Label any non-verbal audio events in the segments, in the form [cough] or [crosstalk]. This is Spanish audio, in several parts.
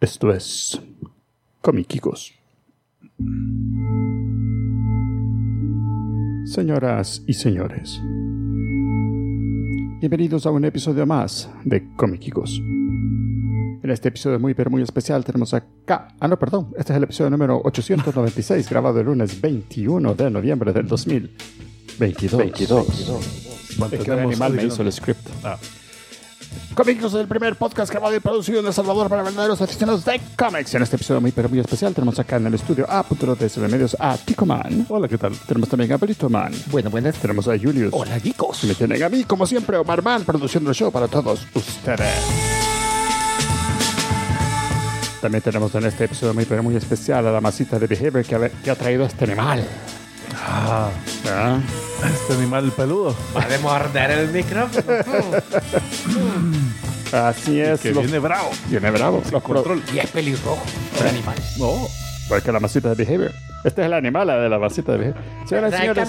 Esto es Comiquicos. Señoras y señores, bienvenidos a un episodio más de Comiquicos. En este episodio muy pero muy especial tenemos acá... Ah, no, perdón. Este es el episodio número 896, grabado el lunes 21 de noviembre del 2022. 22. Es que un animal me hizo el script. Ah. Comics es el primer podcast grabado y producido en El Salvador para verdaderos aficionados de cómics. En este episodio muy pero muy especial tenemos acá en el estudio a Putro de CB Medios a Tico Man. Hola, ¿qué tal? Tenemos también a Brito Man. Bueno, buenas. Tenemos a Julius. Hola, Y geekos. me tienen a mí, como siempre, Omar Man, produciendo el show para todos ustedes. También tenemos en este episodio muy pero muy especial a la masita de Behavior que ha, que ha traído a este animal. Ah, ¿Ah? este animal peludo. Podemos arder el micrófono. Así es. Que los- viene bravo. viene bravo. Los pro- Control. y es pelirrojo, el animal. No. Igual que la masita de Behavior. Este es el animal la de la masita de Behavior. Señoras y señores,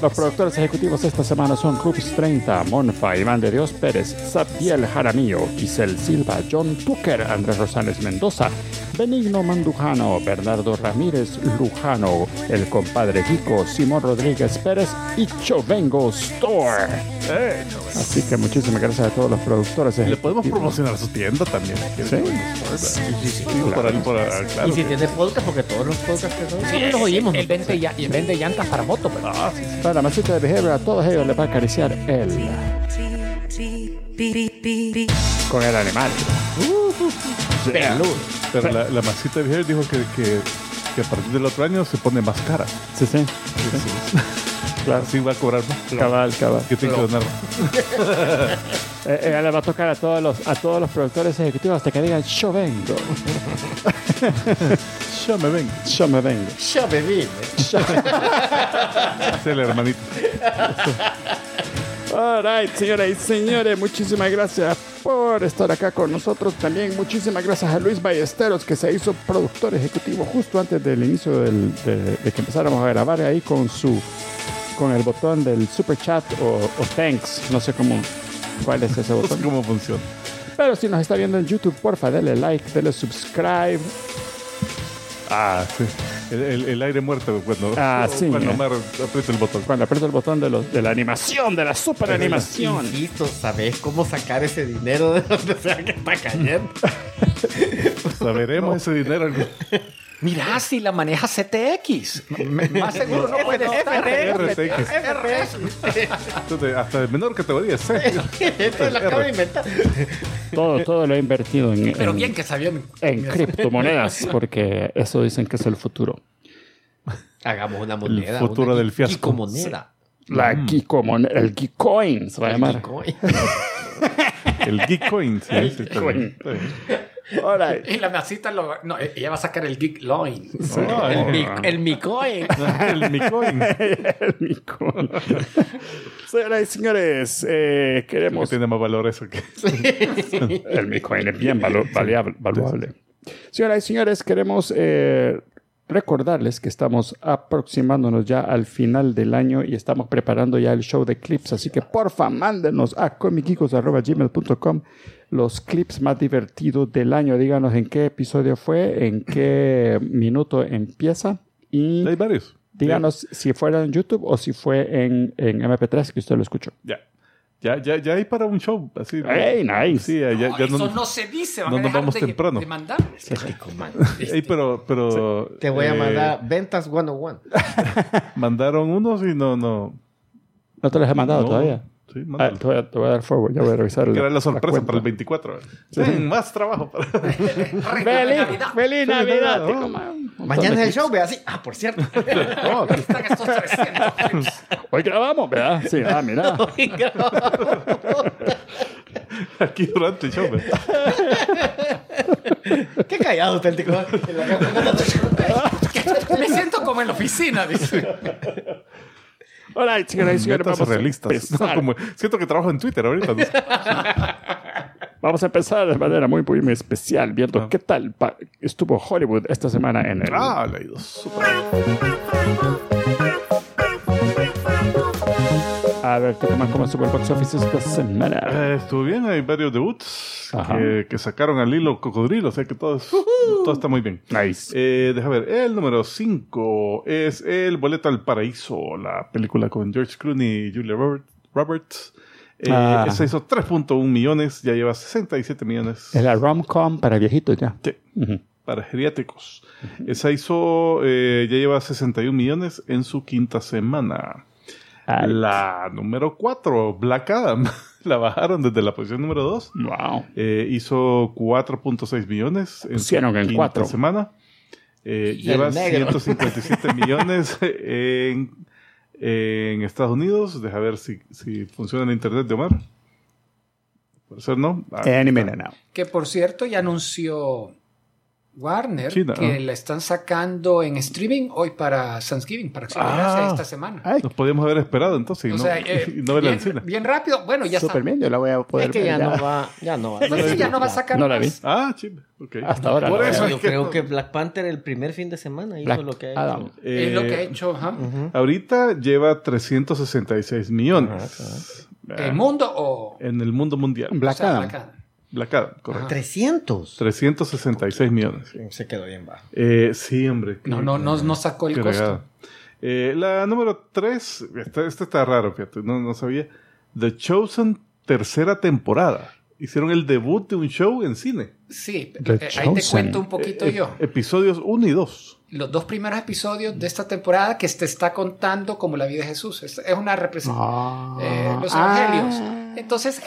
los productores ejecutivos esta semana son Rups 30, Monfa, Iván de Dios Pérez, Sabiel Jaramillo, Giselle Silva, John Tucker, Andrés Rosales Mendoza, Benigno Mandujano, Bernardo Ramírez Lujano, el compadre Kiko, Simón Rodríguez Pérez y Chovengo Store. Eh, Así que muchísimas gracias a todos los productores le ejecutivos. podemos promocionar su tienda también. Sí. Digo, para él, para- claro Y si que- tiene podcast, porque todos los podcasts que son, solo los oímos. Él nosotros. vende, ya- él vende llantas para moto, pero Ah, sí, sí. Para la masita de Behavior a todos ellos les va a acariciar él con el animal. Uh, peludo. Pero la, la masita de Javier dijo que, que, que a partir del otro año se pone más cara. Sí, sí. Claro. Así va a cobrar más. Cabal, cabal. Que tiene que donar. Eh, eh, le va a tocar a todos los, a todos los productores ejecutivos hasta que digan yo vengo. Ya me ven. Yo me vengo. Ya me vine. Es [laughs] el hermanito. Alright, señoras y señores, muchísimas gracias por estar acá con nosotros. También muchísimas gracias a Luis Ballesteros que se hizo productor ejecutivo justo antes del inicio del- de, de que empezáramos a grabar ahí con su con el botón del super chat o, o thanks, no sé cómo cuál es ese No sé botón. cómo funciona. Pero si nos está viendo en YouTube, porfa, dele like, dele subscribe. Ah, sí. El, el- el aire muerto cuando, Ah, sí. cuando Omar aprieta [laughs] el botón. Cuando aprieto el botón de, los- de la animación, de la super animación. Insisto, ¿sabés cómo sacar ese dinero de donde sea que está cayendo? Saberemos ese dinero. [laughs] algún- Mirá, si la maneja CTX. Más seguro no puede estar. ¿eh? RTX. Entonces, Hasta de menor categoría, es C. Esto lo acabo de inventar. Todo, todo lo he invertido en, Pero en- bien que sabía. mi- en criptomonedas, porque eso dicen que es el futuro. Hagamos una moneda. futuro una del fiasco. Kiko moneda. La Geekomon- el Geekoin se va a llamar. Bitcoin. El Geekcoin. Sí, sí, está bien, está bien. [laughs] Alright. Y la masita lo. No, ella va a sacar el Geek Loin. Ah, El, mi, el, el Micoin. el Micoin. El Geekoin. Señoras y señores, eh, Que queremos. tiene más valor eso que. El Bitcoin es bien valo- valeable- valuable. Señoras y señores, queremos eh, recordarles que estamos aproximándonos ya al final del año y estamos preparando ya el show de clips. Así que porfa, mándenos a comicicos.gmail.com los clips más divertidos del año. Díganos en qué episodio fue, en qué minuto empieza. Y Hay varios. díganos si fuera en YouTube o si fue en, en MP3 que usted lo escuchó. Ya. Ya, ya, ya hay para un show. Así. ¡Ey, nice! Sí, ya, ya, No, ya eso no, no. se dice. Van no a nos dejar vamos de, temprano. De mandar. Qué rico, man. [laughs] Ey, pero, pero. Te voy a eh, mandar Ventas [laughs] 101. Mandaron unos y no, no. ¿No te los he mandado no. todavía? Sí, Ah, mandaron. te, voy a, te voy a dar forward, ya voy a revisar. que era la sorpresa cuenta. para el 24. Ten más trabajo para. [laughs] ¡Feliz, feliz Navidad! Navidad. tico, man. Mañana es el show, ve así. Ah, por cierto. Oh, aquí están estos 300 clips. Hoy grabamos, ¿verdad? Sí, ah, [laughs] mira. Aquí durante el show. ¿ve? Qué callado está el [laughs] tico. Me siento como en la oficina, dice. Hola, chicas y señores, Metas vamos a realistas. empezar. [laughs] Como- siento que trabajo en Twitter [laughs] ahorita. no sé. Vamos a empezar de manera muy, muy especial, viendo qué tal pa- estuvo Hollywood esta semana en el... Ah, la he ido súper. Así A ver, ¿qué más como estuvo el box office esta semana? Eh, estuvo bien, hay varios debuts Ajá. que, que sacaron al hilo cocodrilo, o sea que todo, es- todo está muy bien. Nice. Eh, deja ver, el número 5 es El Boleto al Paraíso, la película con George Clooney y Julia Robert- Roberts. Eh, Ah. Esa hizo 3.1 millones, ya lleva 67 millones Es la rom-com para viejitos ya. Sí, Ujú. para geriátricos. Esa hizo, eh, ya lleva 61 millones en su quinta semana. Ay, La número 4, Black Adam, [laughs] la bajaron desde la posición número 2. Wow. Eh, hizo 4.6 millones en Pusieron en quinta cuatro. semana. Eh, Y lleva el negro. [laughs] 157 millones en, en Estados Unidos. Deja ver si, si funciona el internet de Omar. Por ser no. Ah, Any minute now. Que por cierto ya anunció Warner China, que ah. la están sacando en streaming hoy para Thanksgiving, para celebrarse Ah. esta semana. Ay, nos podíamos haber esperado entonces y o no, [laughs] sea, eh, y no verla en bien, cine. bien rápido. Bueno, ya está. Superman, yo la voy a poder Es que ya ver no va, ya no va. Pues sí, ya no va a sacar No la vi. más. Ah, chip. ok. Hasta ahora Por no. eso Yo es que- creo que Black Panther el primer fin de semana hizo Black lo que ha hecho. Adam. Eh, es lo que ha hecho ajá. Ujú. Ahorita lleva 366 millones. Ah, el mundo o, En el mundo mundial. Black o sea, Adam. Black Adam. Black Adam, correcto. 300. 366 millones. Se quedó bien bajo. Eh, sí, hombre. No, no, no, no sacó el Qué costo. regada. Eh, la número 3, esta, esta está raro, fíjate, no, no sabía. The Chosen, tercera temporada. Hicieron el debut de un show en cine. Sí, The eh, ahí te Chosen. cuento un poquito Eh, yo. eh, Episodios 1 y 2. Los dos primeros episodios de esta temporada que te está contando como la vida de Jesús. Es, es una representación. Ah. Eh, los Ah. evangelios. Entonces,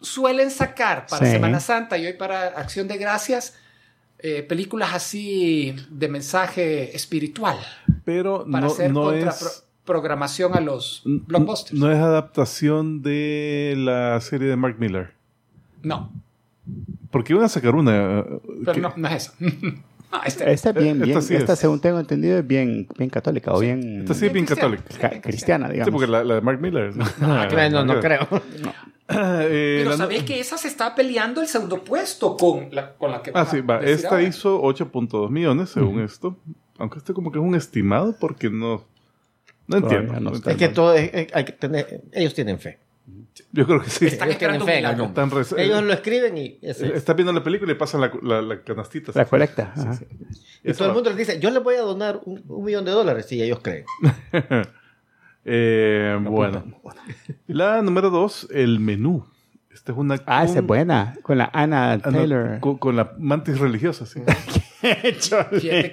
suelen sacar para Sí. Semana Santa y hoy para Acción de Gracias eh, películas así de mensaje espiritual Pero no, para hacer no es. contraprogramación a los blockbusters. No es adaptación de la serie de Mark Miller. No, Porque iban a sacar una. eh, pero que- no, no es eso. [laughs] No, este- Esta es bien, Esta bien. Esta, Eh, sí es. según tengo entendido, es bien, bien católica o bien Esta sí es bien Cristiano. católica. ca- cristiana, digamos. Sí, porque la, la de Mark Miller. No, Ah, [laughs] No, no creo. Eh, Pero la no- sabés que esa se está peleando el pseudopuesto con la, con la que Ah, vas a sí, va. decir Esta ahora. hizo 8.2 millones, según esto. Aunque este como que es un estimado porque no... No Todavía entiendo. no no está. Es que entiendo. todo es- es- hay que tener, ellos tienen fe. Yo creo que sí. Están ellos tienen esperando un fe en milagro. algo. Están res- Ellos lo escriben y eso es. Estás viendo la película y pasan la, la, la canastita. La así. colecta. ajá. Y Eso todo el va. mundo les dice, yo les voy a donar un, un millón de dólares si ellos creen. Eh, bueno. [laughs] La número dos, el menú. Esta es una... Ah, esa con- es buena. Con la Anna ah, no, Taylor. Con, con la mantis [laughs] religiosa, sí. Fíjate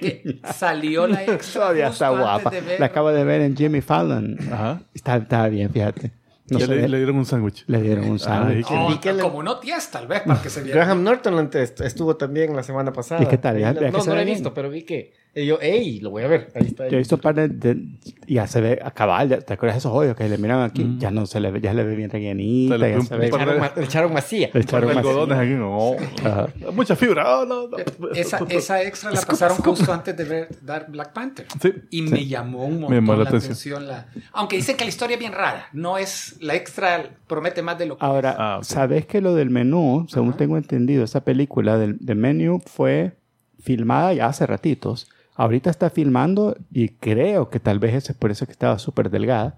[laughs] que salió la extra Todavía está justo guapa. antes de ver- La acabo de ver en Jimmy Fallon. Ajá. Está, está bien, fíjate. No ya sé, le, le, le Ah, dieron un sándwich. dieron un sándwich. Oh, Vi que le- como no tías, tal vez, para que se viera. Graham Norton antes estuvo también la semana pasada. ¿Y qué tal? Ya- Eh, no ya que no se lo ve he bien. visto, pero vi que... Y yo, hey, lo voy a ver. Ahí está. Yo he visto un par de, de- Ya se ve a cabal. ya- ¿Te acuerdas de esos hoyos que le miraban aquí? Ya no se le ve, ya se le ve bien rellenita. Mm. Se le ya ve un se Le ve- par echaron, ma- le echaron masía. [laughs] le Para echaron más- algodones aquí. Oh. Ajá. Mucha fibra. Oh, no, no. Esa, esa extra la pasaron justo antes de ver dar Black Panther. Sí. Y me llamó un Me montón llamó la la atención. la- Aunque dicen que la historia es bien rara. No es... La extra promete más de lo que... Ahora, Ah, ok. ¿sabes que lo del menú, según tengo entendido, esa película del, del menú fue filmada ya hace ratitos? Ahorita está filmando y creo que tal vez eso es por eso que estaba súper delgada.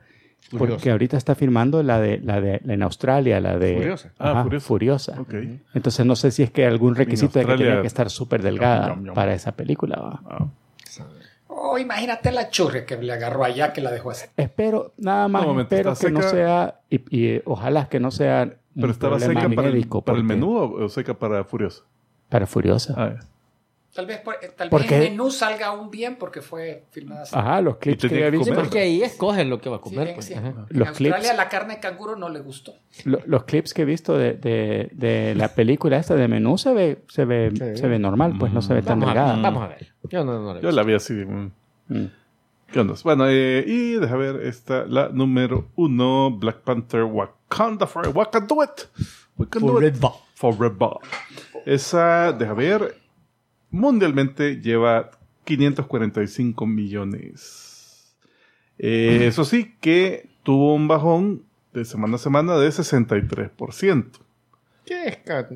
Porque Furiosa. ahorita está filmando la de, la de la en Australia, la de Furiosa. Ah, Ajá, Furiosa. Furiosa. Ok. Entonces no sé si es que algún requisito de que Australia- tenía que estar súper delgada Yum, yum, yum. para esa película. ¿va? Ah. Oh, imagínate la churre que le agarró allá que la dejó así. Espero, nada más Un momento, espero que ¿está no seca? sea, y, y ojalá que no sea un Pero estaba problema seca para el, médico, para el porque- menú o o seca para Furiosa. Para Furiosa. Ah, ya. Tal vez, por- eh, tal vez Porque- el menú salga aún bien porque fue filmada así. Ajá, los clips Y que te tiene había que visto. comer. porque Porque ahí escogen lo que va a Sí, comer. bien, Ah, pues. sí. Ajá. En Los Australia clips. la carne de canguro no le gustó. lo- los clips que he visto de, de- de la película esta de menú se ve, se ve, Sí. se ve normal, pues no se ve tan Vamos, a, delgada. vamos a ver. Yo no, no le Yo la vi así. mm. Mm. ¿Qué onda? Bueno, eh, y deja ver esta, la número uno, Black Panther Wakanda Forever. Wakanda do it. We can do it. Forever. Esa, deja ver, mundialmente lleva 545 millones. Eh, Eso sí que tuvo un bajón de semana a semana de 63%. ¿Qué es, ca-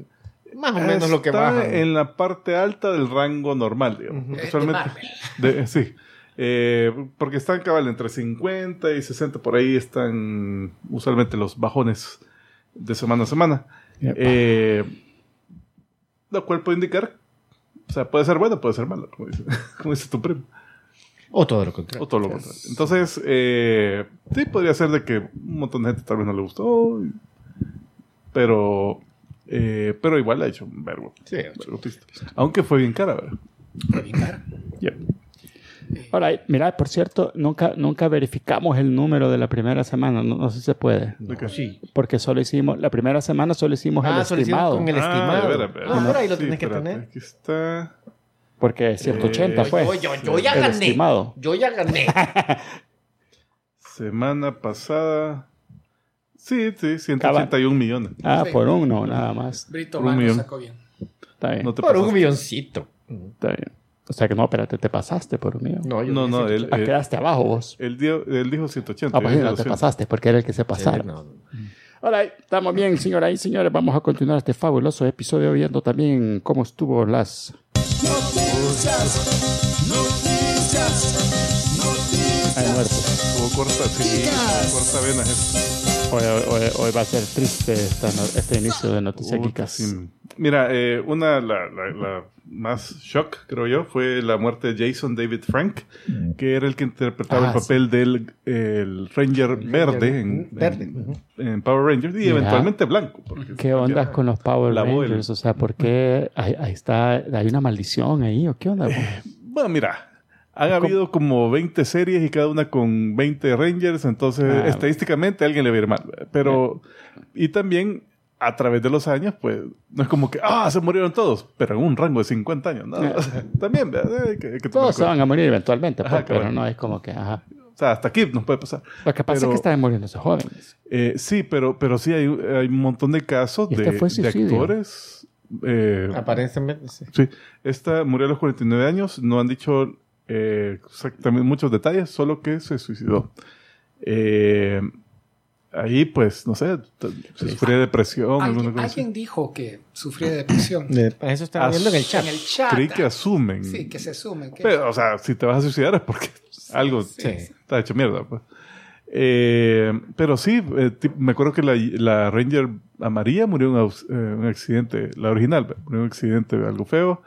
Más o menos lo que Está baja. en la parte alta del rango normal, digamos. Es de Usualmente- Marvel. de- sí. Eh, porque están cabal entre 50 y 60, por ahí están usualmente los bajones de semana a semana. Epa. Eh, lo cual puede indicar, o sea, puede ser bueno, puede ser malo, como dice, [laughs] como dice tu primo, O todo lo contrario. o todo lo contrario. Entonces, eh, sí, podría ser de que un montón de gente tal vez no le gustó, y- pero, eh, pero igual ha hecho un verbo. Sí, vergo pisto. Aunque fue bien cara, ¿verdad? Yep. Ahora, mira, por cierto, nunca, nunca verificamos el número de la primera semana, no, no sé si se puede, De que- sí. porque solo hicimos, la primera semana solo hicimos Ah, el solo hicieron estimado, con el estimado. de veras, de veras. Ah, por ahí lo Sí, tienes que espérate, tener. Aquí está. Eh, porque 180 fue Yo, yo, yo Eh, ya pues, el gané. estimado. Yo ya gané. Semana pasada. Sí, sí, 181 millones. Ah, Sí. por uno, nada más. Brito Un Van lo millón. sacó bien. Está bien, No te Por un pasaste. milloncito. está bien. O sea que no, espérate, te pasaste por mío. No, yo No, dije no, sí. él, eh, Ah, él, quedaste abajo vos. él dio- él dijo 180. Ah, pues yo no te dije 200. pasaste, porque era el que se pasara. No, no. Hola, estamos bien, señoras y señores. Vamos a continuar este fabuloso episodio viendo también cómo estuvo las. Noticias, noticias, Tuvo corta, sí, corta vena. es- Hoy, hoy- hoy va a ser triste esta no- este inicio de Noticias Puta, Geekas. sí. Mira, eh, una, la, la- la más shock, creo yo, fue la muerte de Jason David Frank, que era el que interpretaba Mm. Ah, el papel del el Ranger verde, en, en- Verde. ujú. en Power Rangers y Mira. eventualmente blanco. porque- ¿Qué onda con los Power La abuela. Rangers? O sea, ¿por qué ahí, ahí está, hay una maldición ahí? ¿O qué onda? [laughs] vos? Bueno, mira, han habido como 20 series y cada una con 20 Rangers, entonces Ah. estadísticamente alguien le va a ir mal. Pero, y también a través de los años, pues no es como que, ah, se murieron todos, pero en un rango de 50 años, [laughs] ¿no? también, ¿verdad? Hay que- hay que tomar Todos se cuenta. van a morir eventualmente, pues, Ajá, pero cabal. no es como que. Ajá. O sea, hasta aquí nos puede pasar. Lo que pasa es Pero- que están muriendo esos jóvenes. Eh, sí, pero, pero sí hay, hay un montón de casos Y de, este fue de suicidio. actores. eh, Aparentemente, sí. Sí, esta murió a los 49 años, no han dicho eh, exactamente muchos detalles, solo que se suicidó. Eh, ahí, pues, no sé, t- se sufría depresión, alguna Alguien, cosa alguien así. dijo que sufría de depresión. De- Eso estaba Ah, viendo en el En chat. el chat. Creí que asumen. Sí, que se sumen. que- Pero, o sea, si te vas a suicidar es porque algo Sí. está hecho mierda, pues. Eh, pero sí, eh, ti- me acuerdo que la, la Ranger amarilla murió en un aus- eh, un accidente, la original, pues, murió en un accidente, algo feo.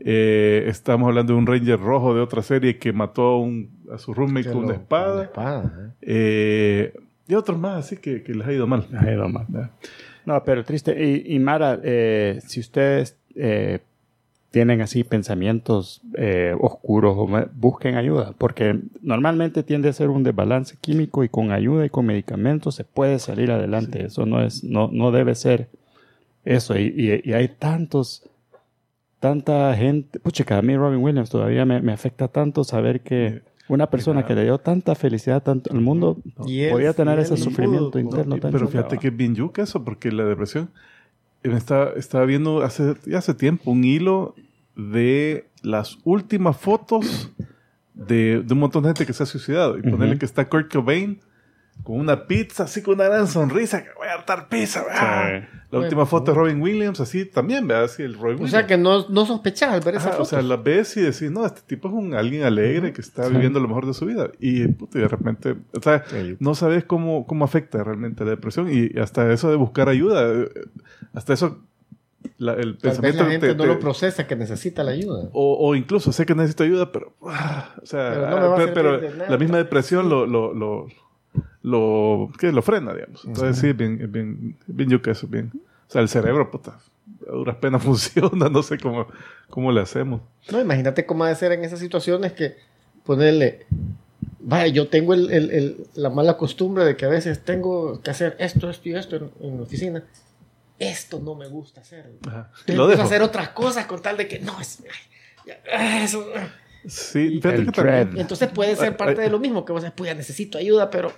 Eh, estamos hablando de un Ranger rojo de otra serie que mató a, un- a su roommate Que con una lo- Una espada. espada. Eh, y otros más, así que, que les ha ido mal. Les ha ido mal. No, pero triste. Y, y Mara, eh, si ustedes eh, tienen así pensamientos eh, oscuros, o me- busquen ayuda, porque normalmente tiende a ser un desbalance químico y con ayuda y con medicamentos se puede salir adelante. Eso no es, no, no debe ser eso. Y, y- y hay tantos, tanta gente. Pucha, que a mí Robin Williams todavía me, me afecta tanto saber que una persona que le dio tanta felicidad tanto al mundo Y él- podía tener y él ese no pudo, sufrimiento no, interno. tan Pero chingado. fíjate que es bien yuca eso, porque la depresión. eh, me Estaba, estaba viendo hace, ya hace tiempo un hilo de las últimas fotos de, de un montón de gente que se ha suicidado. Y Ujú. ponerle que está Kurt Cobain con una pizza, así con una gran sonrisa, que voy a hartar pizza. ¿verdad? La última foto de Robin Williams, así también, ¿verdad? Así el Robin O Williams. sea que no, no sospechas al ver esa Ajá, o foto. sea, la ves y decís, no, este tipo es un alguien alegre que está Sí. viviendo lo mejor de su vida. Y, puta, y de repente, o sea, Sí. no sabes cómo, cómo afecta realmente la depresión y hasta eso de buscar ayuda, eh, hasta eso, la- el Tal vez pensamiento la gente te- no te- lo procesa que necesita la ayuda. o, o incluso sé que necesito ayuda, pero, ah, o sea, Pero no me va a ah, pe- servir pero de nada. la misma depresión lo, lo, lo, lo, ¿qué? lo frena, digamos. Entonces sí, es bien, es bien, es bien yuca eso, bien. O sea, el cerebro, puta, a duras penas [laughs] funciona, no sé cómo, cómo le hacemos. No, imagínate cómo ha de ser en esas situaciones que ponerle. Vaya, yo tengo el- el- el- la mala costumbre de que a veces tengo que hacer esto, esto y esto en, en la oficina. Esto no me gusta hacer. Ajá. Entonces Lo empiezo dejo. a hacer otras cosas con tal de que no es. ay, ya, Eso. Sí, Y fíjate el que también- dread. Entonces puede ser parte Ay. de lo mismo que vos decís, puya, necesito ayuda, pero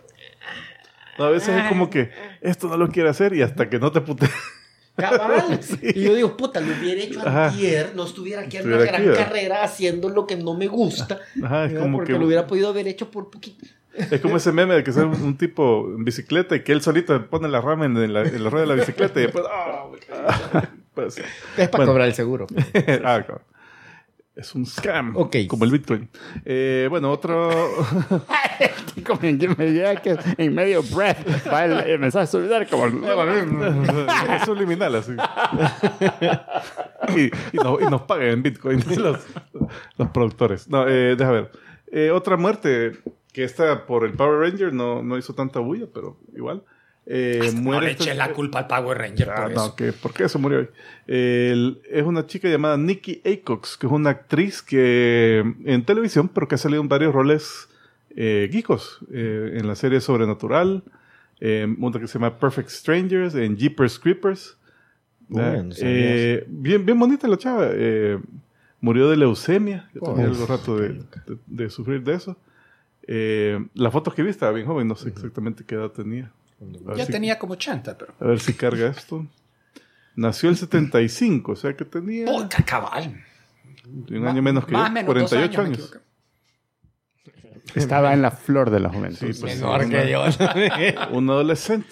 no, a veces es como que esto no lo quiero hacer y hasta que no te pute cabal. [laughs] Sí. Y yo digo, puta, lo hubiera hecho Ajá. ayer, no estuviera aquí en una Estuviera gran aquí, ¿verdad? carrera haciendo lo que no me gusta. Ajá, [laughs] es ¿verdad? como Porque que lo hubiera podido haber hecho por poquito. es como ese meme de que sale un, un tipo en bicicleta y que él solito pone la rama en la, en la rueda de la bicicleta y después ah, me caí. Pues, Es para Bueno. [laughs] cobrar el seguro. ah, cabrón. Es un scam. Ok. Como el Bitcoin. Eh, bueno, [laughs] otro. [laughs] Como en, me llega que en medio breath va el, el mensaje subliminal como es subliminal, así. y, y nos, y nos pagan en Bitcoin [laughs] los, los productores. No, eh, deja ver. Eh, otra muerte que esta por el Power Ranger no, no hizo tanta bulla, pero igual. Eh, [laughs] No le muere esta- eches la culpa al Power Ranger Ah, por no, eso. que, ¿por qué eso murió hoy? El- es una chica llamada Nikki Acox, que es una actriz que en televisión, pero que ha salido en varios roles eh, geekos. eh, en la serie Sobrenatural, eh, otra que se llama Perfect Strangers, en Jeepers Creepers. Uy, ¿ya? no sabía Eh, bien, bien bonita la chava. eh, murió de leucemia. Yo tenía Uf, algo rato de, de- de sufrir de eso. Eh, las fotos que vi estaba bien joven, no sé exactamente qué edad tenía. A ver Ya si- tenía como 80, pero. a ver si carga esto. Nació el 75, o sea que tenía Puta, cabal. un año menos que yo, Más o menos, dos 48 me años. equivoco. Estaba en la flor de la juventud. Sí, pues, Menor que yo. [laughs] Un adolescente.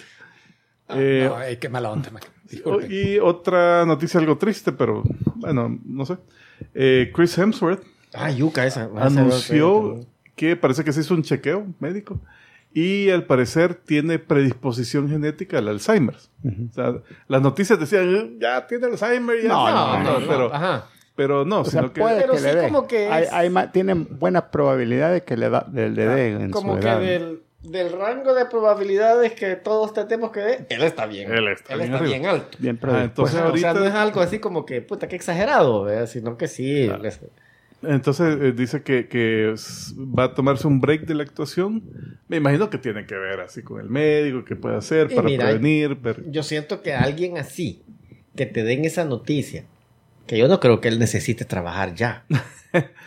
Eh, [laughs] No, eh, qué mala onda, Mac. o- Disculpe. y otra noticia algo triste, pero bueno, no sé. Eh, Chris Hemsworth Ah, yuca esa. Va a ser otra anunció yuca. que parece que se hizo un chequeo médico y al parecer tiene predisposición genética al Alzheimer. O sea, las noticias decían, ya tiene Alzheimer, ya No, No, no, no, Ah, pero, Ajá. pero no, O sea, sino que... puede Pero que le sí dé. como que Hay- es- Ah, hay ma- tiene buena probabilidad de que le, da, de- le dé en Como su que edad. del, del rango de probabilidades que todos tratemos que dé, él está bien. Él está bien arriba. bien alto. Bien Ah, predispuesto. entonces ahorita... Pues, O sea, no es algo así como que, puta, qué exagerado, ¿verdad? sino que sí. les- Entonces eh, dice que, que s- va a tomarse un break de la actuación. Me imagino que tiene que ver así con el médico, qué puede hacer Y para mira, prevenir. ver- Yo siento que alguien así, que te den esa noticia, que yo no creo que él necesite [laughs] trabajar ya.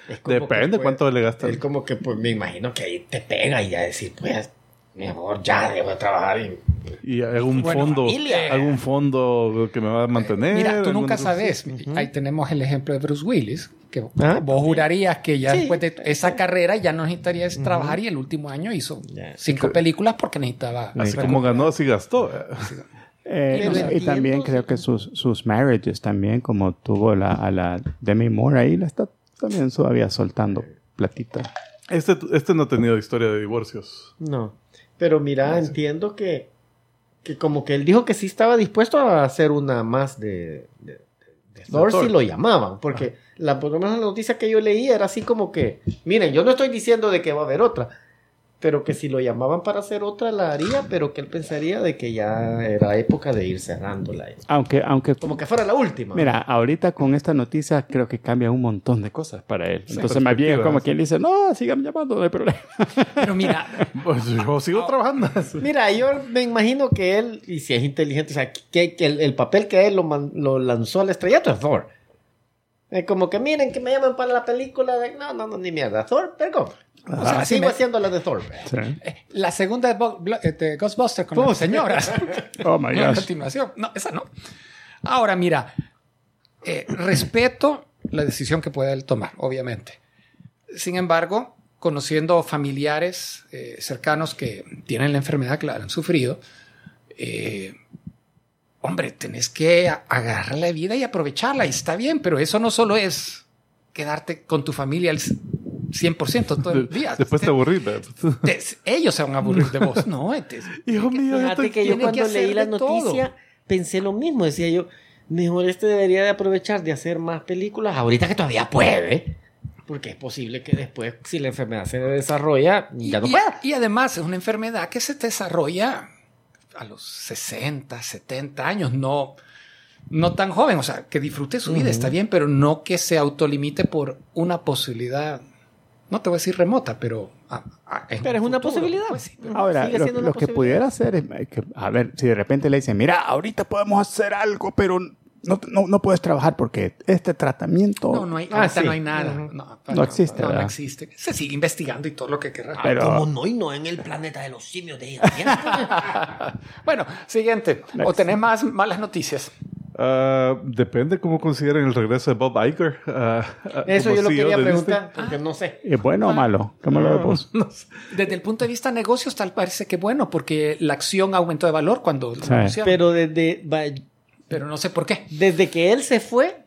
Es como que Depende fue- cuánto le gastan. Él como que, pues, me imagino que ahí te pega y ya decir, pues, mejor ya debo de trabajar y... Y hago un Bueno, fondo, familia. hago un fondo que me Eh, va a mantener. Mira, tú alguna nunca cosa así. sabes. Ahí tenemos el ejemplo de Bruce Willis, que Ah, vos jurarías que ya Sí. después de esa carrera ya no necesitarías trabajar y el último año hizo Ya. cinco películas porque necesitaba... Así como ganó, así gastó. Eh, Pero y- en y, también tiempos- creo que sus, sus marriages también, como tuvo la, a la Demi Moore ahí, la está también todavía soltando platita. Este, este no ha tenido historia de divorcios. No. Pero mira, entiendo que, que como que él dijo que sí estaba dispuesto a hacer una más de, de, de Thor Thor. si lo llamaban. Porque la, por lo menos la noticia que yo leí era así como que, miren, yo no estoy diciendo de que va a haber otra. Pero que si lo llamaban para hacer otra la haría, pero que él pensaría de que ya era época de ir cerrándola. Aunque, aunque Como que fuera la última. mira, ahorita con esta noticia creo que cambia un montón de cosas para él. Entonces más bien es como perspectiva, quien dice, no, sigan llamando, no hay problema. [laughs] [laughs] Pero mira, Pues yo sigo [laughs] trabajando. Mira, yo me imagino que él, y si es inteligente, o sea, que, que el, el papel que él lo, man- lo lanzó al estrellato es Thor. Es como que miren que me llaman para la película de... No, no, no, ni mierda. Thor, perdón. O sea, Ah, sí sigo me- haciendo la de Thor. eh, la segunda de, Bo- Blo- eh, de Ghostbusters con [laughs] las señoras. Oh my No, a gosh. continuación. No, esa no. Ahora, mira, eh, respeto la decisión que pueda él tomar, obviamente. Sin embargo, conociendo familiares eh, cercanos que tienen la enfermedad, que la han sufrido, eh, hombre, tenés que a- agarrar la vida y aprovecharla, y está bien, pero eso no solo es quedarte con tu familia al 100% todo el día. [laughs] Después te aburrí. ¿verdad? Te- ellos se van a aburrir [laughs] de vos. No, este te- Hijo mío, yo Fíjate estoy- que yo tiene que cuando hacer leí la de todo. noticia pensé lo mismo. Decía yo, mejor este debería de aprovechar de hacer más películas ahorita que todavía puede. Porque es posible que después, si la enfermedad se desarrolla, ya no y, pueda. y además es una enfermedad que se desarrolla a los 60, 70 años, no, no tan joven. O sea, que disfrute su vida, está bien, pero no que se autolimite por una posibilidad, no te voy a decir remota, pero... a- a- en Pero un es una futuro. posibilidad. Pues sí, pero- Ahora, Sigue lo, siendo lo una que posibilidad. pudiera hacer es, eh, que, a ver, si de repente le dicen, mira, ahorita podemos hacer algo, pero no, no, no puedes trabajar porque este tratamiento... No, no hay, Ah, ahorita sí. no hay nada. Ujú. No, No existe, No, no ¿verdad? existe. Se sigue investigando y todo lo que querrá. Pero- Como no y no en el planeta de los simios de ella. Bueno, siguiente. ¿O tenés más malas noticias? Ah, depende cómo consideren el regreso de Bob Iger. ah, ah, Eso como yo lo CEO quería de Disney. preguntar, porque no sé. ¿Es bueno o Ah. malo? ¿Cómo lo ves vos? [laughs] Desde el punto de vista de negocios, tal parece que bueno, porque la acción aumentó de valor cuando lo anunciaron. Pero desde, va- Pero no sé por qué. desde que él se fue,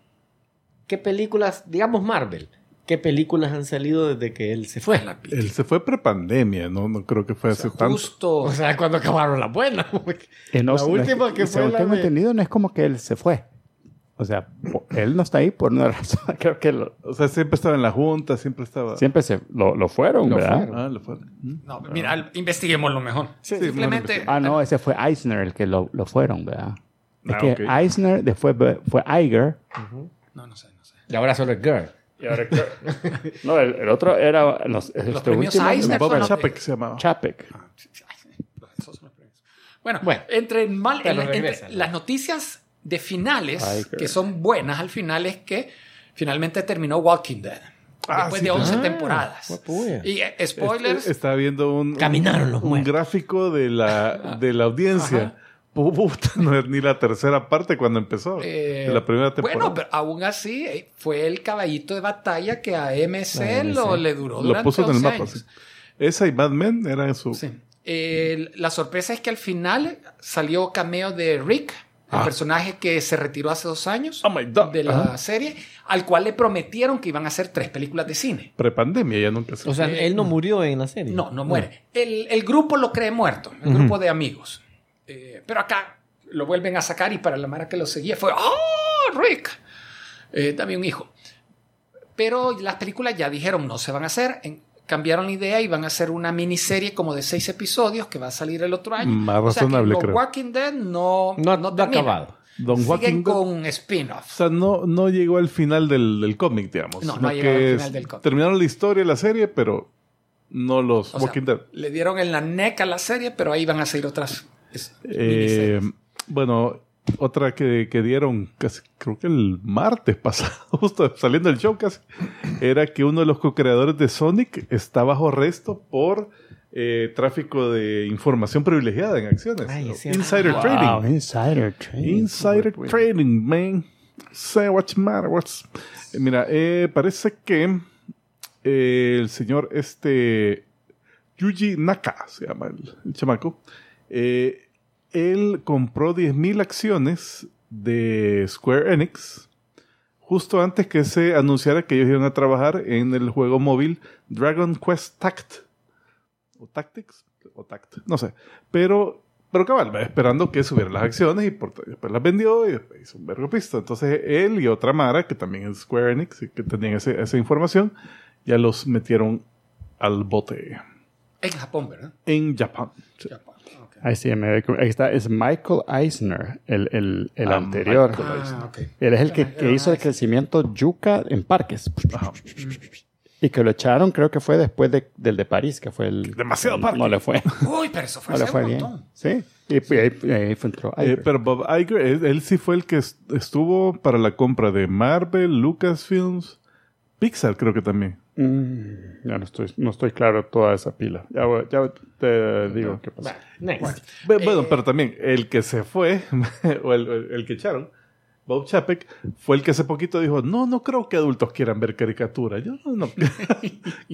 ¿Qué películas, digamos Marvel, qué películas han salido desde que él se fue? Él se fue prepandemia, ¿no? No creo que fue hace tanto. Justo. O sea, cuando acabaron las buenas. porque- Eh, no, La no es- última que fue Según la tengo de- entendido, no es como que él se fue. O sea, po- él no está ahí por una razón. [laughs] Creo que lo- O sea, siempre estaba en la junta, siempre estaba. siempre se, lo, lo fueron, Lo ¿verdad? fueron. Ah, lo fue. ¿Mm? No, mira, investiguémoslo mejor. Sí, Simplemente. Ah, no, ese fue Eisner el que lo, lo fueron, ¿verdad? Es Ah, que ok. Eisner, después fue- fue Iger. No, no sé, no sé. Y ahora solo es Girl. [laughs] No, el, el otro era los, este premios último, Eisner. Boba Bueno, Chapek se llamaba. Chapek. Esos son los premios. Bueno, Bueno, entre, mal, pero en- entre regresa, ¿no? las noticias de finales Ay, qué- que son buenas al final es que finalmente terminó Walking Dead. Ah, después sí, pues, de 11 ah, temporadas. guapuya. Y eh, spoilers. Este- estaba viendo un, Caminaron los un muertos. gráfico de la, de la audiencia. Puta, no es ni la tercera parte cuando empezó. eh, de la primera temporada. Bueno, pero aún así eh, fue el caballito de batalla que a MC lo, le duró Lo durante puso en el 11 mapa. años. sí. Esa y Mad Men eran su. Sí. Eh, la sorpresa es que al final salió cameo de Rick, el Ah. personaje que se retiró hace dos años Oh my God. de la Ajá. serie, al cual le prometieron que iban a hacer tres películas de cine. Prepandemia, ya nunca se. O sea, él no murió en la serie. No, no muere. El, el grupo lo cree muerto, el grupo de amigos. Eh, pero acá lo vuelven a sacar y para la mara que lo seguía fue, ¡Oh, Rick! Eh, dame un hijo. Pero las películas ya dijeron no se van a hacer. en- cambiaron la idea y van a hacer una miniserie como de seis episodios que va a salir el otro año. Más O sea, que razonable, lo creo. Walking Dead no, no No, no ha termina. acabado. Don Siguen Joaquín. O con spin-offs. sea, no, no llegó al final del, del cómic, digamos. No, no sino ha llegado al que final del cómic. Terminaron la historia de la serie, pero no los O sea, Walking Dead. le dieron en la neca a la serie, pero ahí van a seguir otras. es- Eh, miniseries. bueno, otra que, que dieron, casi, creo que el martes [laughs] pasado, justo saliendo del show casi, era que uno de los co-creadores de Sonic está bajo arresto por eh, tráfico de información privilegiada en acciones. Ay, es cierto. Insider Wow, trading. Insider Trading. Insider trading, man. Say what matter, what's- Eh, Mira, eh, parece que eh, el señor este Yuji Naka, se llama el, el chamaco, eh, él compró 10.000 acciones de Square Enix justo antes que se anunciara que ellos iban a trabajar en el juego móvil Dragon Quest Tact. O Tactics, o Tact, no sé. Pero, pero cabal, esperando que subieran las acciones y por- después las vendió y después hizo un vergo pisto. Entonces él y otra Mara, que también es Square Enix, y que tenían ese- esa información, ya los metieron al bote En Japón, ¿verdad? en Japón. Japón, ok. Ahí sí, me- ahí está, es Michael Eisner, el, el, el Ah, anterior. Michael. Ah, ok. Él es el que, que hizo el crecimiento yuca en parques. Ajá. Y que lo echaron, creo que fue después de- del de París, que fue el. Demasiado el- parque. No le fue. Uy, pero eso fue No le hace fue un bien. montón. Sí. Y, y ahí, y ahí fue entró. Eh, pero Bob Iger, él, él sí fue el que est- estuvo para la compra de Marvel, Lucasfilms, Pixar creo que también. Mm, ya no estoy, no estoy claro toda esa pila. Ya, voy- ya te digo qué pasó. Next. Be- Eh, Bueno, pero también el que se fue, [laughs] o el, el- el que echaron, Bob Chapek, fue el que hace poquito dijo, no, no creo que adultos quieran ver caricatura. Yo no, [laughs] [laughs] no.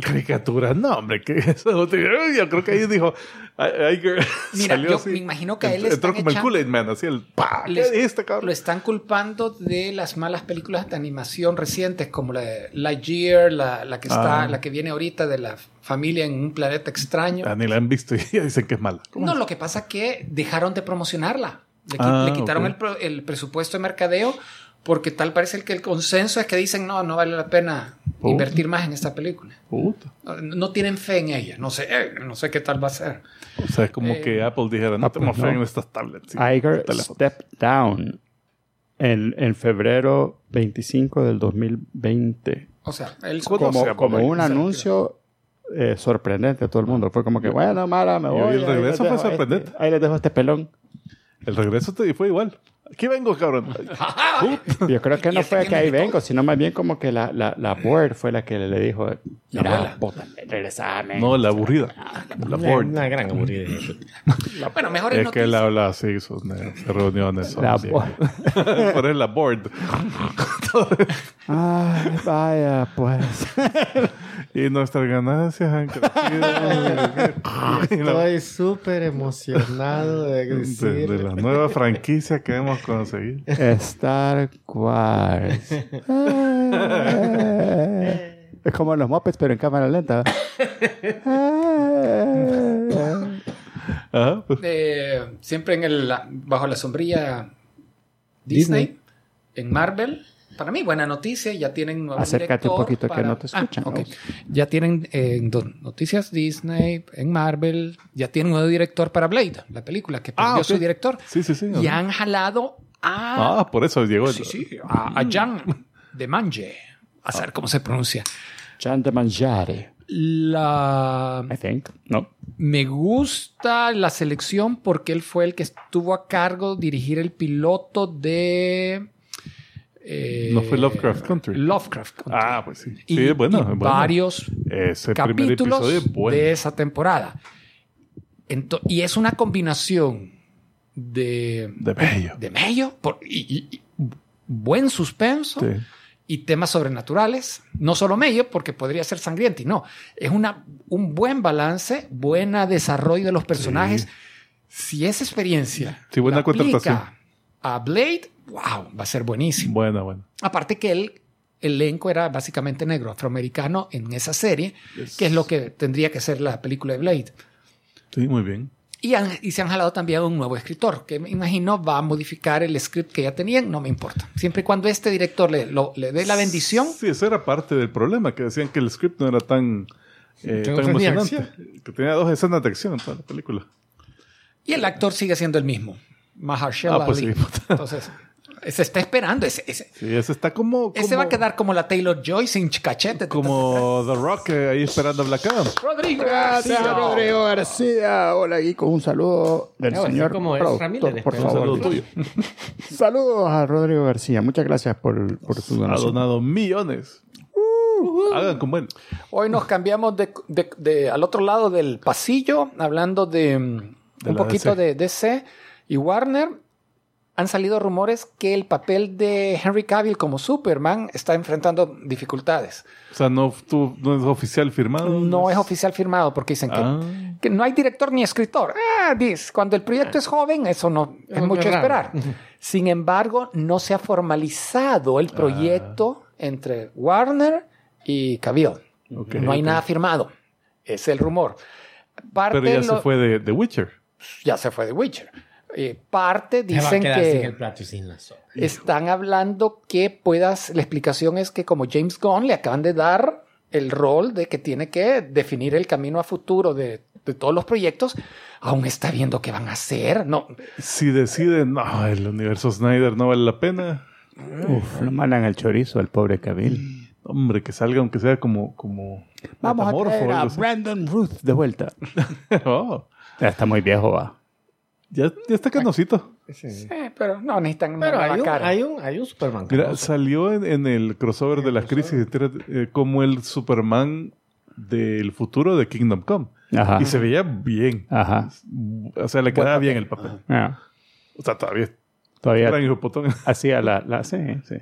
caricatura, no, hombre, que eso no te- Yo creo que ahí dijo, I- Iger [laughs] Mira, salió yo así. me imagino que a él le Ent- Entró están como el echando- Kool-Aid Man, así el, pa, ¿qué Les- dijiste, cabrón? Lo están culpando de las malas películas de animación recientes, como la de Lightyear, la, la que está, Ah. la que viene ahorita de la familia en un planeta extraño. Ah, ni la han visto y [laughs] ya dicen que es mala. ¿Cómo No, lo que pasa es que dejaron de promocionarla. Le, qui- Ah, le quitaron ok. el pro- el, presupuesto de mercadeo porque tal parece que el consenso es que dicen no, no vale la pena Oh. invertir más en esta película. Puta. No, no tienen fe en ella. No sé, eh, no sé qué tal va a ser. O sea, es como Eh, que Apple dijera, no Apple, tenemos fe no. en estas tablets. sí, Iger teléfonos. Step Down en, en febrero 25 del 2020. O sea, él ¿Cuánto Pues Como, se llama, como güey? un anuncio eh, sorprendente a todo el mundo. Fue como que, bueno, Mara, me Y voy. el ahí les regreso fue dejo este- sorprendente. ahí les dejo este [laughs] pelón. El regreso te fue igual. Aquí vengo, cabrón. Puta. Yo creo que ¿Y no este fue que que ahí me quitó? vengo, sino más bien como que la, la, la board fue la que le dijo, mira, abuela. puta, regresame. No, la aburrida. Ah, La Una, board. una gran aburrida. Bueno, mejor Es que él habla así, sus ne- reuniones. son La así. [laughs] board. Pero es la board. Ay, Ah, vaya, [laughs] pues. Y nuestras ganancias han [laughs] crecido. Y la- Estoy súper emocionado de de, decir. de la nueva franquicia que hemos conseguido. [laughs] Star Wars. Ay, es como los mopeds, pero en cámara lenta. Ajá. pues, Eh, siempre en el, bajo la sombrilla Disney, en Marvel. Para mí, buena noticia. Ya tienen nuevo Acércate un director poquito que no te Ah, escuchan, ok. vamos. Ya tienen eh, en do- noticias Disney, en Marvel. Ya tienen nuevo director para Blade, la película que perdió Ah, ok. su director. Sí, sí, sí. Y han jalado a, Ah, por eso llegó. el- Mm. sí, sí, a, a Jan de Manje. A saber cómo se pronuncia. Chan de mangiare, La I think. No. Me gusta la selección porque él fue el que estuvo a cargo de dirigir el piloto de. eh, No fue Lovecraft Country. Lovecraft Country. Ah, pues sí. Y- Sí, bueno, y bueno. Varios Ese primer capítulos episodio es bueno. de esa temporada. Ento- y es una combinación de, De bello. de medio por- y, y- y buen suspenso Sí. y temas sobrenaturales. No solo medio, porque podría ser sangriento y no. Es una, un buen balance, buena desarrollo de los personajes. Si esa experiencia Sí, buena la aplica contratación. a Blade, wow, va a ser buenísimo. Bueno, bueno. Aparte que el elenco era básicamente negro, afroamericano en esa serie, que es lo que tendría que ser la película de Blade. Sí, muy bien. Y, han- y se han jalado también a un nuevo escritor, que me imagino va a modificar el script que ya tenían, no me importa. Siempre y cuando este director le, lo- le dé la bendición, Sí, eso era parte del problema, que decían que el script no era tan, eh, Que no tan tenía emocionante. Que tenía dos escenas de acción en toda la película. y el actor sigue siendo el mismo, Mahershala Ah, pues Ali. sí. Entonces, se está esperando. Ese, ese- Sí, ese está como... como ese va a quedar como la Taylor Joy sin cachete. Como The Rock eh, ahí esperando a Black Adam. Rodrigo. Gracias, García. Rodrigo García. Hola, Guico. Un saludo del Ah, bueno, señor. así como es, productor, Ramírez, por pero Un favor. saludo tuyo. Saludos a Rodrigo García. Muchas gracias por, por su Ha donación. donado millones. Uh-huh. Hagan como él. Hoy nos cambiamos de, de- de- al otro lado del pasillo, hablando de, mm, De la un DC. poquito de DC y Warner. Han salido rumores que el papel de Henry Cavill como Superman está enfrentando dificultades. O sea, no, tú- no es oficial firmado. No es oficial firmado porque dicen que, Ah. que no hay director ni escritor. Ah, dice, cuando el proyecto es joven, eso no es Eso mucho es raro. esperar. Sin embargo, no se ha formalizado Ah. el proyecto entre Warner y Cavill. Ok, no hay ok. nada firmado. Es el rumor. Parte Pero ya lo- se fue de, de Witcher. ya se fue de Witcher. Eh, parte Se va a dicen quedar sin el que plato y sin la sopa. están hablando que puedas. La explicación es que, como James Gunn le acaban de dar el rol de que tiene que definir el camino a futuro de, de todos los proyectos, aún está viendo qué van a hacer. No, Si deciden, no, el universo Snyder no vale la pena. Uf, lo mandan al chorizo al pobre Cabil. Hombre, que salga aunque sea como... como Vamos a metamorfo traer o a algo así. [laughs] Brandon Ruth de vuelta. Oh, Ya está muy viejo, va. ya, ya está canosito. Sí. eh, pero no necesitan una Pero nueva hay un, cara. hay, un, hay un Superman. Mira, famoso. salió en, en el crossover de las crisis entera, eh, como el Superman del futuro de Kingdom Come. Ajá. Y se veía bien. Ajá. O sea, le quedaba papel. bien el papel. Ah, O sea, todavía es gran todavía hijo [laughs] de putón. hacía la, la. Sí, sí.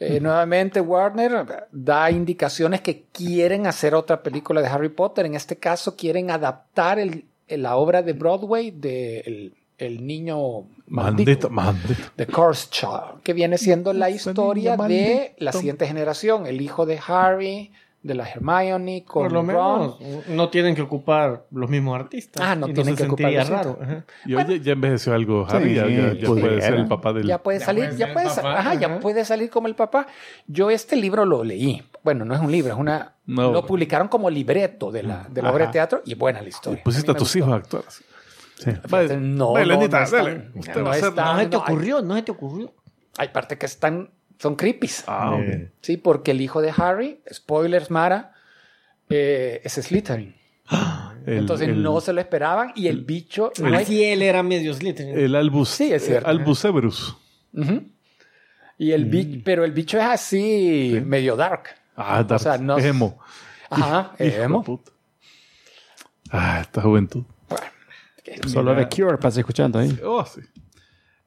Eh, nuevamente, Warner da indicaciones que quieren hacer otra película de Harry Potter. En este caso, quieren adaptar el- el- la obra de Broadway de El, el Niño Maldito, Maldito, maldito. de Cursed Child, que viene siendo la Ese historia niño de la maldito. siguiente generación. El hijo de Harry, de la Hermione, con Por lo Ron. menos no tienen que ocupar los mismos artistas. Ah, no Y tienen se que ocupar sentiría los raro. ajá. Y oye, ya envejeció algo, Javi. Sí, ya ya- ya pudiera. puede ser el papá del. Ya puede Ya salir, puede ya ser puede el sa- papá, ajá, ya ajá. puede salir como el papá. Yo este libro lo leí. Bueno, no es un libro, es una No. lo publicaron como libreto de la, de la Ajá. obra de teatro y buena la historia. Pusiste A a, mí me tus hijos a actuar. sí. gustó. Fíjate, no, no, Belenita, no es tan- dale. Usted no va a es ser- tan- No se te no, hay- ocurrió, no se te ocurrió. Hay, partes que están son creepies. Ah, ok. Eh, Sí, porque el hijo de Harry, spoilers Mara, eh, es Slytherin. El- Entonces el- no se lo esperaban y el bicho no ah, es- sí, él era medio Slytherin. El Albus. Sí, es cierto. Albus Severus. Ujú. Y el bicho, pero el bicho es así medio dark. Ah, Dark. sea, no- Emo. Ajá, [laughs] Hijo de Eh, emo. puta. Ah, esta juventud. Solo de Cure pasa escuchando ahí. Oh, sí.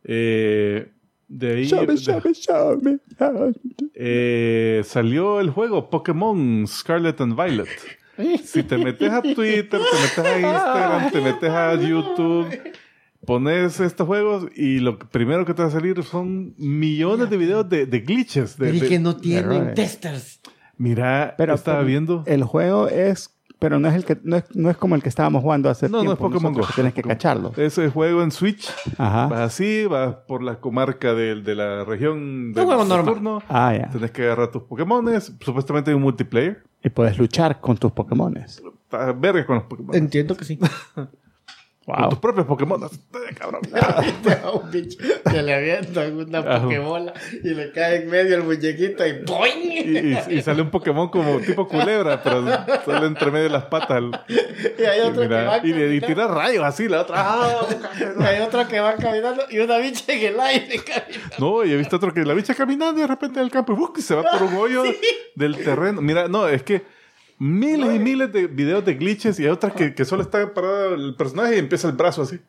Eh, de ahí Llame, de- llame, llame. eh, salió el juego Pokémon Scarlet and Violet. Si te metes a Twitter, te metes a Instagram, te metes a YouTube, pones estos juegos y lo primero que te va a salir son millones de videos de, de glitches. De, Y de- que no tienen Errores. testers. Mira, Pero estaba pero viendo. El juego es. Pero no es, el que, no, es, no es como el que estábamos jugando hace No, no tiempo. es Pokémon nosotros, Go. que Tienes que cacharlo. Ese juego en Switch, Ah. Ajá. vas así, vas por la comarca del- de, la región Un juego del normal. Saturno. Ah, ya. Tenés que agarrar tus Pokémones. Supuestamente hay un multiplayer. Y puedes luchar con tus Pokémones. Está verga con los Pokémones. Entiendo que [laughs] sí. Con Wow. tus propios Pokémones. Eh, Cabrón. A un bicho que le avientan una Ajá. pokebola y le cae en medio el muñequito y ¡boing! Y, y- y sale un Pokémon como tipo culebra, pero sale entre medio de las patas. [laughs] Y hay Y, otro que mira, va y le- y caminando. tira rayos así, la otra. ¡ah! [laughs] Y [laughs] hay otro que va caminando y una bicha en el aire caminando. No, y he visto otro que la bicha caminando y de repente en el campo y ¡buc! se va por un hoyo del terreno. Mira, no, es que miles y miles de videos de glitches y hay otras que, que solo está parado el personaje y empieza el brazo así,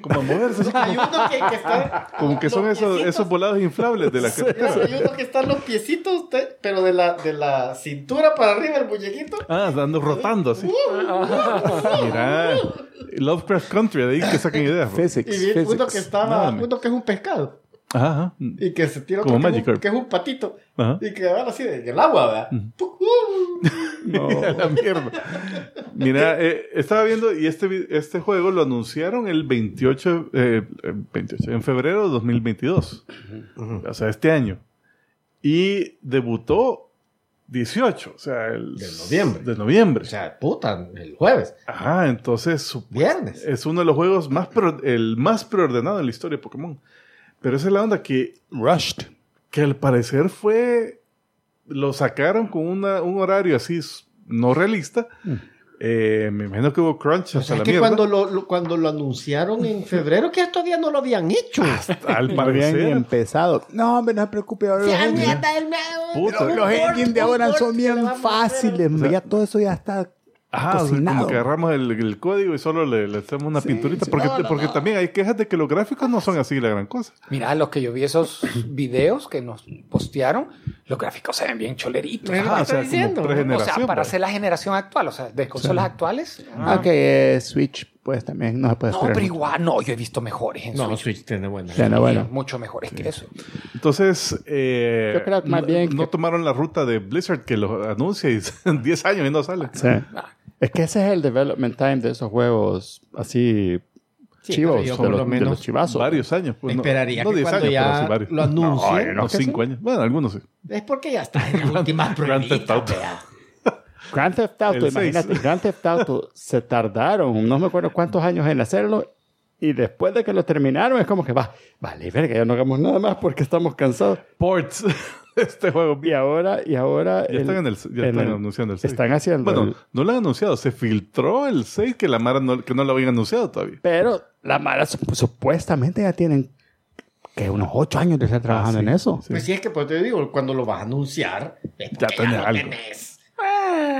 como a moverse, así Hay como, uno que, que está. como que son los esos, piecitos. esos volados inflables de la Hay carretera. uno que están los piecitos, te- pero de la, de la cintura para arriba el muñequito. Ah, dando rotando así. Mira, Lovecraft Country, de ahí que saquen ideas. bro. Physics. Y vi uno physics. que estaba, Nada, me- uno que es un pescado Ajá, y que se tira otro Como que, es un, Magikarp. que es un patito ajá. y que van así de- del agua, ¿verdad? uh, Pujú. No. [laughs] A la mierda. Mira, eh, estaba viendo y este, vi- este juego lo anunciaron el 28, eh, eh, 28, en febrero de 2022. O sea, este año. Y debutó 18, o sea, el... De noviembre. De noviembre. O sea, puta, el jueves, Ajá, entonces su- viernes. es uno de los juegos más, pro- el más preordenado en la historia de Pokémon. Pero esa es la onda que Rushed. que al parecer fue. Lo sacaron con una- un horario así s- no realista. Eh, me imagino que hubo crunch O hasta sea, la Mm. Pues es que mierda. cuando lo, lo- cuando lo anunciaron en febrero, que todavía no lo habían hecho. Pues Al No habían ni parecer. empezado. No, hombre, no se preocupe. Ahora los [laughs] Ya, engines- mierda, el nuevo- Puta. un los port, engines de un ahora port son que le bien vamos a hacer. fáciles. sea- ya todo eso ya está. Ajá, o sea, como cocinado. que agarramos el, el código y solo le, le hacemos una Sí, pinturita. sí. Porque, No, no, porque no. también hay quejas de que los gráficos no son así la gran cosa. Mira, lo que yo vi esos videos que nos postearon, los gráficos se ven bien choleritos. Ah, Pero Ajá, lo que o sea, estoy como diciendo. O pregeneración, sea, para ¿verdad? hacer la generación actual, o sea, de consolas actuales. pues. ah, Aunque eh, Switch, pues también no se puede No, esperar pero mucho. igual, no, yo he visto mejores en No, Switch. Switch tiene buena. Ya, no, bueno. Mucho mejores que eso. Entonces, eh, Yo creo que más no- bien no que- tomaron la ruta de Blizzard que lo anuncia y [laughs] en 10 años y no sale. Sí. Es que ese es el development time de esos juegos así Sí, chivos, pero yo de por los, lo de menos los chivazos. Varios años. pues, no- Esperaría no que 10 cuando años, pero ya sí varios. lo anuncie, No, hay unos ¿no que 5 años. Bueno, algunos sí. Es porque ya [laughs] está en la última Grand Theft Auto. pruebita, Grand Theft Auto, El seis. imagínate, Grand Theft [laughs] Auto se tardaron, no me acuerdo cuántos años en hacerlo. Y después de que lo terminaron, es como que va, vale, verga, ya no hagamos nada más porque estamos cansados. ports [laughs] este juego. Y ahora, y ahora. Ya están, en el, en ya están el- anunciando el 6. Están haciendo. bueno, el- no lo han anunciado. Se filtró el 6 que la Mara no, que no lo habían anunciado todavía. pero la Mara sup- supuestamente ya tienen que unos ocho años de estar trabajando Ah, sí, en eso. Pues sí, es que pues te digo, cuando lo vas a anunciar, es porque Ya ya, tenés lo algo. tenés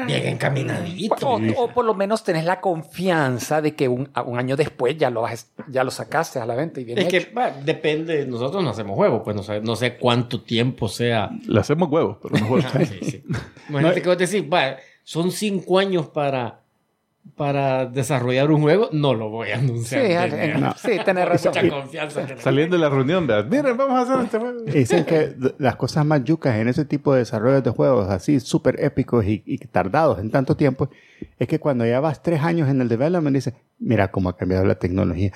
bien encaminadito. O, o por lo menos tenés la confianza de que un, a- un año después ya lo, vas- ya lo sacaste a la venta y bien Es hecho. que va, depende, nosotros no hacemos juegos, pues no sé, no sé cuánto tiempo sea. Le hacemos huevos, pero [laughs] no juegos. Sí, sí. Imagínate que vos decís, va, son cinco años para, para desarrollar un juego, no lo voy a Sí, anunciar. Ale, [laughs] Tenía no. sí, tenés razón. [laughs] Mucha confianza. que le- Saliendo de la reunión, vean, miren, vamos a hacer este juego. Dicen que d- las cosas más yucas en ese tipo de desarrollos de juegos así súper épicos y, y tardados en tanto tiempo es que cuando ya vas tres años en el development dices, mira cómo ha cambiado la tecnología.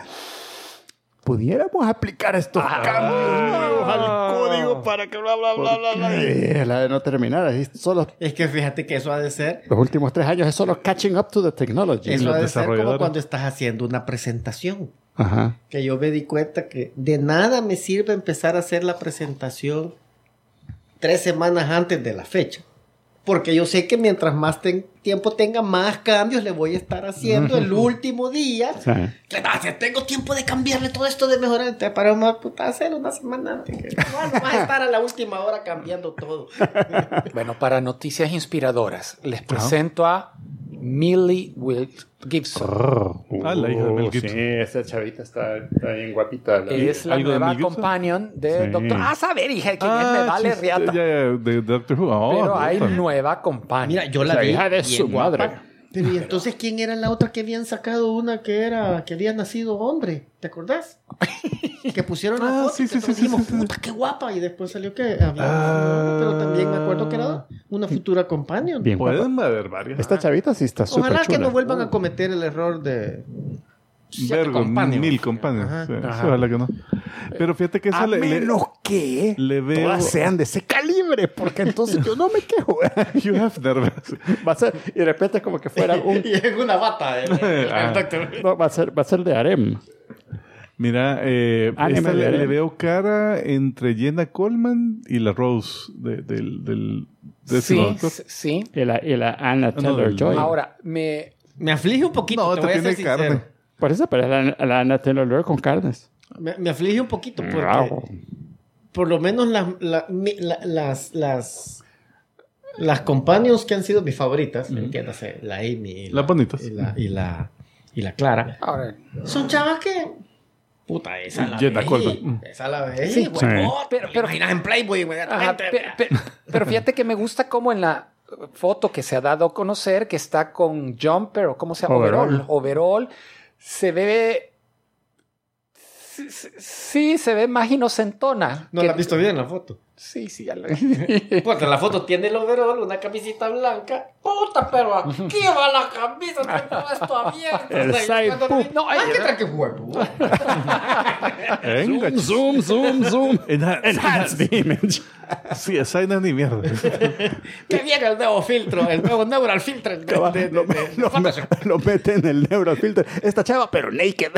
Pudiéramos aplicar estos cambios Ah, nuevos al código para que bla, bla, bla, bla, bla. Eh, La de no terminar, así solo Es que fíjate que eso ha de ser, los últimos tres años es solo catching up to the technology. eso los ha de ser como desarrolladores. cuando estás haciendo una presentación. Ajá. que yo me di cuenta que de nada me sirve empezar a hacer la presentación tres semanas antes de la fecha. Porque yo sé que mientras más ten- tiempo tenga, más cambios le voy a estar haciendo el último día. Sí. Que va, si tengo tiempo de cambiarle todo esto, de mejorar. Entonces, para más puta, hacerlo una semana [laughs] antes. que igual no vas a estar a la última hora cambiando todo. Bueno, para noticias inspiradoras, les presento a Millie Wilt Gibson. Ah, la hija de Mel Gibson. Uh, esa chavita está, está bien guapita. la- que es la ¿Algo de nueva Mel Gibson? companion de Sí. Doctor. Ah, saber, hija, quién es, me vale chis- riata. Ya, ya, de Doctor Who. Ah, Pero puta. hay nueva companion. Mira, yo la, La vi. hija de bien su guapa. madre. Pero ¿y entonces quién era la otra que habían sacado una que era que había nacido hombre? ¿Te [laughs] acordás? que pusieron la Ah, foto sí, y sí, sí, nosotros sí, dijimos, sí, sí. puta, qué guapa. Y después salió que había nacido hombre, pero también me acuerdo que era una futura companion. Bien guapa. Pueden haber Ah, varias. Esta chavita sí está súper Ojalá chula. que no vuelvan Uh. a cometer el error de... siete Vergo, companions. mil compañeros. Ajá. Sí, Ajá. sí, ojalá que no. Pero fíjate que esa A le, le- menos que le veo- todas [laughs] sean de ese calibre, porque entonces yo no me quejo. [laughs] Hugh Hefner. [laughs] Va a ser, y de repente como que fuera un... Y es una bata. eh. Ah, no, va, a ser, va a ser de harem. mira, eh, Anime esta le, de- le veo cara entre Jenna Coleman y la Rose de- del, del décimo Sí, doctor. s- sí. Y la, y la Anna No, no, Taylor-Joy. Sí. no. Ahora, me, Me aflige un poquito, No, te te voy a ser tiene sincero. carne. Por eso, pero es la, la Anna Taylor-Joy con carnes. Me, me aflige un Mm, poquito porque... ah, Bravo. por lo menos las, la- mi- la- las, las, las companions que han sido mis favoritas, entiéndase, la Amy y la, Las bonitas. y la, y la, y la Clara, ahora, son chavas que... Puta, esa la Jenna ves Coleman. y- Esa la ves Sí, y, sí. huevón, Pero- pero- te la imaginas en Playboy Ajá, inmediatamente. pe- pe- pero fíjate que me gusta como en la foto que se ha dado a conocer, que está con jumper o como sea, Overall. overall, overall, se ve... Sí, sí, sí, se ve más inocentona. no que- la has visto bien en la [laughs] foto. Sí, sí, ya la Puta, en la foto tiene el overall, una camisita blanca. Puta, pero aquí va la camisa, está todo esto abierto. El O sea, side cuando- poop. No, hay que traer que huevo. Venga, ch- Zoom, zoom, zoom. [laughs] Enhance, Enhance the image. Sí, esa no es ni mierda. [laughs] Que viene el nuevo filtro, el nuevo neural filter. de- Lo, de- de- lo- de- lo- lo mete en el neurofilter. Esta chava, pero naked.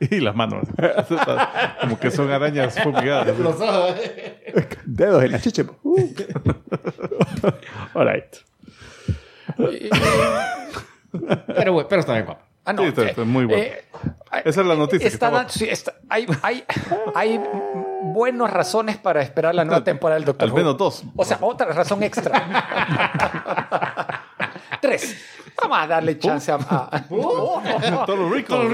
[laughs] y las manos. Como que son arañas fumigadas. Los ¿eh? ojos. Dedos en la chiche. Uh. [laughs] All right. Pero, bueno, pero está bien guapa. Ah, no. Sí, está- eh, está muy bueno. eh, eh, Esa es la noticia que está está da- guapa. sí, está- hay, hay, hay buenas razones para esperar la nueva temporada del Doctor Al menos Who. [laughs] dos. O sea, otra razón extra. [laughs] Tres. Vamos a darle chance a... a- Todo lo rico. [laughs] [laughs]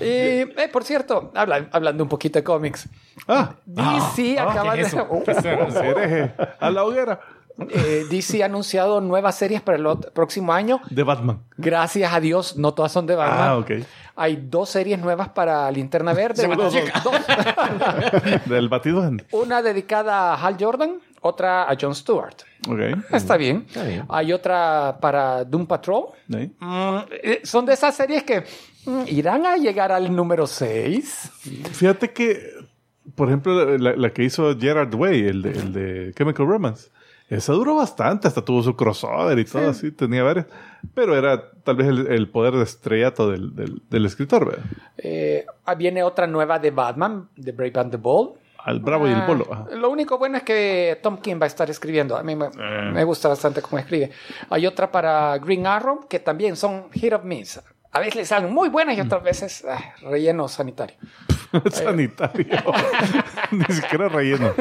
Y, eh, por cierto, habla- hablando un poquito de cómics. Ah, DC acaba de... Oh. Pues, eh, hereje. A la hoguera. [laughs] Eh, DC ha anunciado nuevas series para el ot- próximo año. De Batman. Gracias a Dios, no todas son de Batman. Ah, ok. Hay dos series nuevas para [laughs] Linterna Verde. Dos- dos. Del batido. Una dedicada a Hal Jordan, otra a Jon Stewart. Ok. Está bien. bien. Hay otra para Doom Patrol. Ahí. Mm, eh, son de esas series que mm, irán a llegar al número 6. Fíjate que, por ejemplo, la, la que hizo Gerard Way, el de, el de Chemical Romance, esa duró bastante, hasta tuvo su crossover y todo así, tenía varias. Pero era tal vez el, el poder de estrellato del, del, del escritor, ¿verdad? Eh, ah, viene otra nueva de Batman, de Brave and the Bold. Al Bravo y el Ah, Polo. Ajá. Lo único bueno es que Tom King va a estar escribiendo. A mí me, Eh. me gusta bastante cómo escribe. Hay otra para Green Arrow que también son hit of miss. A veces le salen muy buenas y Mm. otras veces ah, relleno sanitario. [laughs] [laughs] Sanitario. Ni siquiera relleno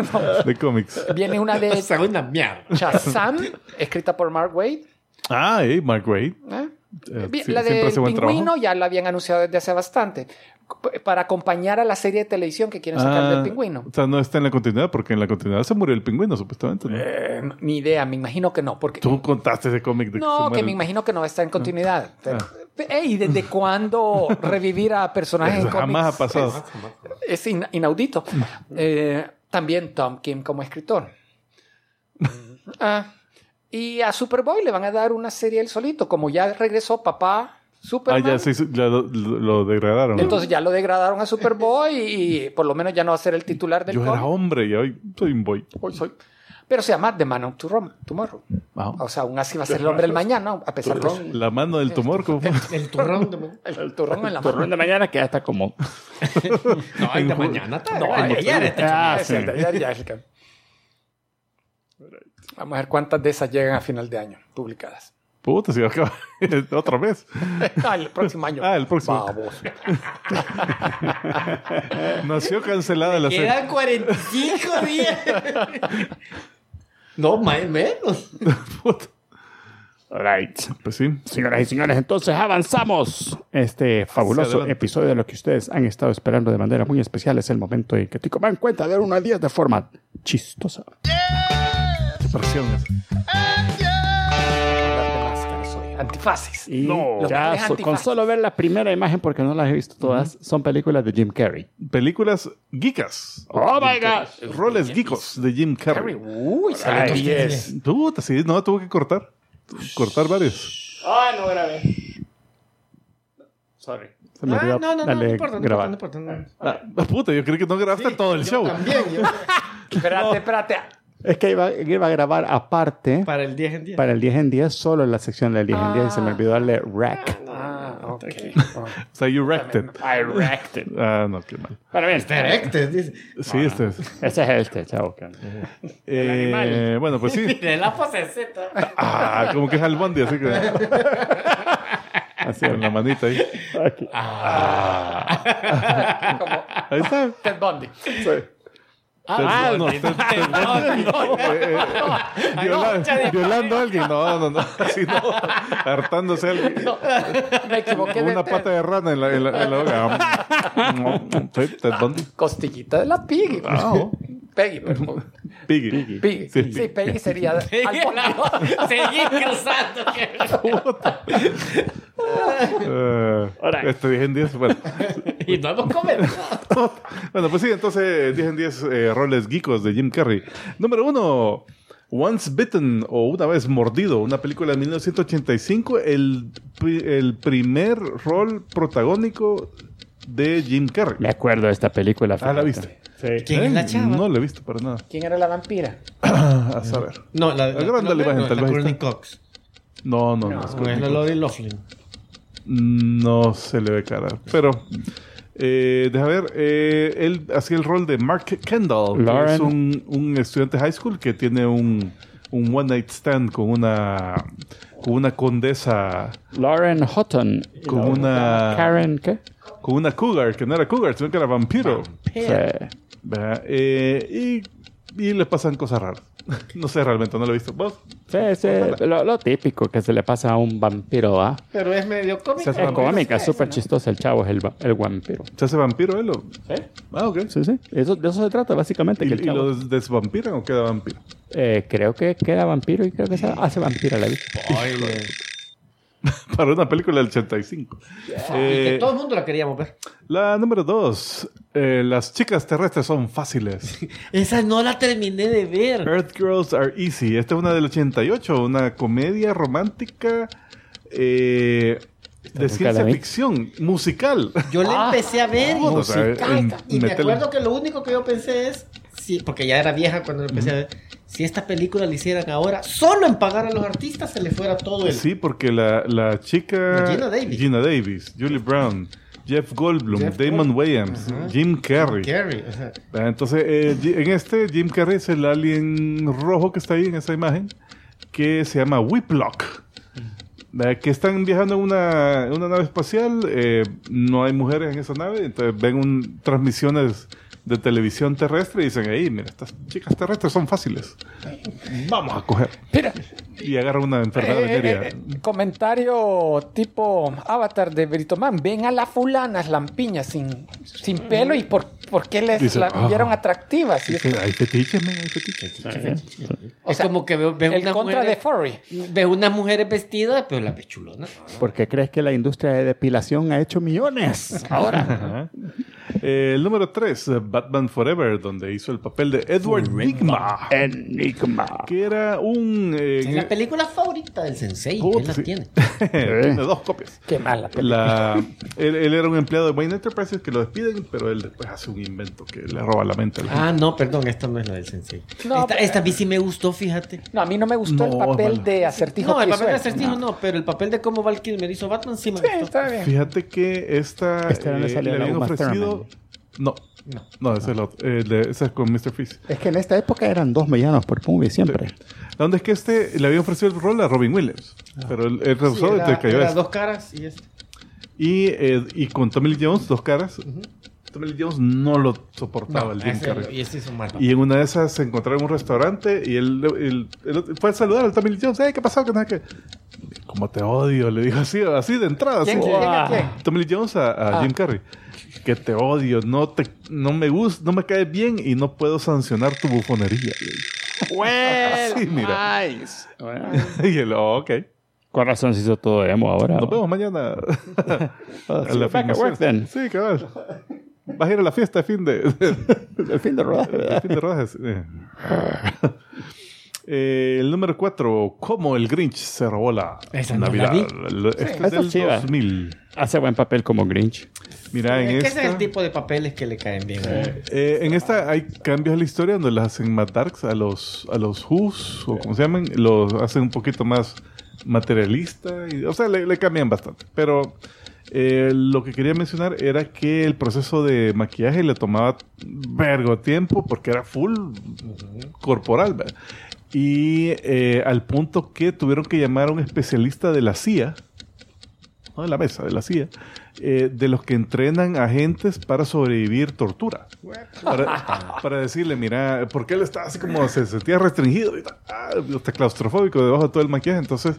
de cómics. Viene [laughs] una de Esa es pues, una mierda. Shazam, escrita por Mark Wade. Ah, hey, Mark Wade. ¿eh? Eh, Bien, sí, la siempre del hace buen trabajo. pingüino ya la habían anunciado desde hace bastante. P- Para acompañar a la serie de televisión que quieren sacar Ah, del pingüino. O sea, no está en la continuidad, porque en la continuidad se murió el pingüino, supuestamente. ¿no? Eh, ni idea, me imagino que no. Porque Tú contaste ese cómic de que se No, muere que el- Ah. me imagino que no está en continuidad. [laughs] ¿Y desde cuándo revivir a personajes en Eso [laughs] jamás ha cómics pasado. Ah, Es, es in- [laughs] inaudito. Eh, también Tom Kim como escritor. Ah, y a Superboy le van a dar una serie él solito. Como ya regresó papá Ah, Superman. ya, sí, sí, ya lo, lo- lo degradaron. ¿no? Entonces ya lo degradaron a Superboy y por lo menos ya no va a ser el titular del Yo era cómic. hombre y hoy soy un boy. Hoy soy- Pero se llama The Man of Tomorrow- Tomorrow. Ajá. O sea, aún así va a ser el hombre del mañana, a pesar de... La mano del Este. tumor, como fue? El turrón de... El, turrón en la mano. Turrón de mañana que hasta como... No, el de mañana. tal. No, ayer, ayer, este Ah, es sí. el de ayer, ya es el que- Vamos a ver cuántas de esas llegan a final de año publicadas. Puta, se va a acabar [laughs] otra vez. [laughs] Ah, el próximo año. Ah, el próximo. Vamos. [laughs] Nació cancelada la serie. Quedan 45 días. No, más menos. Puta. All right. Pues sí. Señoras y señores, entonces avanzamos. Este fabuloso adelante. episodio de lo que ustedes han estado esperando de manera muy especial es el momento en que Tico Man cuenta de 1 a 10 de forma chistosa. expresión. Antifaces. Y No. ya Los so- con antifaces. solo ver la primera imagen, porque no las he visto todas, son películas de Jim Carrey. Películas geekas. ¡Oh, my gosh! Roles geekos de Jim Carrey. Uy, Ay, salen dos yes. títeres. Puta, sí, no, tuvo que cortar. Cortar varios. Ah, no grabé. Sorry. Se me Ah, olvidó no, no, no, darle no importa, no importa, grabar. no importa. no. Ah, puta, yo creo que no grabaste todo el Yo show. También, yo- Espérate, espérate. Es que iba, iba a grabar aparte para, para el 10 en 10. el 10 en 10, solo la sección del 10 en 10 y se me olvidó darle rack. Ah, ok. O sea, you wrecked it. I racked it. Ah, no, qué mal. Para bien. Directes, dice. Sí, este [laughs] es. Ese es este, chavo. Eh, bueno, pues sí. Mire la poseceta. Ah, como que es Albondi, así que. Así en la manita ahí. Ahí está. Ted Bundy. Ah, no, te- te- [laughs] eh, eh, viola- Violando a alguien. No, no, no. Así no. Hartándose a alguien. Me equivoqué Con de una Ted. pata de rana en la, en la, en la [laughs] boca. No, soy Ted Bundy. Costillita de la Piggy. Ah, oh. Peggy, perdón. Piggy. Sí, Piggy. Sí, Piggy. Peggy [laughs] sería al polar. Seguí calzando. Eh, Alright. este 10 en 10. Bueno. Y no hemos comido. [laughs] bueno, pues sí, entonces 10 en 10 eh, roles geekos de Jim Carrey. Número uno, Once Bitten o Una vez Mordido, una película de 1985, el, pri- el primer rol protagónico de Jim Carrey. Me acuerdo de esta película. Ah, ¿la fíjate. viste? Sí. ¿Quién es la Eh, chava? No la he visto para nada. ¿Quién era la vampira? A saber. No, la, la, Agranda la imagen, tal la vez Courtney está. Cox. No, no, no. No es la Lori Loughlin. No se le ve cara. Pero, eh, deja ver, eh, él hacía el rol de Mark Kendall, que Lauren. es un, un estudiante de high school que tiene un, un one night stand con una, con una condesa, Lauren Houghton. y con la otra una, Karen, ¿qué? con una cougar, que no era cougar, sino que era vampiro. Sí. ¿Verdad? Eh, y, y le pasan cosas raras. [laughs] No sé realmente, no lo he visto. ¿Vos? Sí, sí, lo, lo típico que se le pasa a un vampiro, ¿ah? Pero es medio cómica. Se hace Es vampiro. cómica, es súper chistosa el chavo, es el, va- el vampiro. ¿Se hace vampiro él? o- Ah, ok. Sí, sí. Eso, de eso se trata, básicamente. ¿Y, que el y chavo- lo des- desvampiran o queda vampiro? Eh, creo que queda vampiro y creo que se hace vampira la vida. [laughs] Para una película del 85. Y que Eh, todo el mundo la queríamos ver. La número dos. eh, las chicas terrestres son fáciles. Esa no la terminé de [laughs] ver. Earth Girls Are Easy. Esta es una del 88, una comedia romántica eh, de nunca ciencia la ¿eh? vi. ficción, musical. Yo la empecé a ver y, O sea, en- y me meterle- acuerdo que lo único que yo pensé es, sí, porque ya era vieja cuando la empecé a ver, si esta película la hicieran ahora, solo en pagar a los artistas se le fuera todo el... Sí, porque la, la chica... La Gina Davis. Gina Davis, Julie Brown, Jeff Goldblum, Jeff Damon Gold- Williams, Ajá. Jim Carrey. Carrey, o sea, Ah, Entonces, eh, Ji- en este, Jim Carrey es el alien rojo que está ahí en esa imagen, que se llama Whiplock. ¿Verdad? Que están viajando en una, en una nave espacial, eh, no hay mujeres en esa nave, entonces ven un- transmisiones de televisión terrestre y dicen, ahí, mira, estas chicas terrestres son fáciles. Vamos a coger. Mira, Y agarran una enfermedad eh, venérea. eh, eh, comentario tipo avatar de Britoman. Ven a las fulanas lampiñas sin, sin pelo y por, por qué les Dice, la "Ah". vieron atractivas. Y- Dicen, hay fetiches, men, hay fetiches. O sea, es como que veo, veo el una contra de mujer, Furry. veo unas mujeres vestidas, pero la pechulona. ¿Por qué crees que la industria de depilación ha hecho millones? Ahora. Ajá. Eh, el número 3, Batman Forever, donde hizo el papel de Edward Nigma. [laughs] Enigma. que era un eh, Es la película favorita del sensei, Puta, él la sí. tiene. [laughs] tiene dos copias. Qué mala. La- él, él era un empleado de Wayne Enterprises que lo despiden, pero él después hace un invento que le roba la mente. a la gente. ah, no, perdón, esta no es la del sensei. No, esta, esta a mí sí me gustó, fíjate. No, a mí no me gustó No, el papel mala. de acertijo. No, el papel de Kisuel. acertijo no. pero el papel de cómo Val Kilmer hizo Batman sí me Sí, gustó. está bien. Fíjate que esta eh, Esta Este no le salió le la habían Uma ofrecido. No, no, esa es la otra. Eh, de- esa es con Mr. Freeze. Es que en esta época eran dos villanos por movie siempre. [laughs] La onda es que este le había ofrecido el rol a Robin Williams, Ah. pero él, él Sí, rehusó y era, te cayó era este. dos caras y este. Y, eh, y con Tommy Lee Jones, dos caras. Tommy Lee Jones no lo Ah, soportaba el Jim Ese- Carrey. y este hizo mal. Y en una de esas se encontraron en un restaurante y él, él- él fue a saludar al Tommy Lee Jones. "Ey, ¿Qué pasó? ¿Qué, no sé qué?". Como te odio, le dijo así, así de entrada. ¿Quién, así. quién, Wow. quién, quién? Tommy Lee Jones a, a Ah. Jim Carrey. Que te odio, no, te, no me gusta, no me cae bien y no puedo sancionar tu bufonería. [laughs] le dijo. Well, Así, mira. nice. Bueno, y el, oh, ok. Con razón se hizo todo emo ahora. Ah, Nos vemos [laughs] mañana. [laughs] A back la at filmación. work then. Sí, cabal. Vas a ir a la fiesta de fin de, El fin de rodaje. de ¿verdad? fin de rodajes. Eh. [laughs] Eh, el número 4. ¿Cómo el Grinch se robó la Esa no Navidad? la vi. Lo- Este Esa es del chiva. 2000. Hace buen papel como Grinch. Mira, en Es que esta, ese es el tipo de papeles que le caen bien. ¿eh? eh, en esta hay cambios a la historia donde las hacen más darks a los, a los Who's, o como se llaman, los hacen un poquito más materialista. y- o sea, le, le cambian bastante. Pero eh, lo que quería mencionar era que el proceso de maquillaje le tomaba vergo tiempo porque era full corporal. ¿verdad? Y eh, al punto que tuvieron que llamar a un especialista de la CIA, no de la mesa, de la CIA, eh, de los que entrenan agentes para sobrevivir tortura. Para, para decirle, mira, porque él estaba así como se sentía restringido, y tal, ah, hasta claustrofóbico debajo de todo el maquillaje. Entonces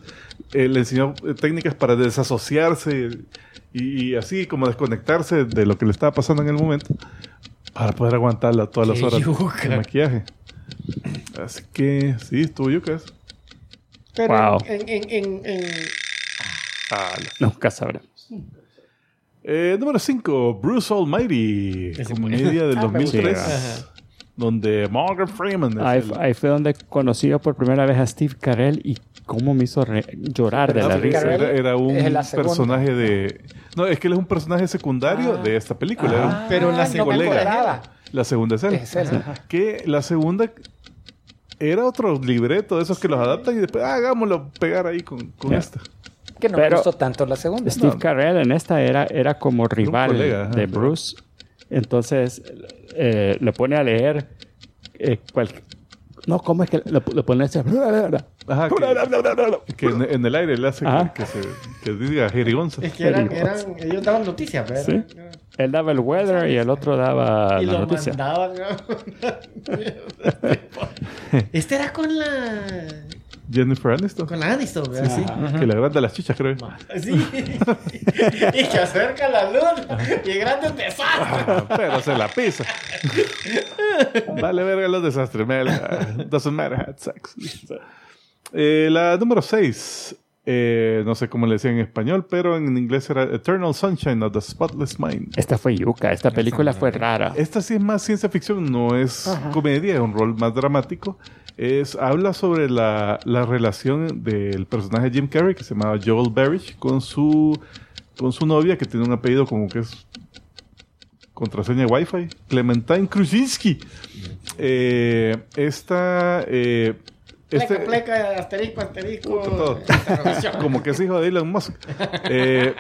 eh, le enseñó eh, técnicas para desasociarse y, y así como desconectarse de lo que le estaba pasando en el momento para poder aguantar la- todas las Qué horas yuca. de maquillaje. Así que sí, estuvo yucas. Pero Wow. en, en, en, en- Nunca sabremos. Eh, número 5, Bruce Almighty, comedia del Ah, me 2003, gusta. donde Morgan Freeman es Ahí, el- ahí fue donde conocí yo por primera vez a Steve Carell y cómo me hizo re- llorar de Ah, la porque risa. Era, era un es la segunda. personaje de... No, es que él es un personaje secundario de esta película. era un- Pero la Ah, no me colega. acordaba. la segunda escena. Es escena. Que la segunda era otro libreto de esos que los adaptan y después ah, hagámoslo pegar ahí con, con Ya. esta. Que no Pero- me gustó tanto la segunda. Steve Carell en esta era, era como rival colega, ajá. de Bruce. Entonces eh, le pone a leer. eh, cual- no, ¿cómo es que le, le pone a decir? Ajá, que, que en, en el aire le hace Ajá. que, que se, que diga jerigonza. Es que eran, eran- ellos daban noticias, ¿verdad? Ah, Sí. Él daba el weather y el otro daba Y la lo noticia. mandaban. [laughs] ¿no? este era con la Jennifer Aniston. con la Aniston, ¿verdad? Sí. Que le agranda las chichas, creo. yo. Sí. [laughs] y que acerca la luz y el grande desastre. Ah, [laughs] Pero se la pisa. vale verga los desastres. me la- Doesn't matter, had sex. Eh, la número 6. no sé cómo le decían en español, pero en inglés era Eternal Sunshine of the Spotless Mind. Esta fue yuca, esta película fue rara. Esta sí es más ciencia ficción, no es comedia, es un rol más dramático. Es, habla sobre la, la relación del personaje Jim Carrey, que se llamaba Joel Barish, con su, con su novia, que tiene un apellido como que es contraseña de Wi-Fi, Clementine Krusinski. Eh, esta... eh, este- Pleca, pleca, asterisco, asterisco. Puta, todo. interrogación. [laughs] como que es hijo de Elon Musk. Eh,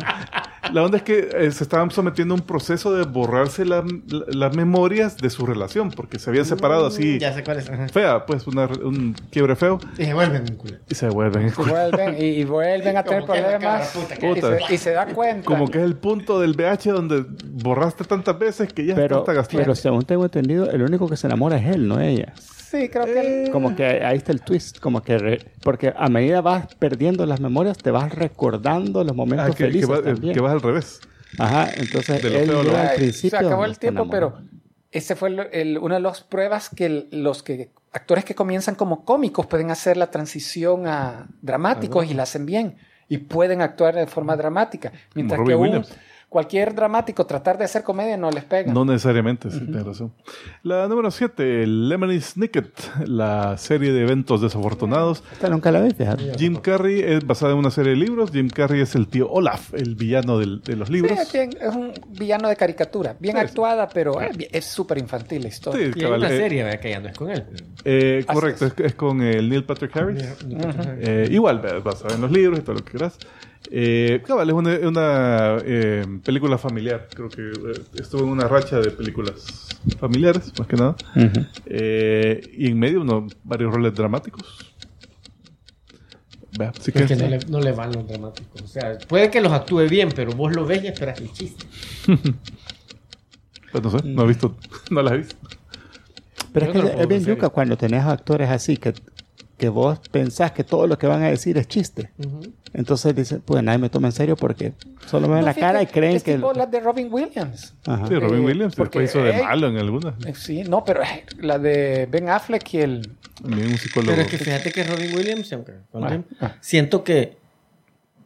[laughs] la onda es que eh, se estaban sometiendo a un proceso de borrarse la- la- las memorias de su relación, porque se habían separado Mm, así, Ya sé cuál es. ajá. fea, pues una re- un quiebre feo, Y se vuelven un culo. y se vuelven. Y vuelven, y, y vuelven a tener Como que la problemas. cara, que- puta, y, se, y se da cuenta. Como que es el punto del VH donde borraste tantas veces que ya Pero, está gastado. pero según tengo entendido, el único que se enamora es él, no ella. Sí, creo que. Eh, Ah, Como que ahí está el twist, como que re- porque a medida vas perdiendo las memorias, te vas recordando los momentos Ah, que, que felices va- también. que vas al revés. Ajá, entonces De lo él feo, ¿no? llega al Ay, principio. se acabó donde el se tiempo, enamora. pero ese fue el- el- una de las pruebas que el- los que actores que comienzan como cómicos pueden hacer la transición a dramáticos y la hacen bien y pueden actuar de forma dramática, mientras Robin que un- Williams. cualquier dramático tratar de hacer comedia no les pega. No necesariamente, sí, tienes razón. La número 7, Lemony Snicket, la serie de eventos desafortunados Esta nunca la ves, fíjate. Jim Carrey es basada en una serie de libros. Jim Carrey es el tío Olaf, el villano del- de los Sí, libros. es bien- es un villano de caricatura, bien Sí, sí. actuada, pero eh, bien- es súper infantil la historia. Sí, Y hay cabal, una eh, serie, ¿verdad? Que ya no es con él. eh, Así correcto, es, es. es con el Neil Patrick Harris. Eh, igual, ve- basada en los libros y todo lo que quieras. Eh, cabal, es una, una, eh, película familiar. Creo que eh, estuvo en una racha de películas familiares, más que nada. Ujú. Eh, y en medio, uno, varios roles dramáticos. Vea, así Pero que, es que no le, no le van los dramáticos. O sea, puede que los actúe bien, pero vos lo ves y esperas el chiste. pues, no sé, no he visto, [laughs] no las he visto. Pero es Yo que no lo es puedo bien hacer. yuca cuando tenés actores así que, que vos pensás que todo lo que van a decir es chiste. Entonces dice, pues nadie me toma en serio porque solo me ven la cara y creen es que... Tipo la de Robin Williams. Ajá. Sí, Robin Eh, Williams porque, después hizo de eh, malo en algunas. Eh, Sí, no, pero eh, la de Ben Affleck y el. También un psicólogo. Pero es que fíjate que Robin Williams, aunque- aunque- ah. siento que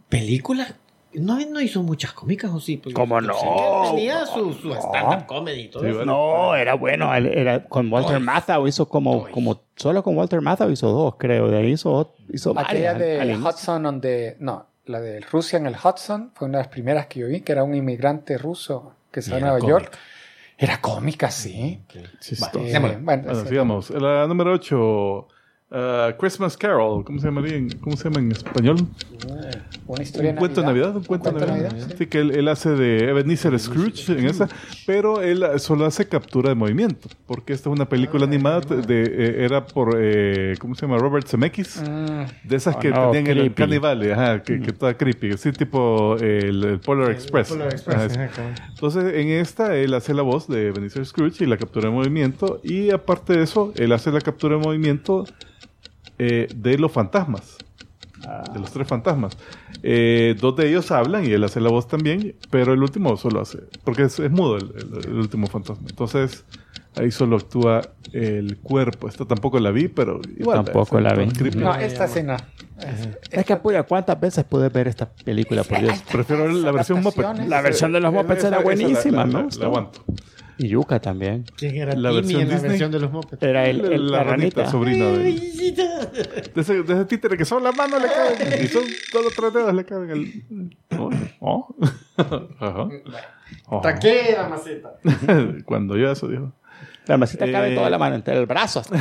películas no, no hizo muchas cómicas, o Pues, sí. Porque ¿Cómo yo no? sé que Tenía su, su stand-up comedy y todo Sí, eso. vale. No, era bueno. él- era con Walter Matthau hizo como, como solo con Walter Matthau hizo dos, creo. De ahí hizo, hizo Aquella varias al- de al inicio. Hudson on the- No, la de Rusia en el Hudson fue una de las primeras que yo vi, que era un inmigrante ruso que se va a era Nueva cómica. York. Era cómica, sí. Chistoso. Eh, démosle. bueno, Bueno, sí. sigamos. La número 8. Christmas Carol. ¿Cómo se, llamaría en- ¿Cómo se llama en español? Una historia Un cuento de Navidad. Un cuento de Navidad. sí. Sí, que él, él hace de Ebenezer Scrooge en esa. Pero él solo hace captura de movimiento. Porque esta es una película animada. De, eh, era por. eh, ¿Cómo se llama? Robert Zemeckis. Mm, De esas Ah, que no, tenían en el creepy. canibal, ajá, que, que estaba creepy, así tipo eh, el, el Polar Express. Polar Express, Ajá, ajá, Ah, es- cabrón. Entonces, en esta, él hace la voz de Benicio Scrooge y la captura de movimiento, y aparte de eso, él hace la captura de movimiento eh, de los fantasmas, de los tres fantasmas. Eh, dos de ellos hablan y él hace la voz también, pero el último solo hace, porque es, es mudo el, el- el último fantasma. Entonces, ahí solo actúa el cuerpo. Esta tampoco la vi, pero igual. Tampoco es la vi. tan creepy. No, esta escena. Es que, puya, ¿cuántas veces pude ver esta película, por Dios? Prefiero la versión Muppet. Eh, adaptaciones. La versión de los Muppets era Esa- esa buenísima, la- me la- gustó. La aguanto. Y Yuka también. ¿Quién era La Timmy versión en la Disney. versión de los Muppets? Era el, el- la, ranita, sobrina de, de ese, de ese títere que solo la mano le caben. Y son solo tres dedos le caben. El... Oh, oh. Ajá. Oh. Taqué la maceta. [laughs] Cuando yo eso dijo. La masita Eh, cabe toda la mano, entre el brazo. hasta-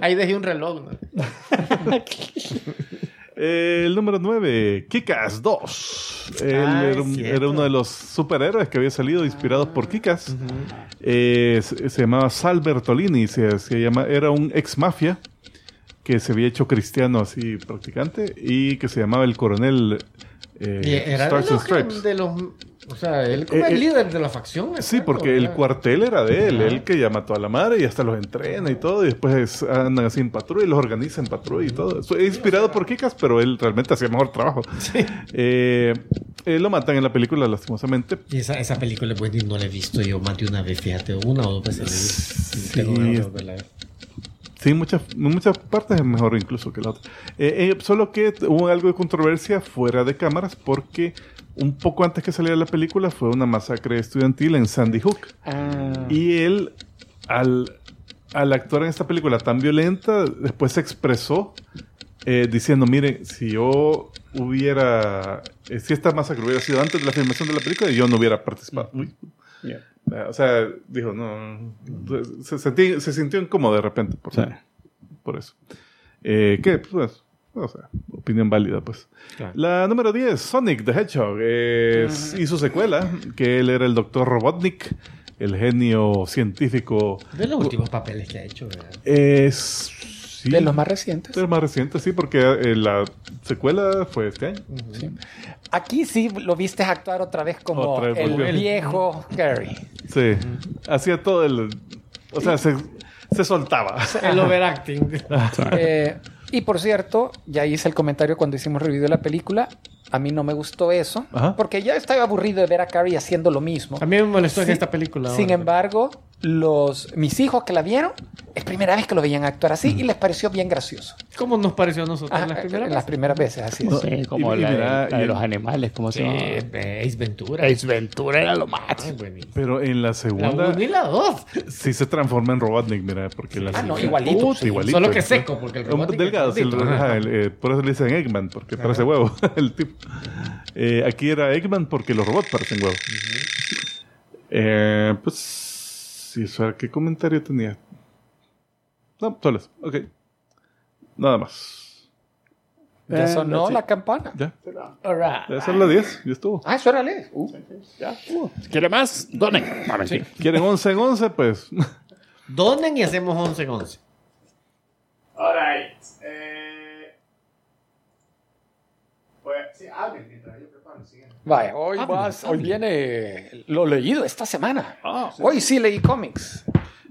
Ahí dejé un reloj. ¿no? Eh, el número 9, Kikas 2. Él Ah, era, es un- cierto. era uno de los superhéroes que había salido inspirados por Kikas. Eh, se, se llamaba Sal Bertolini, se, se llama, era un ex mafia que se había hecho cristiano así practicante y que se llamaba el coronel eh, Y era Stars de and los, Stripes. de los... O sea, él como Eh, el eh, líder de la facción. Sí, exacto, porque el ¿verdad? cuartel era de él, él que llama a toda la madre y hasta los entrena y todo, y después es- andan así en patrulla y los organiza en patrulla y todo. Fue inspirado por Kikas, pero él realmente hacía mejor trabajo. Eh, eh, lo matan en la película, lastimosamente. Y esa, esa película es buena y no la he visto yo más de una vez, fíjate, una o dos veces la he visto. Sí. Tengo ganas de volverla a ver. Sí, muchas, en muchas partes es mejor incluso que la otra. Eh, eh, solo que t- hubo algo de controversia fuera de cámaras porque un poco antes que saliera la película fue una masacre estudiantil en Sandy Hook. Ah, Y él, al, al actuar en esta película tan violenta, después se expresó eh, diciendo, miren, si yo hubiera, eh, si esta masacre hubiera sido antes de la filmación de la película, yo no hubiera participado. Uy. Eh, O sea, dijo, no, pues, se, sentí- se sintió incómodo de repente por, Sí. por eso. Eh, ¿Qué? Pues, o sea, opinión válida, pues. La número 10, Sonic the Hedgehog, es- y su secuela, que él era el doctor Robotnik, el genio científico. De los últimos papeles que ha hecho, ¿verdad? Es, sí, De los más recientes. de los más recientes, sí, porque eh, la secuela fue este año. Sí. Aquí sí lo viste actuar otra vez como Otra vez el volvió. viejo Gary. Sí, hacía todo el... O sea, se, se soltaba. [laughs] El overacting. Eh, y por cierto, ya hice el comentario cuando hicimos review de la película. A mí no me gustó eso, Ajá. porque ya estaba aburrido de ver a Carrie haciendo lo mismo. A mí me molestó en Sí. esta película. Sin ahora. embargo, los, mis hijos que la vieron, es primera vez que lo veían actuar así y les pareció bien gracioso. ¿Cómo nos pareció a nosotros Ajá, eh, eh, las en primeras las primeras veces, así es. Sí, como y- y la, de- mira, la de y- los animales, ¿cómo se veces? llama? Eh, Ace Ventura. Ace Ventura era lo más. Ay, buenísimo. Pero en la La segunda... 1 y la 2. Sí se transforma en Robotnik, mira, porque la Ah, no, sí, igualito, puta, sí. igualito. pues. Solo que seco, porque el Es un Robotnik delgado, es sí, gordito. lo- Ajá. ajá, el- eh, por eso le dicen Eggman, porque parece huevo [laughs] el tipo. Eh, aquí era Eggman porque los robots parecen huevo. Eh, pues, sí, eso era- ¿qué comentario tenía? No, solo eso, ok. Nada más. Ya Eh, sonó sí. la campana. Ya, All right. esa es la 10, ya estuvo. Ah, eso era ley. Uh. ¿Quiere más? Donen. Ah, mentira. ¿Quieren 11 en 11? Pues, [laughs] Donen y hacemos 11 en 11. Alright. Eh, pues, sí, hablen mientras yo preparo el siguiente. Vaya, Ah, pues, hoy, vas- hoy viene lo leído esta semana. Hoy sí Ah, leí cómics.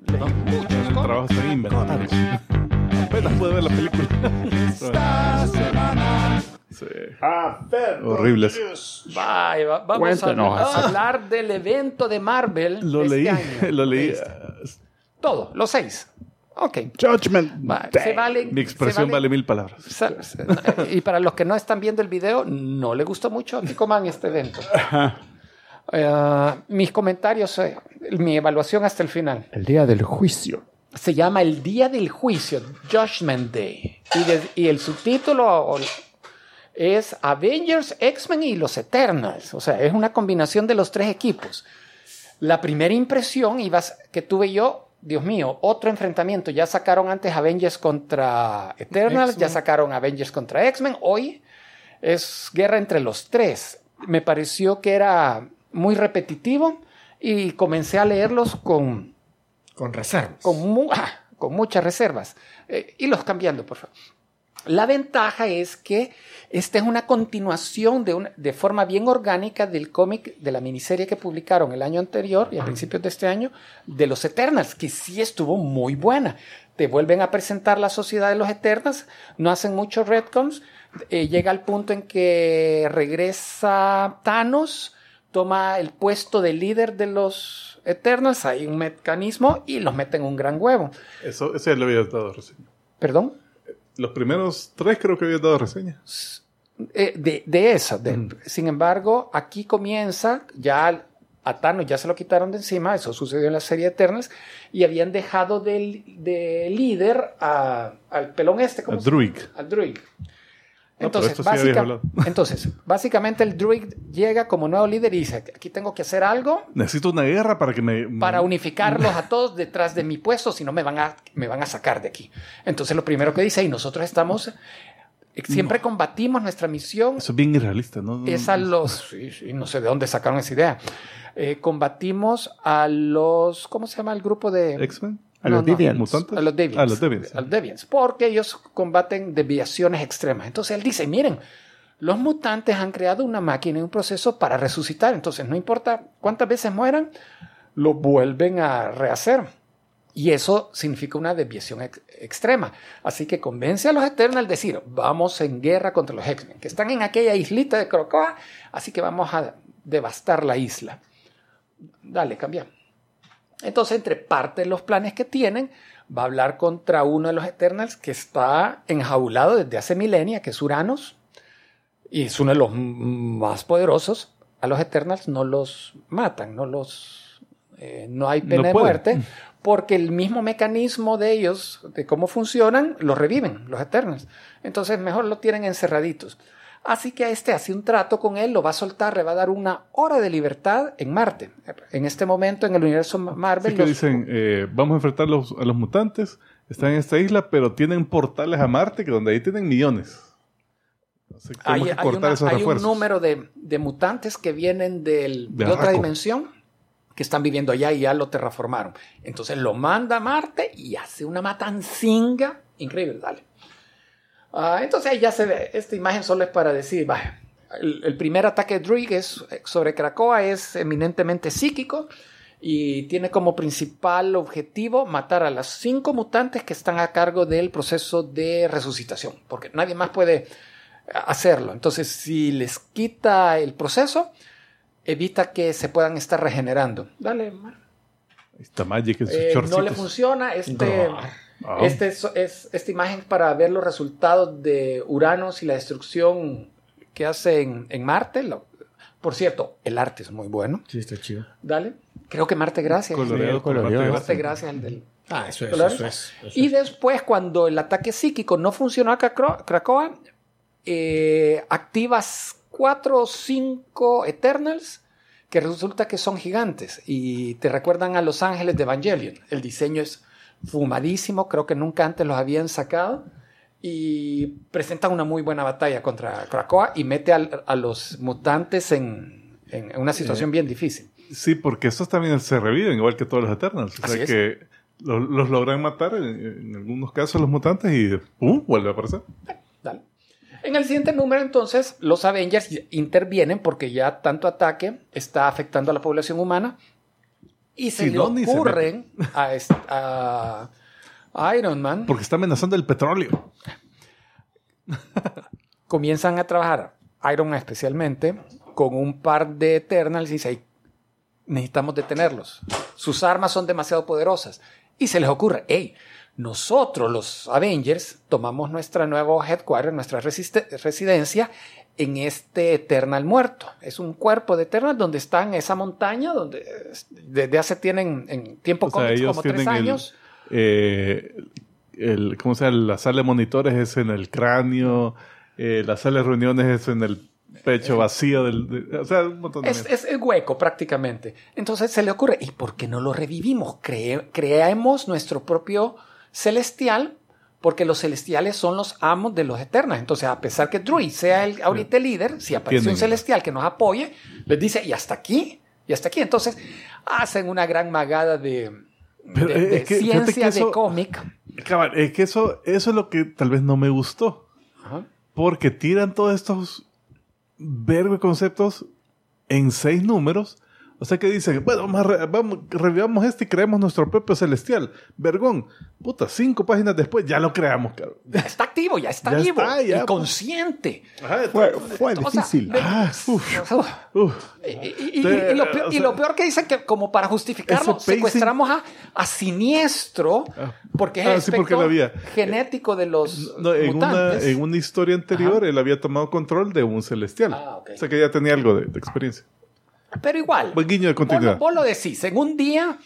el trabajo está inventado. [laughs] Apenas puede ver la película. Sí. Horribles. Vaya, va- vamos Cuéntanos, a Hazel. hablar del evento de Marvel. Lo este leí, año. [laughs] lo leí. Este. Todo, los seis. Ok. Judgment. Va- Day. se valen- Mi expresión se vale valen- mil palabras. Sal- se- Y para los que no están viendo el video, no le gustó mucho a Tico Man este evento. Eh, mis comentarios, eh, mi evaluación hasta el final. El día del juicio. Se llama El Día del Juicio, Judgment Day. Y, de- y el subtítulo o- es Avengers, X-Men y los Eternals. O sea, es una combinación de los tres equipos. La primera impresión iba a s- que tuve yo, Dios mío, otro enfrentamiento. Ya sacaron antes Avengers contra Eternals, ya sacaron Avengers contra X-Men. Hoy es guerra entre los tres. Me pareció que era muy repetitivo y comencé a leerlos con Con reservas. con, mu- ah, con muchas reservas. Eh, y los cambiando, por favor. La ventaja es que esta es una continuación de, una- de forma bien orgánica del cómic, de la miniserie que publicaron el año anterior y a principios de este año, de los Eternals, que sí estuvo muy buena. Te vuelven a presentar la sociedad de los Eternals, no hacen muchos retcons, eh, llega al punto en que regresa Thanos, toma el puesto de líder de los Eternals, hay un mecanismo y los meten un gran huevo. Eso, ese le había dado reseña. Perdón, Los primeros tres creo que había dado reseña. eh, de, de eso. de- Mm. Sin embargo, aquí comienza ya al- a Thanos, ya se lo quitaron de encima, eso sucedió en la serie Eternals, y habían dejado del- de líder a- al pelón este, A ¿cómo se Druig. al druid. Ah, pero Entonces, esto sí habías básica- hablado. [laughs] entonces, básicamente el druid llega como nuevo líder y dice, aquí tengo que hacer algo Necesito una guerra para que me... para unificarlos a todos detrás de mi puesto, si no me van a me van a sacar de aquí. Entonces lo primero que dice, y nosotros estamos eh, siempre combatimos nuestra misión Eso es bien irrealista, ¿no? No, es a los sí, sí, no sé de dónde sacaron esa idea. Eh, combatimos a los ¿cómo se llama el grupo de ¿X-Men? A los Deviants. ¿Mutantes? a los Deviants. A los Deviants. A los Deviants, Porque ellos combaten desviaciones extremas. Entonces él dice, miren, los mutantes han creado una máquina y un proceso para resucitar. Entonces no importa cuántas veces mueran, lo vuelven a rehacer. Y eso significa una desviación ex- extrema. Así que convence a los Eternals a decir, vamos en guerra contra los X-Men, que están en aquella islita de Crocoa, así que vamos a devastar la isla. Dale, cambia. Entonces, entre parte de los planes que tienen, va a hablar contra uno de los Eternals que está enjaulado desde hace milenia, que es Uranus, y es uno de los m- más poderosos. A los Eternals no los matan, no los eh, no hay pena No de pueden. muerte, porque el mismo mecanismo de ellos, de cómo funcionan, los reviven, los Eternals. Entonces, mejor lo tienen encerraditos. Así que este hace un trato con él, lo va a soltar, le va a dar una hora de libertad en Marte. En este momento, en el universo Marvel, Así que los- dicen, eh, vamos a enfrentar los- a los mutantes, están en esta isla, pero tienen portales a Marte, que donde ahí tienen millones. Así que hay, tenemos que hay cortar una- esos hay un refuerzos. número de, de mutantes que vienen del- De de otra Arraco. dimensión que están viviendo allá y ya lo terraformaron. Entonces lo manda a Marte y hace una matanzinga increíble, dale. Ah, entonces ahí ya se ve, esta imagen solo es para decir, vaya, el, el primer ataque de Druig es- eh, sobre Krakoa es eminentemente psíquico y tiene como principal objetivo matar a las cinco mutantes que están a cargo del proceso de resucitación, porque nadie más puede hacerlo. Entonces, si les quita el proceso, evita que se puedan estar regenerando. Dale, Mar. Ahí Está Magic en sus Eh, no shortcitos. le funciona. Este, Ah. este es, es- esta imagen es para ver los resultados de Uranus y la destrucción que hace en, en Marte. Lo- por cierto, el arte es muy bueno. Sí, está chido. Dale. Creo que Marte, gracias. Coloreado, Sí, coloreado. con Marte, Marte, gracias. el del- Ah, eso es. Claro. Eso es, eso es. y después, cuando el ataque psíquico no funcionó a Cracro- Krakoa, eh, activas cuatro o cinco Eternals que resulta que son gigantes y te recuerdan a Los Ángeles de Evangelion. El diseño es fumadísimo, creo que nunca antes los habían sacado y presentan una muy buena batalla contra Krakoa y mete al- a los mutantes en, en una situación bien difícil. Sí, porque esos también se reviven, igual que todos los Eternals. O Así sea es. que lo- los, logran matar, en, en algunos casos, los mutantes, y ¡pum! vuelve a aparecer. Dale. En el siguiente número, entonces, los Avengers intervienen porque ya tanto ataque está afectando a la población humana y se Si le no, ni se ocurren a, est- a- Iron Man Porque está amenazando el petróleo. comienzan a trabajar, Iron Man especialmente, con un par de Eternals y dice, "Ay, necesitamos detenerlos. Sus armas son demasiado poderosas. Y se les ocurre, hey, nosotros los Avengers tomamos nuestra nueva headquarter, nuestra resiste- residencia en este Eternal muerto. Es un cuerpo de Eternal donde están esa montaña, donde eh, desde hace tienen en tiempo O sea, cómics ellos como tres tienen el- años. Eh, el, ¿Cómo se llama? La sala de monitores es en el cráneo. eh, la sala de reuniones es en el pecho vacío del... de- o sea, un montón de... Es, mierda. es el hueco prácticamente. Entonces se le ocurre, ¿y por qué no lo revivimos? Cre- creemos nuestro propio celestial, porque los celestiales son los amos de los eternos. Entonces, a pesar que Druid sea el, ahorita el líder, si aparece Tienen- un celestial que nos apoye, les dice, y hasta aquí, y hasta aquí. Entonces, hacen una gran magada de, Pero, de- eh, de es que- fíjate ciencia, que eso- de cómic. Cabal, es que eso, eso es lo que tal vez no me gustó. Ajá. Porque tiran todos estos vergo de conceptos en seis números. O sea que dicen, bueno, vamos, a re- vamos- revivamos este y creamos nuestro propio celestial. Vergón, puta, cinco páginas después ya lo creamos, cabrón. Ya está activo, ya está Ya vivo, está, ya, y pues. consciente. Ajá, Fue, fue O sea, difícil. de- Ah, Uf. uf. Y, Eh, y- y- Sí, y lo peor, eh, o y sea, lo peor que dicen que como para justificarlo, ese pacing- secuestramos a, a Siniestro, Ah. porque es Ah, el sí, porque espectro lo había. genético de los No, en, una, mutantes. en una historia anterior él había tomado control de un celestial. Ah, ok. O sea que ya tenía algo de, de experiencia. Pero igual, Buen guiño de vos, lo- continuidad. vos lo decís, en un día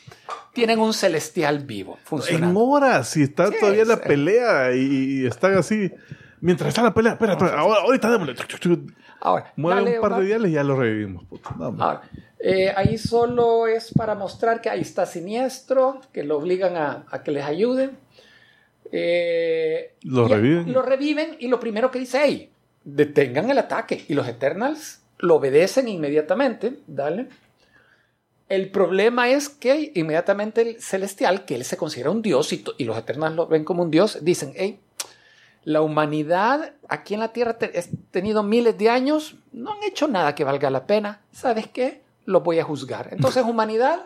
tienen un celestial vivo, En funcionando. horas, si está Sí, todavía la sí. pelea y, y están así. Mientras está la pelea, espera, espera, ahora, ahorita démosle. Chuc, chuc, chuc. Ahora, Mueve dale un par una- de diales y ya lo revivimos. puta. No, hombre. Ahora, eh, ahí solo es para mostrar que ahí está Siniestro, que lo obligan a, a que les ayuden. Eh, Lo y- reviven. Lo reviven y lo primero que dice, hey, detengan el ataque. Y los Eternals lo obedecen inmediatamente, dale. El problema es que inmediatamente el Celestial, que él se considera un dios y, to- y los Eternals lo ven como un dios, dicen, hey, la humanidad aquí en la Tierra te- ha tenido miles de años, no han hecho nada que valga la pena. ¿Sabes qué? Los voy a juzgar. [laughs] Entonces, humanidad,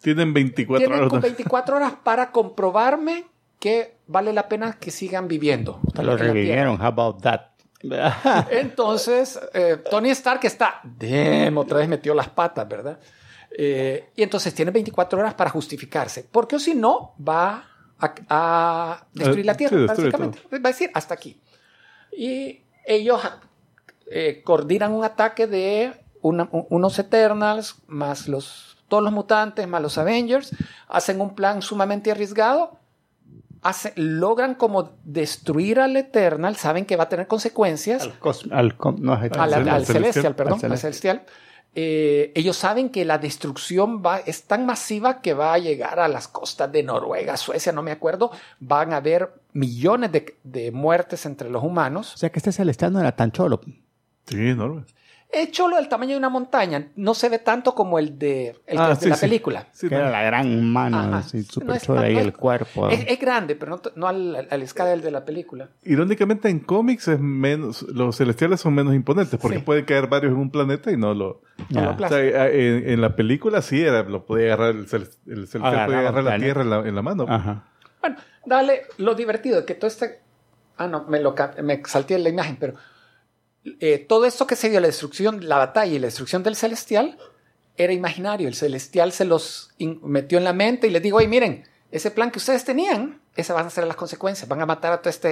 Tienen 24 tienen horas. con ¿no? 24 horas para comprobarme que vale la pena que sigan viviendo. Te lo en la Tierra. revivieron, how about that? Ah. Entonces, eh, Tony Stark está, damn, otra vez metió las patas, ¿verdad? Eh, y entonces tiene 24 horas para justificarse, porque o si no, va a, a destruir la Eh, Tierra, sí, destruye básicamente. Va a decir, hasta aquí. Y ellos eh, coordinan un ataque de una- u- unos Eternals, más los, todos los mutantes, más los Avengers, hacen un plan sumamente arriesgado, hace- logran como destruir al Eternal, saben que va a tener consecuencias, Al cosmo. Al com- no, es al, al- Eternal. al al celestial, celestial, perdón, al al celestial. Eh, ellos saben que la destrucción va, es tan masiva que va a llegar a las costas de Noruega, Suecia, no me acuerdo. Van a haber millones de, de muertes entre los O humanos. sea que este celestial no era tan cholo. Sí, enorme. Hecho lo del tamaño de una montaña, no se ve tanto como el de, el Ah, que es de sí, la sí. película. Sí, que no. era la gran mano, Ajá. así, súper No es chola, y tan- el cuerpo. Es, es grande, pero no, t- no al, al- al escala del de la película. Irónicamente en cómics es menos, los celestiales son menos imponentes porque Sí. pueden caer varios en un planeta y no lo... Ya. Hola, O sea, en, en la película sí era, lo podía agarrar el, cel- el celestial, Agarraba podía agarrar la Ah. planes. tierra en la, en la mano. Ajá. Bueno, dale, lo divertido de que todo este... Ah, no, me, lo, ca- me salté la imagen, pero eh, todo esto que se dio, la destrucción, la batalla y la destrucción del celestial, era imaginario. El celestial se los in- metió en la mente y les digo, oye, miren, ese plan que ustedes tenían, esas van a ser las consecuencias, van a matar a toda esta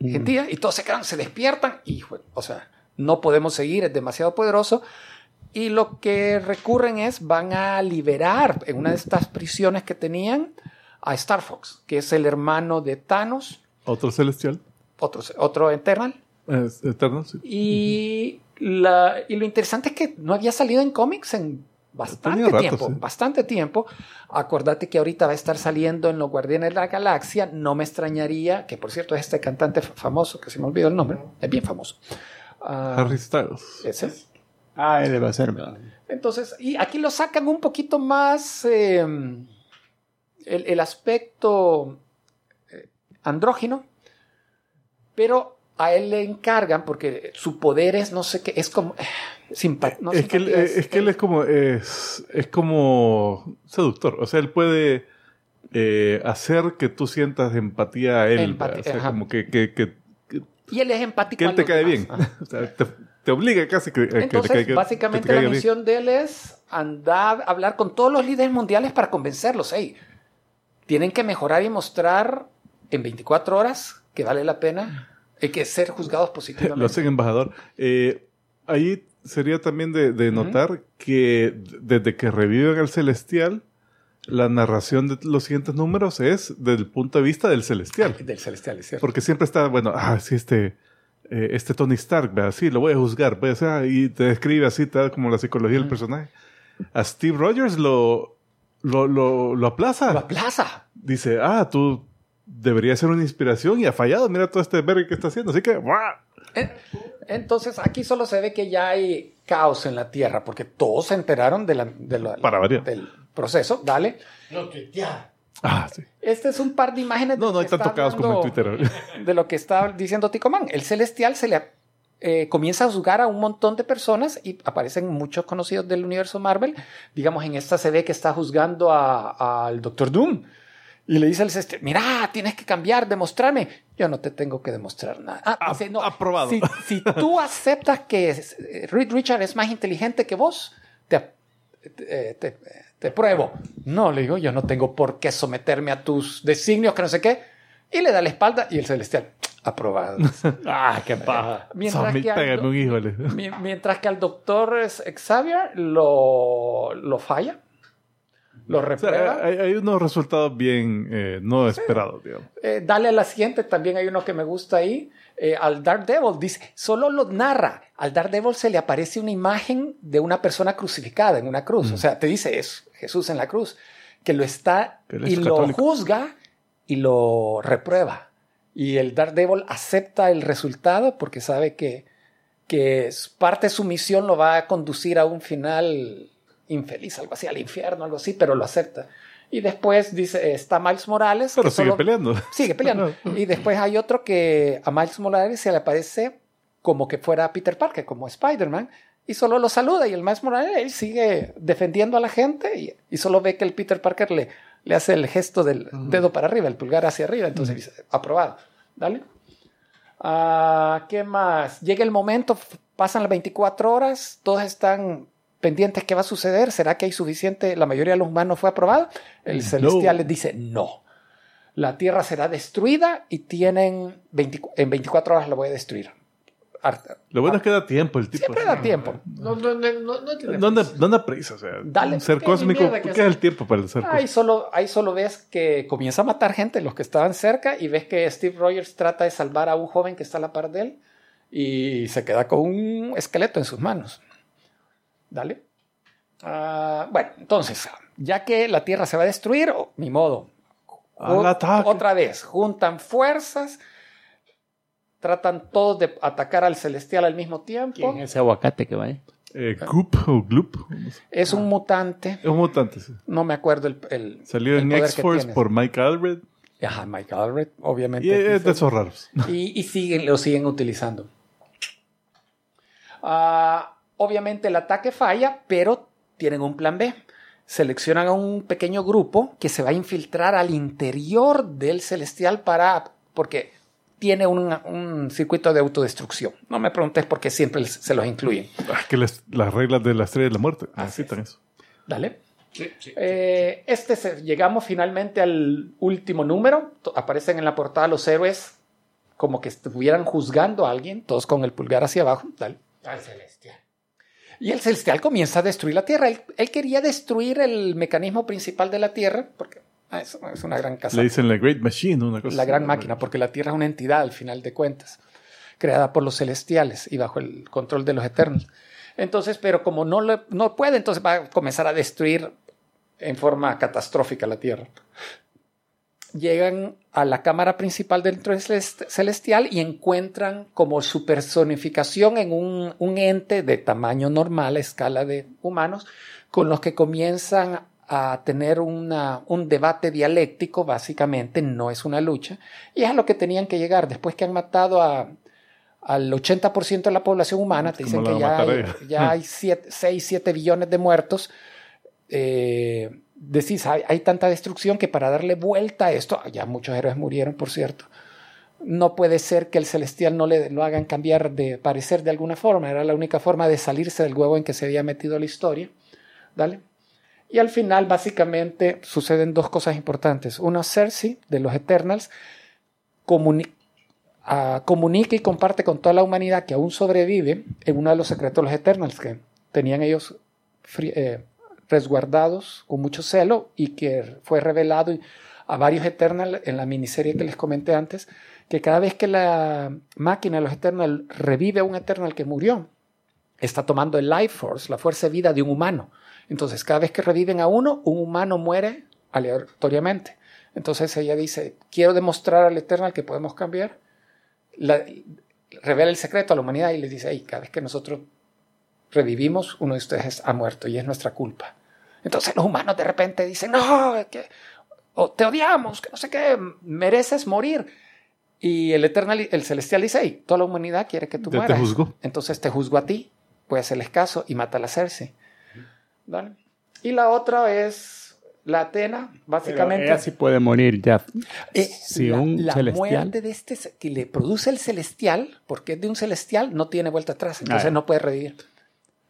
gentía y todos se quedan, se despiertan y, jue- o sea, no podemos seguir, es demasiado poderoso. Y lo que recurren es, van a liberar en una de estas prisiones que tenían a Star Fox, que es el hermano de Thanos, Otro celestial. otro, otro Eternal. eh, Eterno, sí. Y, la- y lo interesante es que no había salido en cómics en bastante Tenía rato, tiempo, sí. bastante tiempo. Acordate que ahorita va a estar saliendo en Los Guardianes de la Galaxia, no me extrañaría, que por cierto es este cantante f- famoso, que se me olvidó el nombre, es bien famoso. Ah, Harry Styles. ese. Ah, él va a ser. Entonces, y aquí lo sacan un poquito más eh, el, el aspecto eh, andrógino, pero a él le encargan, porque su poder es no sé qué, es como eh, simpa- no, eh, es, que él, simpatía, es que él es como es, es como seductor. O sea, él puede eh, hacer que tú sientas empatía a él. Empatía, ¿verdad? o sea, ajá. como que, que, que, Y él es empático. que a él te los cae demás. bien. [laughs] O sea, te, te obliga casi que, a que te Entonces, caiga- que te básicamente caiga la bien. misión de él es andar, hablar con todos los líderes mundiales para convencerlos. Hey, tienen que mejorar y mostrar en 24 horas que vale la pena hay que [laughs] ser juzgados positivamente. Lo hacen embajador. Eh, ahí sería también de, de notar que desde que reviven al celestial, la narración de los siguientes números es desde el punto de vista del celestial. Del celestial, es cierto. Porque siempre está, bueno, ah, sí, este, eh, este Tony Stark, ¿verdad? Sí, lo voy a juzgar, pues, ah, y te describe así, tal como la psicología del personaje. A Steve Rogers lo, lo, lo, lo aplaza. Lo aplaza. Dice, ah, tú deberías ser una inspiración y ha fallado, mira todo este verga que está haciendo, así que, ¡guau! En- Entonces, aquí solo se ve que ya hay caos en la Tierra, porque todos se enteraron de la- de la- Para variar. del proceso, ¿vale? Lo tuiteaba. Ah, sí. Este es un par de imágenes. de No, lo no hay que tanto está caos como en hablando- Twitter. [laughs] de lo que está diciendo Tico Man. El celestial se le eh, comienza a juzgar a un montón de personas y aparecen muchos conocidos del universo Marvel. Digamos, en esta se ve que está juzgando a- al Doctor Doom. Y le dice al celestial, mira, tienes que cambiar, demostrarme. Yo no te tengo que demostrar nada. Ah, A- dice, no, aprobado. Si, si tú aceptas que es- eh, Reed Richard es más inteligente que vos, te, ap- te- eh, te- te pruebo. No, le digo, yo no tengo por qué someterme a tus designios, que no sé qué. Y le da la espalda y el celestial, aprobado. [laughs] ah, qué paja. Mientras Sammy, que- pégame un hijo. le- [laughs] Mi- Mientras que al doctor es- Xavier lo, lo falla, lo O sea, reprueba. hay, hay unos resultados bien eh, no esperados, digamos. Eh, dale a la siguiente, también hay uno que me gusta ahí. Eh, al Daredevil dice, solo lo narra. Al Daredevil se le aparece una imagen de una persona crucificada en una cruz. O Mm. sea, te dice eso, Jesús en la cruz, que lo está Que él es y lo católico. juzga y lo reprueba. Y el Daredevil acepta el resultado porque sabe que, que es- parte de su misión lo va a conducir a un final infeliz, algo así, al infierno, algo así, pero lo acepta. Y después dice, está Miles Morales. Pero que sigue solo- peleando. [laughs] Sigue peleando. Y después hay otro que a Miles Morales se le aparece como que fuera Peter Parker, como Spider-Man, y solo lo saluda. Y el Miles Morales él sigue defendiendo a la gente y, y solo ve que el Peter Parker le, le hace el gesto del dedo para arriba, el pulgar hacia arriba. Entonces dice, aprobado. Dale. Ah, ¿Qué más? Llega el momento, f- pasan las 24 horas, todos están pendientes qué va a suceder, será que hay suficiente, la mayoría de los humanos fue aprobado, el No. celestial les dice no, la tierra será destruida y tienen 20 en 24 horas la voy a destruir. Ar- Lo bueno es que da tiempo el tipo. Siempre da tiempo. No, no, no, no, no tiene No anda, prisa. no anda prisa, o sea, Dale. un ser Qué cósmico, mierda que ¿qué es hace. el tiempo para el ser Ahí solo, ahí solo ves que comienza a matar gente, los que estaban cerca, y ves que Steve Rogers trata de salvar a un joven que está a la par de él y se queda con un esqueleto en sus manos. Dale. Ah, bueno, entonces, ya que la Tierra se va a destruir, oh, ni modo. Al ataque. Otra vez, juntan fuerzas, tratan todos de atacar al celestial al mismo tiempo. ¿Quién es ese aguacate que va ahí? Eh, Goop o Gloop. Es Ah. un mutante, Es un mutante. sí. no me acuerdo el... el- Salió el en poder que X-Force tiene. por Mike Albred. Ajá, Michael Alred, obviamente. Y es de Dice- esos raros. y, y siguen, lo siguen utilizando. Ah, obviamente el ataque falla, pero tienen un plan B. Seleccionan a un pequeño grupo que se va a infiltrar al interior del celestial para. porque tiene un, un circuito de autodestrucción. No me preguntes por qué siempre se los incluyen. Ah, que les- las reglas de la estrella de la muerte necesitan eso. Dale. Eh, este se- llegamos finalmente al último número. To- Aparecen en la portada los héroes como que estuvieran juzgando a alguien, todos con el pulgar hacia abajo. Dale. Al celestial. Y el celestial comienza a destruir la Tierra. Él, él quería destruir el mecanismo principal de la Tierra, porque ah, es, es una gran casa Le dicen la Great Machine, una cosa la así. gran máquina, porque la Tierra es una entidad al final de cuentas, creada por los celestiales y bajo el control de los eternos. Entonces, pero como no, lo- no puede, entonces va a comenzar a destruir en forma catastrófica la Tierra. Llegan a la cámara principal del trono celest- celestial y encuentran como su personificación en un, un ente de tamaño normal a escala de humanos, con los que comienzan a tener una- un debate dialéctico, básicamente, no es una lucha, y es a lo que tenían que llegar. Después que han matado a, al 80% de la población humana, te ¿Cómo dicen la que van a ya matar hay, ellos? ya hay 6, 7 billones de muertos, eh, decís, hay, hay tanta destrucción que para darle vuelta a esto, ya muchos héroes murieron, por cierto, no puede ser que el celestial no le lo hagan cambiar de parecer de alguna forma. Era la única forma de salirse del huevo en que se había metido la historia. ¿Dale? Y al final, básicamente, suceden dos cosas importantes. Una, Cersei, de los Eternals, comuni- ah, comunica y comparte con toda la humanidad que aún sobrevive en uno de los secretos de los Eternals que tenían ellos fri- eh, resguardados con mucho celo y que fue revelado y- a varios Eternals en la miniserie que les comenté antes, que cada vez que la máquina de los Eternals revive a un Eternal que murió, está tomando el Life Force, la fuerza de vida de un humano. Entonces, cada vez que reviven a uno, un humano muere aleatoriamente. Entonces ella dice, quiero demostrar al Eternal que podemos cambiar. La- revela el secreto a la humanidad y les dice, "Ey, cada vez que nosotros revivimos, uno de ustedes ha muerto y es nuestra culpa. Entonces los humanos de repente dicen, no, es que o te odiamos, que no sé qué, mereces morir. Y el Eternal, el Celestial dice, "Ey, toda la humanidad quiere que tú Ya te mueras. juzgó. Entonces te juzgo a ti, puedes hacerles caso y mata a la Cersei. ¿Vale? Y la otra es la Atena, básicamente. Ella sí puede morir ya. Eh, Si la, un la celestial- muerte de este ce- que le produce el celestial, porque es de un celestial, no tiene vuelta atrás, entonces Ah, ya. no puede revivir.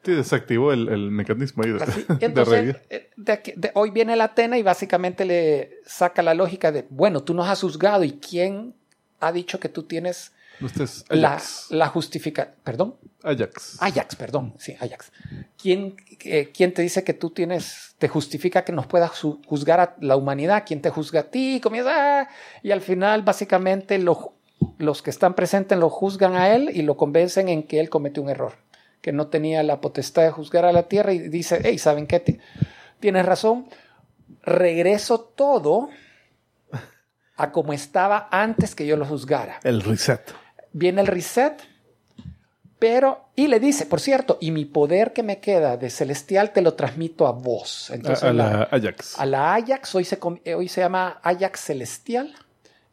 Sí, desactivó el, el mecanismo ahí de, [laughs] Así, [laughs] de entonces, revivir. eh, de aquí- de- hoy viene la Atena y básicamente le saca la lógica de, bueno, tú nos has juzgado y quién ha dicho que tú tienes Usted es la, Ajax. la justificación. Perdón. Ajax. Ajax, perdón, sí, Ajax. ¿Quién, eh, quién te dice que tú tienes, te justifica que nos puedas ju- juzgar a la humanidad? ¿Quién te juzga a ti? Y Comienza, ah, y al final, básicamente, lo ju- los que están presentes lo juzgan a él y lo convencen en que él cometió un error, que no tenía la potestad de juzgar a la tierra y dice, hey, ¿saben qué? Ti- Tienes razón, regreso todo a como estaba antes que yo lo juzgara El reset. viene el reset, pero, y le dice, por cierto, y mi poder que me queda de celestial te lo transmito a vos. Entonces, a, a la, la Ajax. a la Ajax, hoy se, com- eh, hoy se llama Ajax Celestial,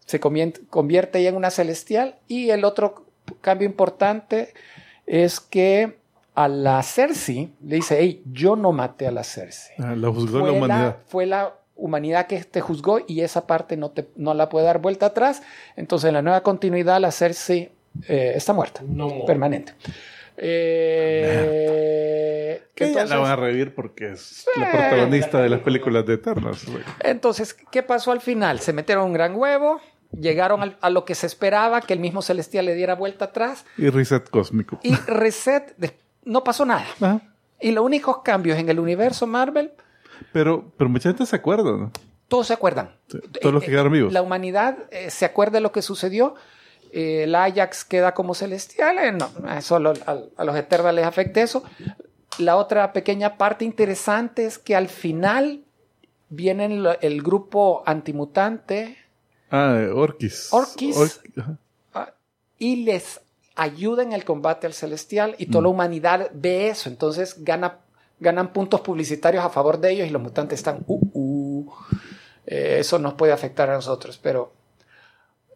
se comien- convierte ya en una celestial, y el otro cambio importante es que a la Cersei le dice, hey, yo no maté a la Cersei Ah, la juzgó la fue la, humanidad. fue la humanidad que te juzgó y esa parte no, te, no la puede dar vuelta atrás. Entonces, en la nueva continuidad, la Cersei eh, está muerta, No. permanente. Eh, Que Ah, ya la entonces- van a revivir porque es la Eh. protagonista de las películas de Eternas. güey. Entonces, ¿qué pasó al final? Se metieron un gran huevo, llegaron al- a lo que se esperaba, que el mismo Celestial le diera vuelta atrás Y reset cósmico. [laughs] y reset, de- no pasó nada. Ajá. Y los únicos cambios en el universo Marvel, Pero, pero mucha gente se acuerda, ¿no? todos se acuerdan. Sí, Todos los que Eh, quedaron vivos. La humanidad eh, se acuerda de lo que sucedió. Eh, el Ajax queda como celestial. eh, no, eh, solo al- a, los Eternas les afecta eso. La otra pequeña parte interesante es que al final vienen lo- el grupo antimutante Ah, eh, Orquis. Orquis. Orqu- ajá. ah, y les ayuda en el combate al celestial y Mm. toda la humanidad ve eso. Entonces gana, ganan puntos publicitarios a favor de ellos y los mutantes están, "Uh, uh, eh, eso nos puede afectar a nosotros, pero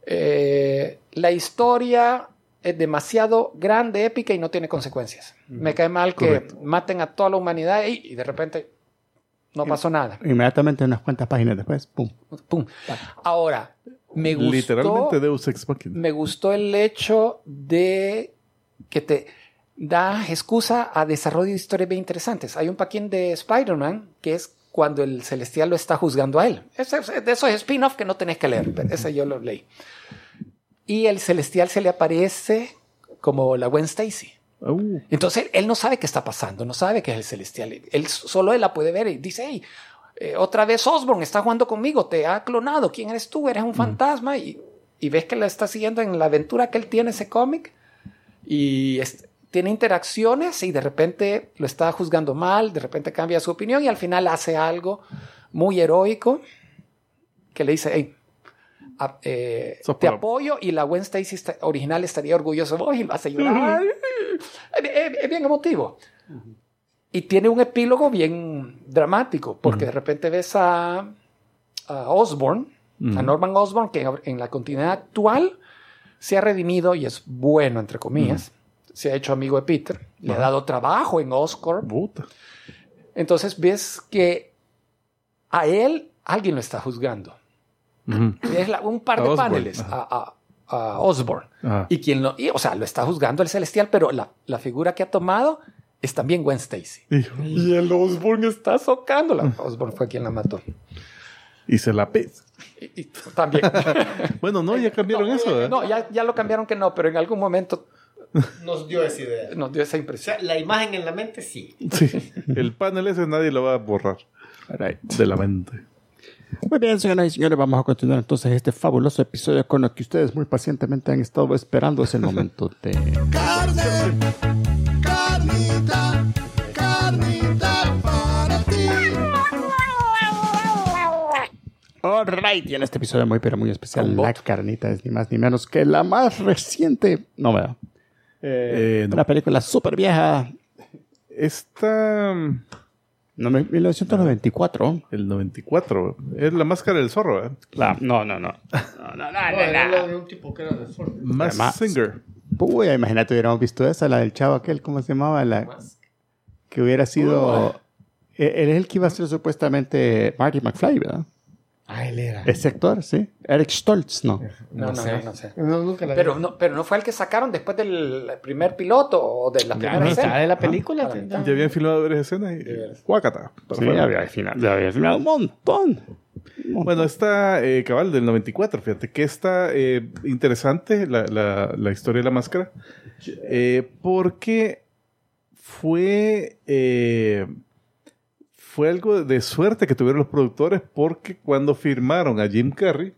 eh, la historia es demasiado grande, épica y no tiene consecuencias. Me cae mal que Correcto. maten a toda la humanidad y, y de repente no pasó nada. Inmediatamente unas cuantas páginas después, pum. Pum. Ahora, me gustó Literalmente Deus Ex Machina. me gustó el hecho de que te da excusa a desarrollo de historias bien interesantes. Hay un paquín de Spider-Man que es cuando el celestial lo está juzgando a él. Ese es- de esos spin-off que no tenés que leer, pero ese yo lo leí. Y el celestial se le aparece como la Gwen Stacy. Uh, Entonces él no sabe qué está pasando, no sabe que es el celestial. Él solo él la puede ver y dice, hey, eh, otra vez Osborn está jugando conmigo, te ha clonado, ¿quién eres tú? Eres un fantasma y, y ves que la está siguiendo en la aventura que él tiene ese cómic y es- tiene interacciones y de repente lo está juzgando mal, de repente cambia su opinión y al final hace algo muy heroico que le dice, hey, a- eh, Sos te pro. apoyo y la Gwen Stacy esta- original estaría orgulloso de vos y lo hace llorar. Es- es- es bien emotivo. Y tiene un epílogo bien dramático, porque de repente ves a, a Osborn, a Norman Osborn, que en la continuidad actual se ha redimido y es bueno, entre comillas. Se ha hecho amigo de Peter, le ha dado trabajo en Oscorp. puta. Entonces ves que a él alguien lo está juzgando. Ujú. Es la- un par A de Osborn, paneles ajá. a, a- a Osborn. Ajá. Y quien lo, y, o sea, lo está juzgando el celestial, pero la, la figura que ha tomado es también Gwen Stacy. Hijo. Y el Osborn está socándola. [laughs] Osborn fue quien la mató. Y se la pez. Y, y también. [laughs] Bueno, no, ya cambiaron eso, ¿verdad? No, ya, ya lo cambiaron que no, pero en algún momento Nos dio esa idea. nos dio esa O impresión. sea, la imagen en la mente sí. Sí. El panel ese nadie lo va a borrar de la mente. Muy bien, señoras y señores, vamos a continuar entonces este fabuloso episodio con lo que ustedes muy pacientemente han estado esperando. Es el momento de. All right, y en este episodio muy, pero muy especial, Con la voto. carnita es ni más ni menos que la más reciente. No me da. Eh, no. Una película súper vieja, Esta. mm, no, 1994. El 94. Es la máscara del zorro, ¿eh? La- no, no, no. No, no, no, No, era la de un tipo que era de Ford. Mask Mas- Singer. Uy, imagínate, hubiéramos visto esa, la del chavo aquel, ¿cómo se llamaba? La, que hubiera sido... e- Él es el que iba a ser supuestamente Marty McFly, ¿verdad? Ah, él era. Ese actor, sí. Eric Stoltz, no. No, no, no, no sé. No, nunca la Pero no, pero no fue el que sacaron después del primer piloto o de la vi. A primera mitad escena. de la película. Ah, tendrá. Ya habían filmado varias escenas y. Guácata. Sí, ya había filmado, ya había filmado un montón. Un montón. Bueno, esta eh, cabal del 94, fíjate que está eh, interesante la, la- la historia de la máscara, eh, porque fue, eh, fue algo de suerte que tuvieron los productores porque cuando firmaron a Jim Carrey,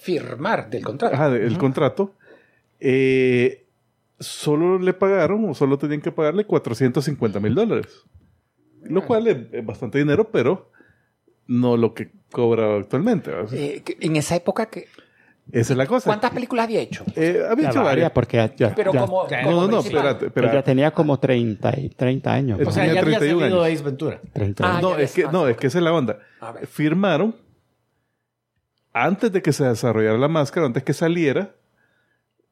Firmar del contrato. ajá, de- el contrato, eh, solo le pagaron o solo tenían que pagarle 450 mil dólares, lo cual es, es bastante dinero, pero no lo que cobra actualmente. ¿verdad? Eh, que- en esa época, que, Esa es la cosa. ¿cuántas películas había hecho? Eh, había Ya hecho varía, varias. porque ya, ya- Pero ya- como, No, como no, no, principal. espérate, pero ya espérate. tenía como 30, y- 30 años. Es- ¿no? O sea, ya había 31 salido años. Ace Ventura. 30 Ah, años. No, ya es que, ves. no, es que esa es la onda. A ver. Firmaron antes de que se desarrollara la máscara, antes que saliera,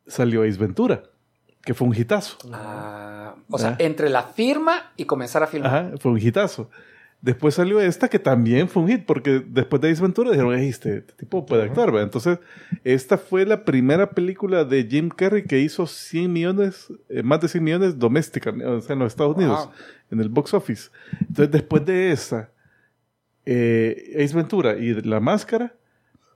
salió Ace Ventura, que fue un hitazo. Ah, o sea, entre la firma y comenzar a filmar. Ajá, fue un hitazo. Después salió esta que también fue un hit, porque después de Ace Ventura dijeron, "Ey, este, este tipo puede actuar, ¿verdad? Entonces, esta fue la primera película de Jim Carrey que hizo 100 millones, eh, más de 100 millones doméstica, o sea, en los Estados Unidos, Wow. en el box office. Entonces, después de esa, eh, Ace Ventura y La Máscara,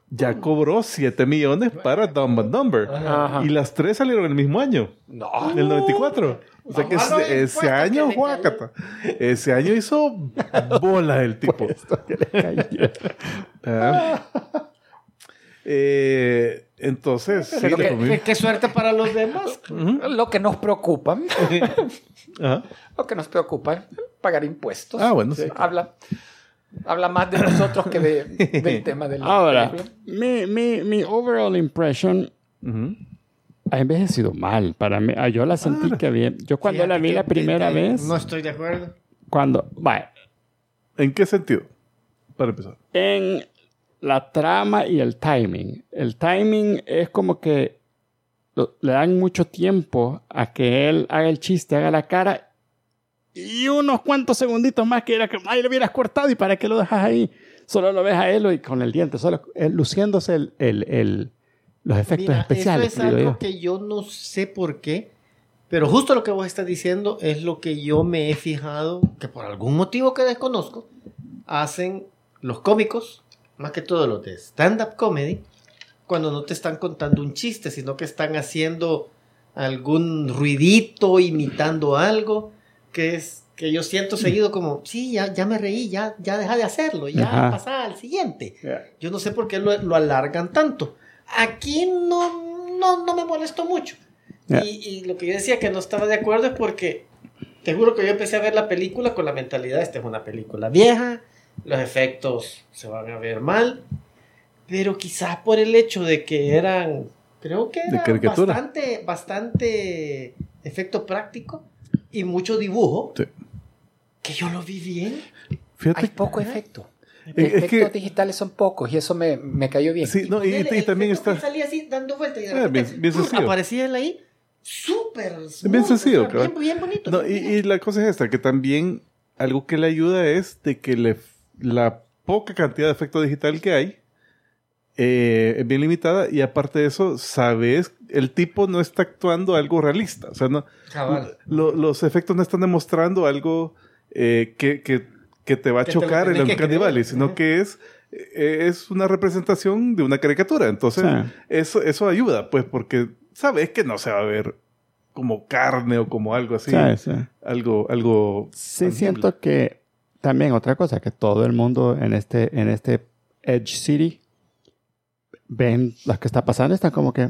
ya Mm. cobró 7 millones para Dumb and Dumber. Ah, Ajá. Y las tres salieron el mismo año. No, En el 94. O sea que Mamá, Ah. no ese, le ese cuesta que año, le guácata. Ese año hizo [laughs] bola el tipo. Pues Ah. Eh, entonces, sí, Pero le qué, comí. qué- qué suerte para los demás. Ujú. lo que nos preocupa, Ajá. lo que nos preocupa es pagar impuestos. Ah, bueno, sí. Habla, habla más de nosotros que de- [laughs] del tema del. [laughs] Ahora, mi, mi, mi overall impression Ujú. ha envejecido mal para mí. Ah, Yo la sentí que bien. Yo [laughs] cuando la Fíjate vi que la primera detalle, vez, No estoy de acuerdo. cuando... Vale, ¿En qué sentido? Para empezar. en la trama y el timing. El timing es como que lo- le dan mucho tiempo a que él haga el chiste, haga la cara y unos cuantos segunditos más que era que ay, lo hubieras cortado y para qué lo dejas ahí. Solo lo ves a él y con el diente, solo él luciéndose el, el- el- los efectos Mira, especiales. Eso es digo algo yo. que yo no sé por qué, pero justo lo que vos estás diciendo es lo que yo me he fijado, que por algún motivo que desconozco, hacen los cómicos, más que todo los de stand-up comedy, cuando no te están contando un chiste, sino que están haciendo algún ruidito, imitando algo, que es que yo siento seguido como, sí, ya, ya me reí, ya, ya deja de hacerlo, ya Ajá. pasa al siguiente. Ya. Yo no sé por qué lo, lo alargan tanto. Aquí no, no, no me molestó mucho. Ya. Y, y lo que yo decía que no estaba de acuerdo es porque te juro que yo empecé a ver la película con la mentalidad, esta es una película vieja, los efectos se van a ver mal, pero quizás por el hecho de que eran, creo que De era caricatura. bastante, bastante efecto práctico y mucho dibujo, Sí. que yo lo vi bien. Fíjate Hay poco efecto. que- es efectos que- digitales son pocos y eso me, me cayó bien. sí, no, y, Ponele y el también efecto está. que Salía así dando vueltas y de Ah, repente, bien- bien ¡pum! sencillo. aparecía él ahí. Súper. Bien smooth, sencillo, o sea, bien, claro. bien bonito. No, y, bien y la cosa es esta, que también algo que le ayuda es de que le, la poca cantidad de efecto digital que hay. eh, es bien limitada y aparte de eso, sabes, el tipo no está actuando algo realista. O sea, no, Cabal. lo- los efectos no están demostrando algo eh, que, que- que te va a Que te lo chocar en tenés el que Uncanny creer, Valley, sino ajá. que es, eh, es una representación de una caricatura. Entonces, Sí. eso, eso ayuda, pues, porque sabes que no se va a ver como carne o como algo así. Sí, sí. Algo, algo. Sí, tangible. siento que también otra cosa, que todo el mundo en este, en este Edge City ven lo que está pasando, están como que,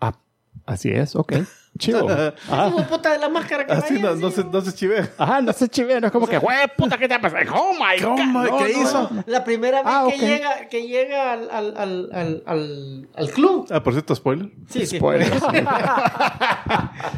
ah, así es, [laughs] ok, chivo. Ajá, Hijo puta de la máscara que Así vaya, Ah, no, no sí, se, no se chivea. Ajá, no se chive, no es como que, "Güey, puta, ¿qué te pasa? Oh my god. no, ¿Qué no, hizo? no". [laughs] La primera vez Ah, ok. que llega, que llega al, al, al, al, al, al club. Ah, por cierto, spoiler. Sí, sí. Spoiler. [laughs]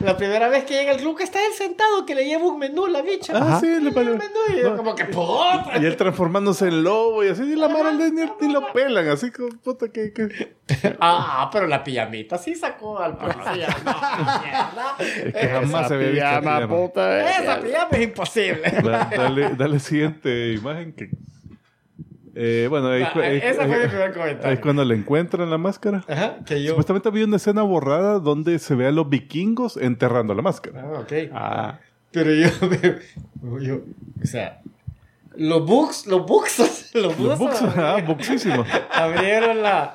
La primera vez que llega al club que está él sentado, que le lleva un menú la bicha. Ah, Ajá. sí, le Le lleva valió. un menú y yo como que puta. Y él transformándose en lobo y así, y la mara ni, ni- ni lo pelan, así como puta que. que- Ah, pero la pijamita sí sacó [laughs] al policía. No, mierda. Es que jamás Esa se había visto. pijama, pijama. puta. eh. Esa pijama [laughs] es imposible. Da- dale, dale siguiente imagen que. Eh, bueno, ahí, cu- ahí- Ese Ah, fue mi ahí- primer ahí comentario. es cuando le encuentran la máscara. Ajá, que yo. Supuestamente había una escena borrada donde se ve a los vikingos enterrando la máscara. Ah, ok. Ah, Pero yo, [laughs] me- yo- o sea, los books, los books, [laughs] los books, Los buxos, ah, buxísimo. abrieron la,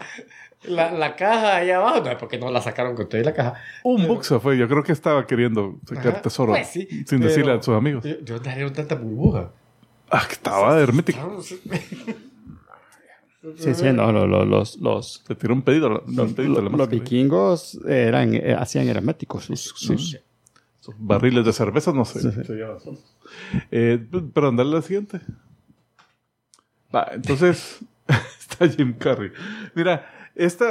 la, la caja ahí abajo. No, porque no la sacaron con toda la caja. Un buxo fue, yo creo que estaba queriendo sacar Eh. Ajá, tesoro pues sí, sin pero- decirle a sus amigos. Yo, yo daría tanta burbuja. Ah, que estaba hermético. Claro, sí. sí, sí, no, lo- lo- los, los, Se tiró un pedido, un pedito a la los, los máscara. vikingos eran, eh, hacían herméticos sus, sus- Esos barriles de cerveza, no sé. Eh, perdón, dale la siguiente. Va, entonces [laughs] está Jim Carrey. Mira, esta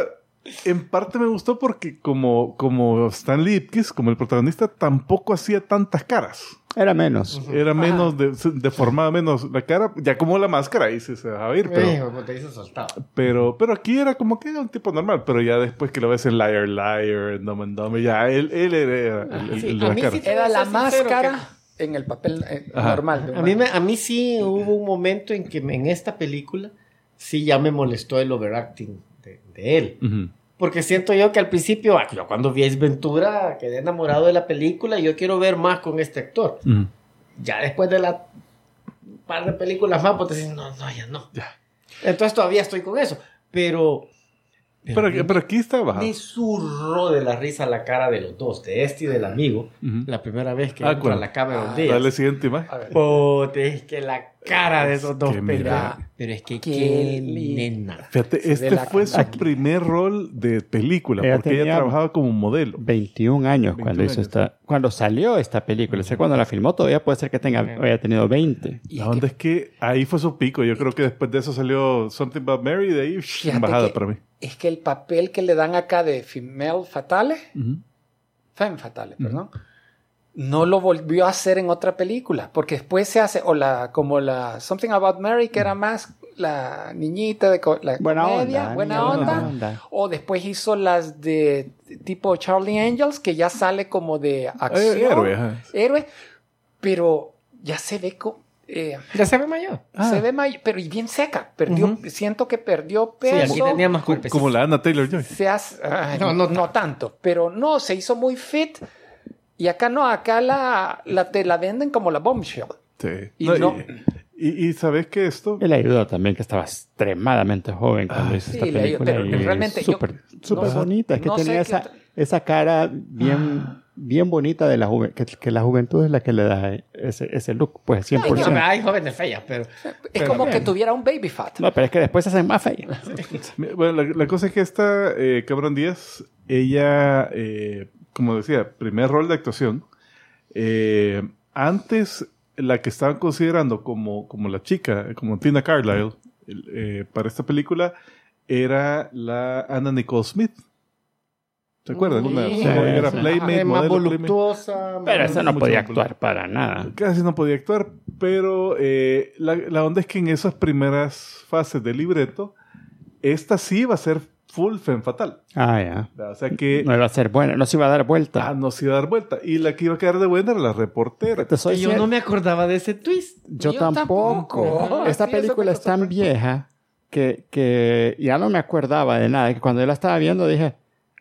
en parte me gustó porque como, como Stan Lipkis, como el protagonista, tampoco hacía tantas caras. Era menos. Era menos, de- se deformaba menos la cara. Ya como la máscara, ahí sí se dejaba ir, Eh, pero, como te dice soltado. pero, pero aquí era como que era un tipo normal. Pero ya después que lo ves en Liar, Liar, en Dumb and Dumber, ya él, él era el, el- Sí, el de a la mí cara. sí Era la Voy a ser sincero máscara en el papel eh, Ajá. normal. de A mí, humano. me, a mí sí hubo un momento en que me- en esta película sí ya me molestó el overacting de, de él. Ujú. Porque siento yo que al principio, ah, yo cuando vi Ace Ventura, quedé enamorado de la película y yo quiero ver más con este actor. Ujú. Ya después de la par de películas más, pues te dicen, no, no, ya no. Entonces todavía estoy con eso. Pero, Pero, me- pero aquí está bajado. me zurró de la risa la cara de los dos, de este y del amigo, Ujú. la primera vez que Ah, entra cuando- a la cámara un día. Dale siguiente Ah, imagen. Pote, es que la cara de esos dos que mira. pelados. Pero es que Qué qué, lindo. nena. Fíjate, este la fue su aquí. primer rol de película, Ella porque ella tenía- trabajaba como modelo. 21 años cuando 21 hizo años. esta cuando salió esta película, o sea, cuando la filmó todavía puede ser que tenga haya tenido 20. Y la es que onda es que ahí fue su pico. Yo creo que después de eso salió Something About Mary y de ahí shh, Fíjate bajada que- para mí. es que el papel que le dan acá de female fatale, Ujú. femme fatale, perdón, no lo volvió a hacer en otra película, porque después se hace, o la, como la Something About Mary, que Mm. era más la niñita de co- la Buena comedia, onda, buena niña, onda, buena onda. o después hizo las de tipo Charlie Angels, que ya sale como de acción, Eh, héroe, ajá. héroe, pero ya se ve como... Ya se ve mayor. Se ve may- pero y bien seca. Perdió, siento que perdió Sí, peso. aquí tenía más Co- cuerpecito. Como la Anna Taylor Joy. se hace, ay, No, no, no tanto, pero no, se hizo muy fit. Y acá no, acá la, la, te la venden como la bombshell. Sí. Y No, Y, no- y- y sabes que esto. Él ayudó también que estaba extremadamente joven cuando Ah, hizo sí, esta le ayudó, película pero y realmente yo- súper no súper sé- bonita, es que no sé tenía qué esa otra- esa cara bien bien bonita de la juventud, que, que la juventud es la que le da ese, ese look, pues 100%. Ay, no, hay jóvenes feas, pero. Es Pero como bien. que tuviera un baby fat. No, pero es que después se hacen más [laughs] feas. Bueno, la, la cosa es que esta eh, Cameron Díaz, ella, eh, como decía, primer rol de actuación. Eh, antes, la que estaban considerando como, como la chica, eh, como Tina Carlyle, el- eh, para esta película, era la Anna Nicole Smith. ¿Se acuerdan? Una Sí, era sí. Playmate, Es modelo más Playmate. voluptuosa. Pero más- esa no mucho podía más bonita. actuar para nada. Casi no podía actuar, pero eh, la, la onda es que en esas primeras fases del libreto, esta sí iba a ser full fen fatal. Ah, ya. O sea que No iba a ser buena, no se iba a dar vuelta. ah, no se iba a dar vuelta. Y la que iba a quedar de buena era la reportera. Te soy yo fiel. no me acordaba de ese twist. Yo Yo tampoco. Oh, tampoco. Esta Sí, eso película me es tan vieja que, que ya no me acordaba de nada. Que cuando yo la estaba viendo dije,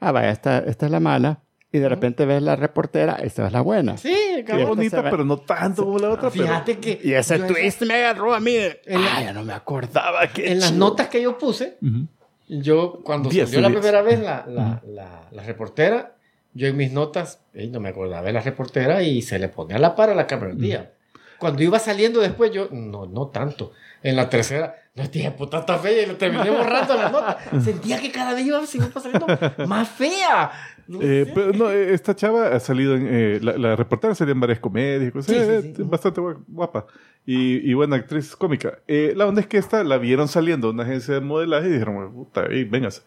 ah, vaya, esta, esta es la mala. Y de repente ves la reportera, esta es la buena. Sí, Qué Y cabrón. esta bonita, se ve- pero no tanto como la otra. Pero Fíjate que. Y ese yo esa- twist me agarró a mí. de, En la- "Ah, ya no me acordaba. que en las notas que yo puse, Ujú. yo cuando Diez salió de la diez. primera vez la, la, la, la reportera, yo en mis notas, "Ey, no me acordaba de la reportera y se le ponía la para a la cámara del día. Mm. Cuando iba saliendo después, yo, no, no tanto. En la tercera, no dije, puta, está fea y lo terminé borrando la nota. [laughs] Sentía que cada vez iba siguiendo saliendo más fea. No Eh, sé. pero no, eh, esta chava ha salido en. eh, la, la reportera salió en varias comedias, y cosas, Sí, sí, eh, sí. eh, bastante gua- guapa. Y, y buena actriz cómica. Eh, la onda es que esta la vieron saliendo de una agencia de modelaje y dijeron, puta, ey, véngase.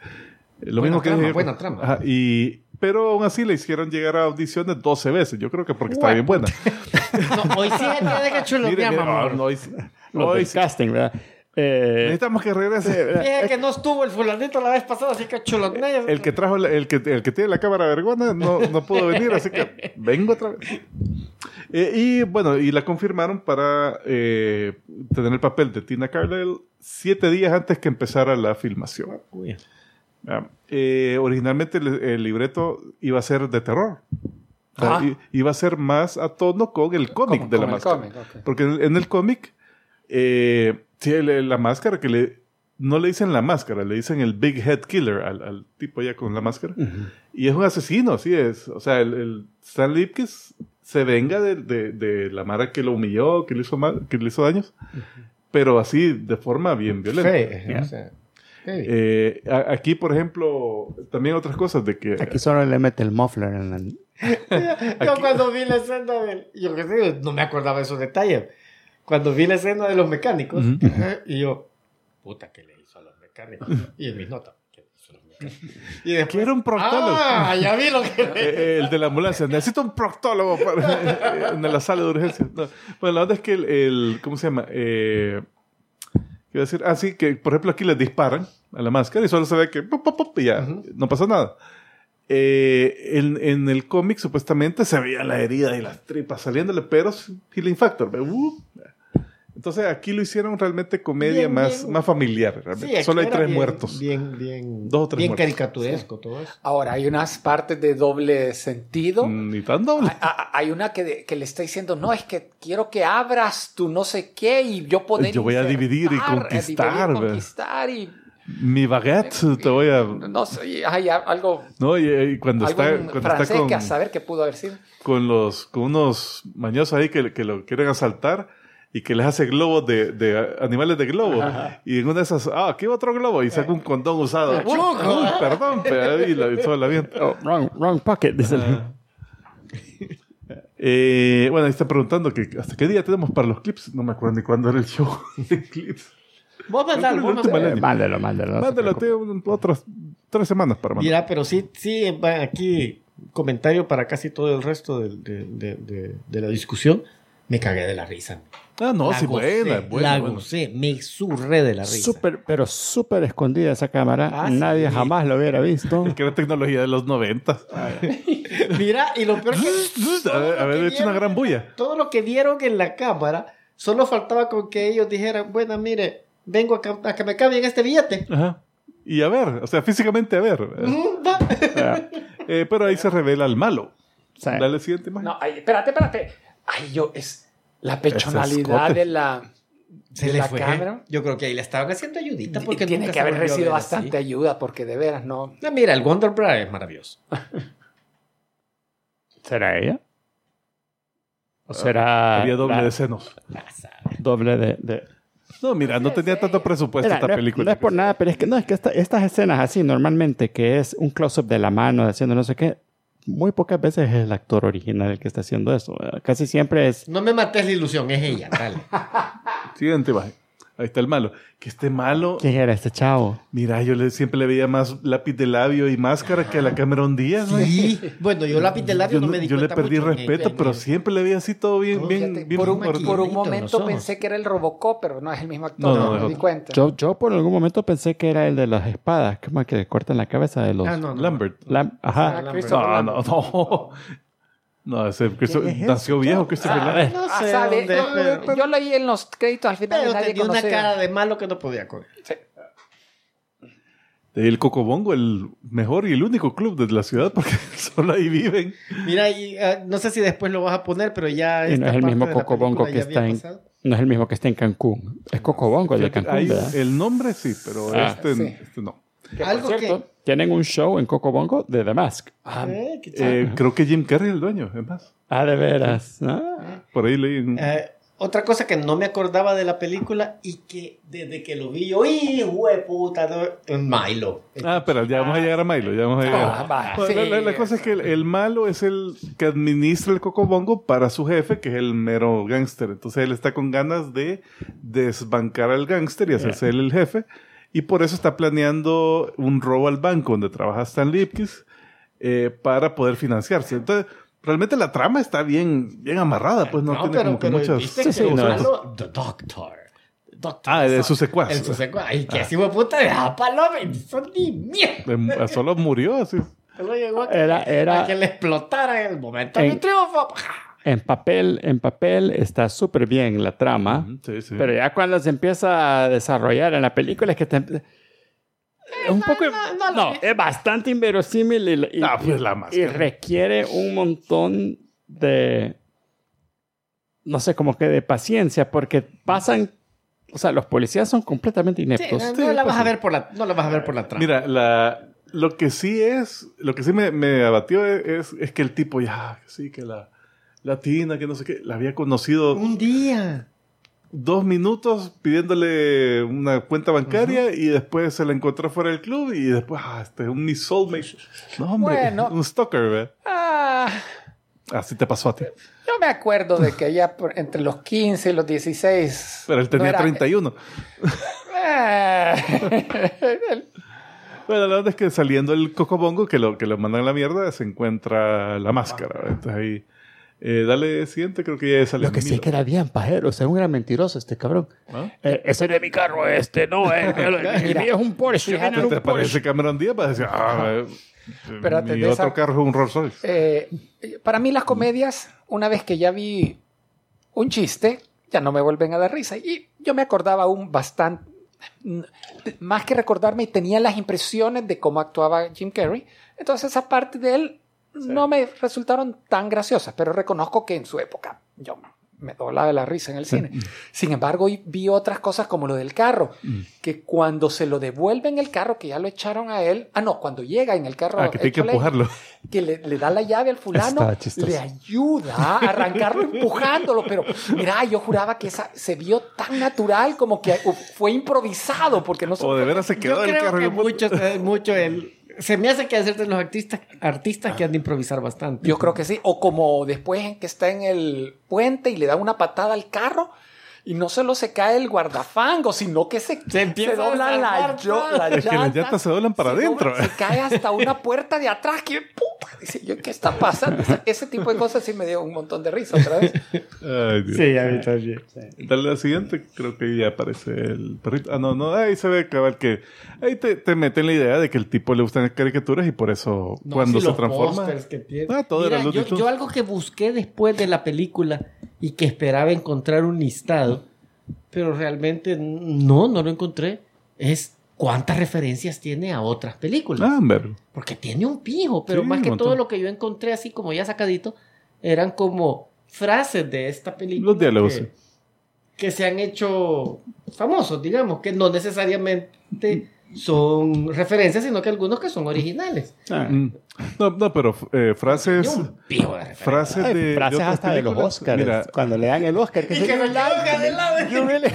Eh, Lo Buena mismo que trama, dije- buena trama. Ajá, y, pero aún así le hicieron llegar a audiciones 12 veces. Yo creo que porque estaba bien [laughs] buena. No, hoy sí es el día pues, [laughs] de que Mire, chulotea, mire, mamá. no, no, hoy sí- Los hoy del sí. casting, ¿verdad? Eh, Necesitamos que regrese. Fíjate que no estuvo el fulanito la vez pasada, así que chulotea. eh, El que trajo, la- el que, el que tiene la cámara vergona no, no pudo venir, así que vengo otra vez. Eh, y bueno, y la confirmaron para eh, tener el papel de Tina Carlyle siete días antes que empezara la filmación. Ah, eh, originalmente el, el libreto iba a ser de terror. O sea, Ah. i- iba a ser más a tono con el cómic Como- de la como el máscara. cómic, ok. Porque en, en el cómic, eh, sí, el- la máscara que le. No le dicen la máscara, le dicen el Big Head Killer al, al tipo ya con la máscara. Y es un asesino, sí es. O sea, el, el Stan Lipkis se venga de, de- de la mara que lo humilló, que le hizo, mal, que le hizo daños, pero así de forma bien violenta. Fea, o sea, fea. Eh, a- aquí, por ejemplo, también otras cosas de que. aquí solo le mete el muffler en la... Yo cuando vi la escena del... Yo qué sé, no me acordaba de esos detalles. Cuando vi la escena de los mecánicos, Ujú. ajá, y yo, puta, ¿qué le hizo a los [laughs] mecánicos? Y en mis notas, ¿qué le hizo a los mecánicos? Y después... Quiero un proctólogo. Ah, ya vi lo que... le- Eh, el de la ambulancia. Necesito un proctólogo para- [laughs] en la sala de urgencias. No. Bueno, la onda es que el, el- ¿cómo se llama? Eh, quiero decir, así que, por ejemplo, aquí les disparan a la máscara y solo se ve que pop, pop, pop, y ya, Ujú. no pasa nada. Eh, en, en el cómic supuestamente se veía la herida y las tripas saliéndole, pero es healing factor. ve, uh. Entonces aquí lo hicieron realmente comedia Bien, más, bien. más familiar. Sí, realmente. aquí Solo hay era tres bien- muertos. Bien, bien... Dos o tres bien muertos. caricaturesco todo eso. Ahora, hay unas partes de doble sentido. Mm, Ni tan doble. Ah. A- a- Hay una que, de- que le está diciendo, no, es que quiero que abras tu no sé qué y yo poder... Yo voy a dividir y insertar, eh, conquistar, dividir, ve. conquistar y... Mi baguette te voy a... No sé, y hay a- algo... No, y, eh, y cuando algo está, en cuando francés está con, que a saber qué pudo haber sido. con los con unos mañosos ahí que, que lo quieren asaltar y que les hace globos de, de animales de globo. Y en una de esas, ah, aquí va otro globo y saca un condón usado. Uy, perdón, pero y la, y todo el aviento. Oh, wrong, wrong pocket, dice el- Eh, bueno, ahí está preguntando que hasta qué día tenemos para los clips. No me acuerdo ni cuándo era el show [laughs] de clips. Vos Creo mandalo, que vos el último mandalo. Eh, Mándelo, mándelo. no se Mándalo, preocupe. tengo un- otras tres semanas para mandar. Mira, pero sí, sí, va aquí comentario para casi todo el resto del- de, de- de- de la discusión. Me cagué de la risa. Ah, no, La sí, gocé, buena, buena. La buena. gocé, me surré de la risa. Súper, pero súper escondida esa cámara. Ah, Nadie sí. jamás lo hubiera visto. Que era tecnología de los 90. [laughs] Mira, y lo [laughs] peor que... Haber haber hecho una gran bulla. Todo lo que vieron en la cámara, solo faltaba con que ellos dijeran, bueno, mire, vengo a, cam- a que me cambien [laughs] este billete. Ajá. Y a ver, o sea, físicamente a ver. Mm, va. Eh, pero ahí se revela el malo. O Eh. sea, Dale siguiente imagen. No, ay, espérate, espérate. Ay, yo, es la escote. pechonalidad de la... Se de le la fue. cámara. Yo creo que ahí le estaban haciendo ayudita porque tiene nunca que se haber volvió a recibido ver así. bastante ayuda porque de veras no... No, Ah, Mira, el Wonder Bra es maravilloso. ¿Será ella? ¿O será Ah, Había doble la- de senos. doble de- de- No, mira, no tenía tanto presupuesto Mira, Pues esta no, es- película. no es por nada, pero es que no es que esta- estas escenas así normalmente que es un close-up de la mano haciendo no sé qué, muy pocas veces es el actor original el que está haciendo eso. ¿verdad? Casi siempre es [laughs] No me mates la ilusión, es ella, dale. pues. Siguiente imagen. Ahí está el malo. Que este malo, ¿Quién era este chavo? mira, yo le, siempre le veía más lápiz de labio y máscara que a la Cameron Díaz, güey. Bueno, yo lápiz de labio Yo, no, no- me di yo le cuenta perdí mucho. respeto, Eh, pero eh, siempre le veía así todo bien, bien, bien por un, gordito. por un en los momento ojos. pensé que era el Robocop, pero no es el mismo No, no, actor, no, es me di otro. cuenta. Yo, yo por algún momento pensé que era el de las espadas, como que cortan la cabeza de los... Ah, no, no. Lambert. Lam- Ah, Ajá. Christopher No, Lambert. no, no. No, ese Cristo- ¿Quién es ese? nació viejo este Christopher Lambert. No Ah, sé sabe, dónde, no, pero, Yo leí en los créditos al final pero y nadie tenía una conocía. cara de malo que no podía con él. El Cocobongo, el mejor y el único club de la ciudad, porque [laughs] solo ahí viven. Mira, y, ah, no sé si después lo vas a poner, pero ya. Y no esta es el parte mismo de la Cocobongo película que ya había está en... pasado. No es el mismo que está en Cancún. Es Cocobongo el de Fíjate, Cancún, ahí ¿verdad? el nombre sí, pero Ah, este, sí. este no. Algo que. Tienen un show en Cocobongo de The Mask. ah, Eh, qué chido. Eh, creo que Jim Carrey es el dueño, es más. Ah, de veras. Ah. Por ahí leí. en- Eh, otra cosa que no me acordaba de la película y que desde que lo vi yo, ¡hijo de puta! no! Milo. Ah, espera, ya vamos a llegar a Milo, ya vamos a llegar. Ah, va, Bueno, la, la- la sí. cosa es que el, el malo es el que administra el cocobongo para su jefe, que es el mero gángster. Entonces él está con ganas de desbancar al gángster y hacerse él el jefe. Y por eso está planeando un robo al banco donde trabaja Stan Lipkis eh, para poder financiarse. Entonces, realmente la trama está bien, bien amarrada, pues no, No, tiene como pero, que pero muchas... viste Sí, que sí, el no, malo, The Doctor. Doctor Ah, de Son- su secuaz. El su secuaz. Y que así, hijo de puta, deja paloma. y Son ni mierda. Eh, Solo murió así. Solo llegó a, Era, a era que le explotara en el momento En- del triunfo. en papel, en papel está súper bien la trama, Sí, sí. Ah. pero ya cuando se empieza a desarrollar en la película es que te empie- Eh, es un poco no, es bastante inverosímil y, y- Ah, pues la más. y requiere un montón de no sé, como que de paciencia porque pasan, o sea, los policías son completamente Sí, ineptos. no, no la vas a ver por la, no la vas a ver por la trama. pues Mira, la, lo que sí es, lo que sí me, me abatió es, es que el tipo ya, sí, que la latina, que no sé qué, la había conocido un día. dos minutos pidiéndole una cuenta bancaria y después se la encontró fuera del club y después, ah, este es un mi soulmate. No, hombre, Bueno. un stalker, ¿ve? Ah, Así te pasó a ti. yo me acuerdo de que ya por- entre los 15 y los 16. Pero él tenía no era- 31. Eh, Bueno, la verdad es que saliendo el cocobongo, que lo, que lo mandan a la mierda, se encuentra la máscara. ¿ve? Entonces ahí, eh, dale siguiente, creo que ya sale Lo que sí Milo. es que era bien pajero, o sea, un gran mentiroso este cabrón. ¿Ah? Eh, ese no es mi carro, este no [laughs] es. El, el mío es un Porsche. Fíjate, era un te Porsche. parece Cameron Díaz para decir, ah, eh, Pero mi atendés otro a- carro es un Rolls Royce. eh, para mí, las comedias, una vez que ya vi un chiste, ya no me vuelven a dar risa. Y yo me acordaba aún bastante. Más que recordarme, tenía las impresiones de cómo actuaba Jim Carrey. Entonces, esa parte de él no me resultaron tan graciosas, pero reconozco que en su época yo me doblaba la risa en [laughs] el cine. Sin embargo, hoy vi otras cosas como lo del carro, Mm. que cuando se lo devuelven el carro, que ya lo echaron a él, ah, no, cuando llega en el carro, Ah, que tiene que hecho leña, empujarlo. que le, le da la llave al fulano, Está chistoso. le ayuda a arrancarlo empujándolo, pero mira, yo juraba que esa se vio tan natural como que uh, fue improvisado, porque no se... O de veras se Yo quedó el creo carro. que y lo- mucho, eh, mucho el... Se me hace que hacer de los artistas, artistas que han de improvisar bastante. Yo creo que sí, o como después en que está en el puente y le da una patada al carro. Y no solo se cae el guardafango, sino que se, Se empieza se dobla la, a desarmar yo, todo. la Es que las llanta, llantas se doblan para se adentro. dobla, se cae hasta una puerta de atrás. que puta! Dice yo, ¿qué está pasando? Ese- Ese tipo de cosas sí me dio un montón de risa otra vez. Ay, Dios. Sí, a mí también. Dale la siguiente, creo que ya aparece el perrito. Ah, no, no, ahí se ve cabal que. Ahí te, te meten la idea de que el tipo le gustan las caricaturas y por eso No, cuando sí, se los transforma. pósters que tiene. Ah, todo Mira, era Looney yo, Tunes. yo algo que busqué después de la película y que esperaba encontrar un listado, pero realmente no, no lo encontré, es cuántas referencias tiene a otras películas. Ah, hombre. Porque tiene un pijo, pero Sí, más un que montón. todo lo que yo encontré así como ya sacadito, eran como frases de esta película. Los diálogos, que, sí. que se han hecho famosos, digamos, que no necesariamente son referencias, sino que algunos que son originales. Ah. Mm. No, no, pero eh, frases. Tiene un pijo de referencias. Frases Ay, de. de frases otras hasta de los películas. Oscars. Mira, Cuando le dan el Oscar. Que Y se- [laughs] que me la de lado. You really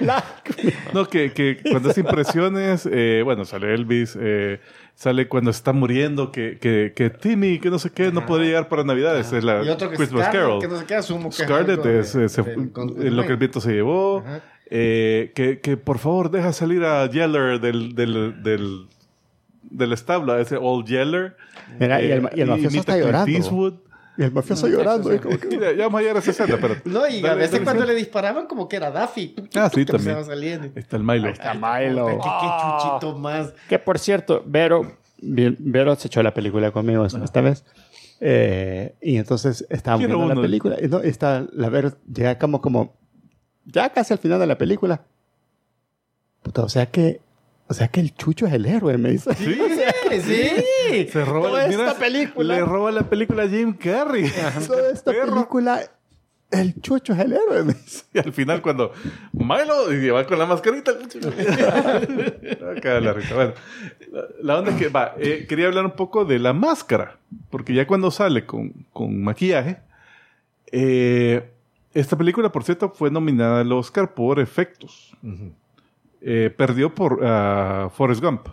like me. No, que, que cuando hace impresiones, eh, bueno, sale Elvis, eh, sale cuando está muriendo, que, que, que Timmy, que no sé qué, no podría llegar para Navidad. Esa es la Y otro que Uh, Christmas Scarlett, Carol. que no se queda, asumo que es Scarlett algo de- es, eh, se- del- con- eh, lo que el viento se llevó. Ajá. eh, que, que por favor deja salir a Yeller del, del, del, del establo, a ese old Yeller. eh, Mira, y el- Eh, y el mafioso imita está a Clint llorando. Eastwood. Y el mafioso llorando. es como que- Mira, ya vamos a llegar a esa escena, pero... [laughs] No, y a Dale, veces dale, cuando dale. le disparaban como que era Daffy. Ah, sí, también. [laughs] Que Este, empezaban saliendo. Ahí Está el Milo. Está Milo. Qué- qué chuchito más. Que por cierto, Vero, vi- Vero se echó la película conmigo esta vez. Eh, y entonces estábamos Quiero viendo la uno. película. Y no, y está, la Vero llega como, como ya casi al final de la película. Puta, o sea que, o sea que el chucho es el héroe, me dice. [laughs] Sí, Sí. se roba Toda la- mira, esta película. Le roba la película a Jim Carrey. Toda [laughs] esta Perro. película, el chucho es el héroe, me dice. [laughs] Y al final cuando Milo y va con la mascarita. Acá la risa. Bueno, la- la onda es que va, eh, quería hablar un poco de la máscara, porque ya cuando sale con, con maquillaje, eh, esta película, por cierto, fue nominada al Oscar por efectos. Eh, perdió por ah, Forrest Gump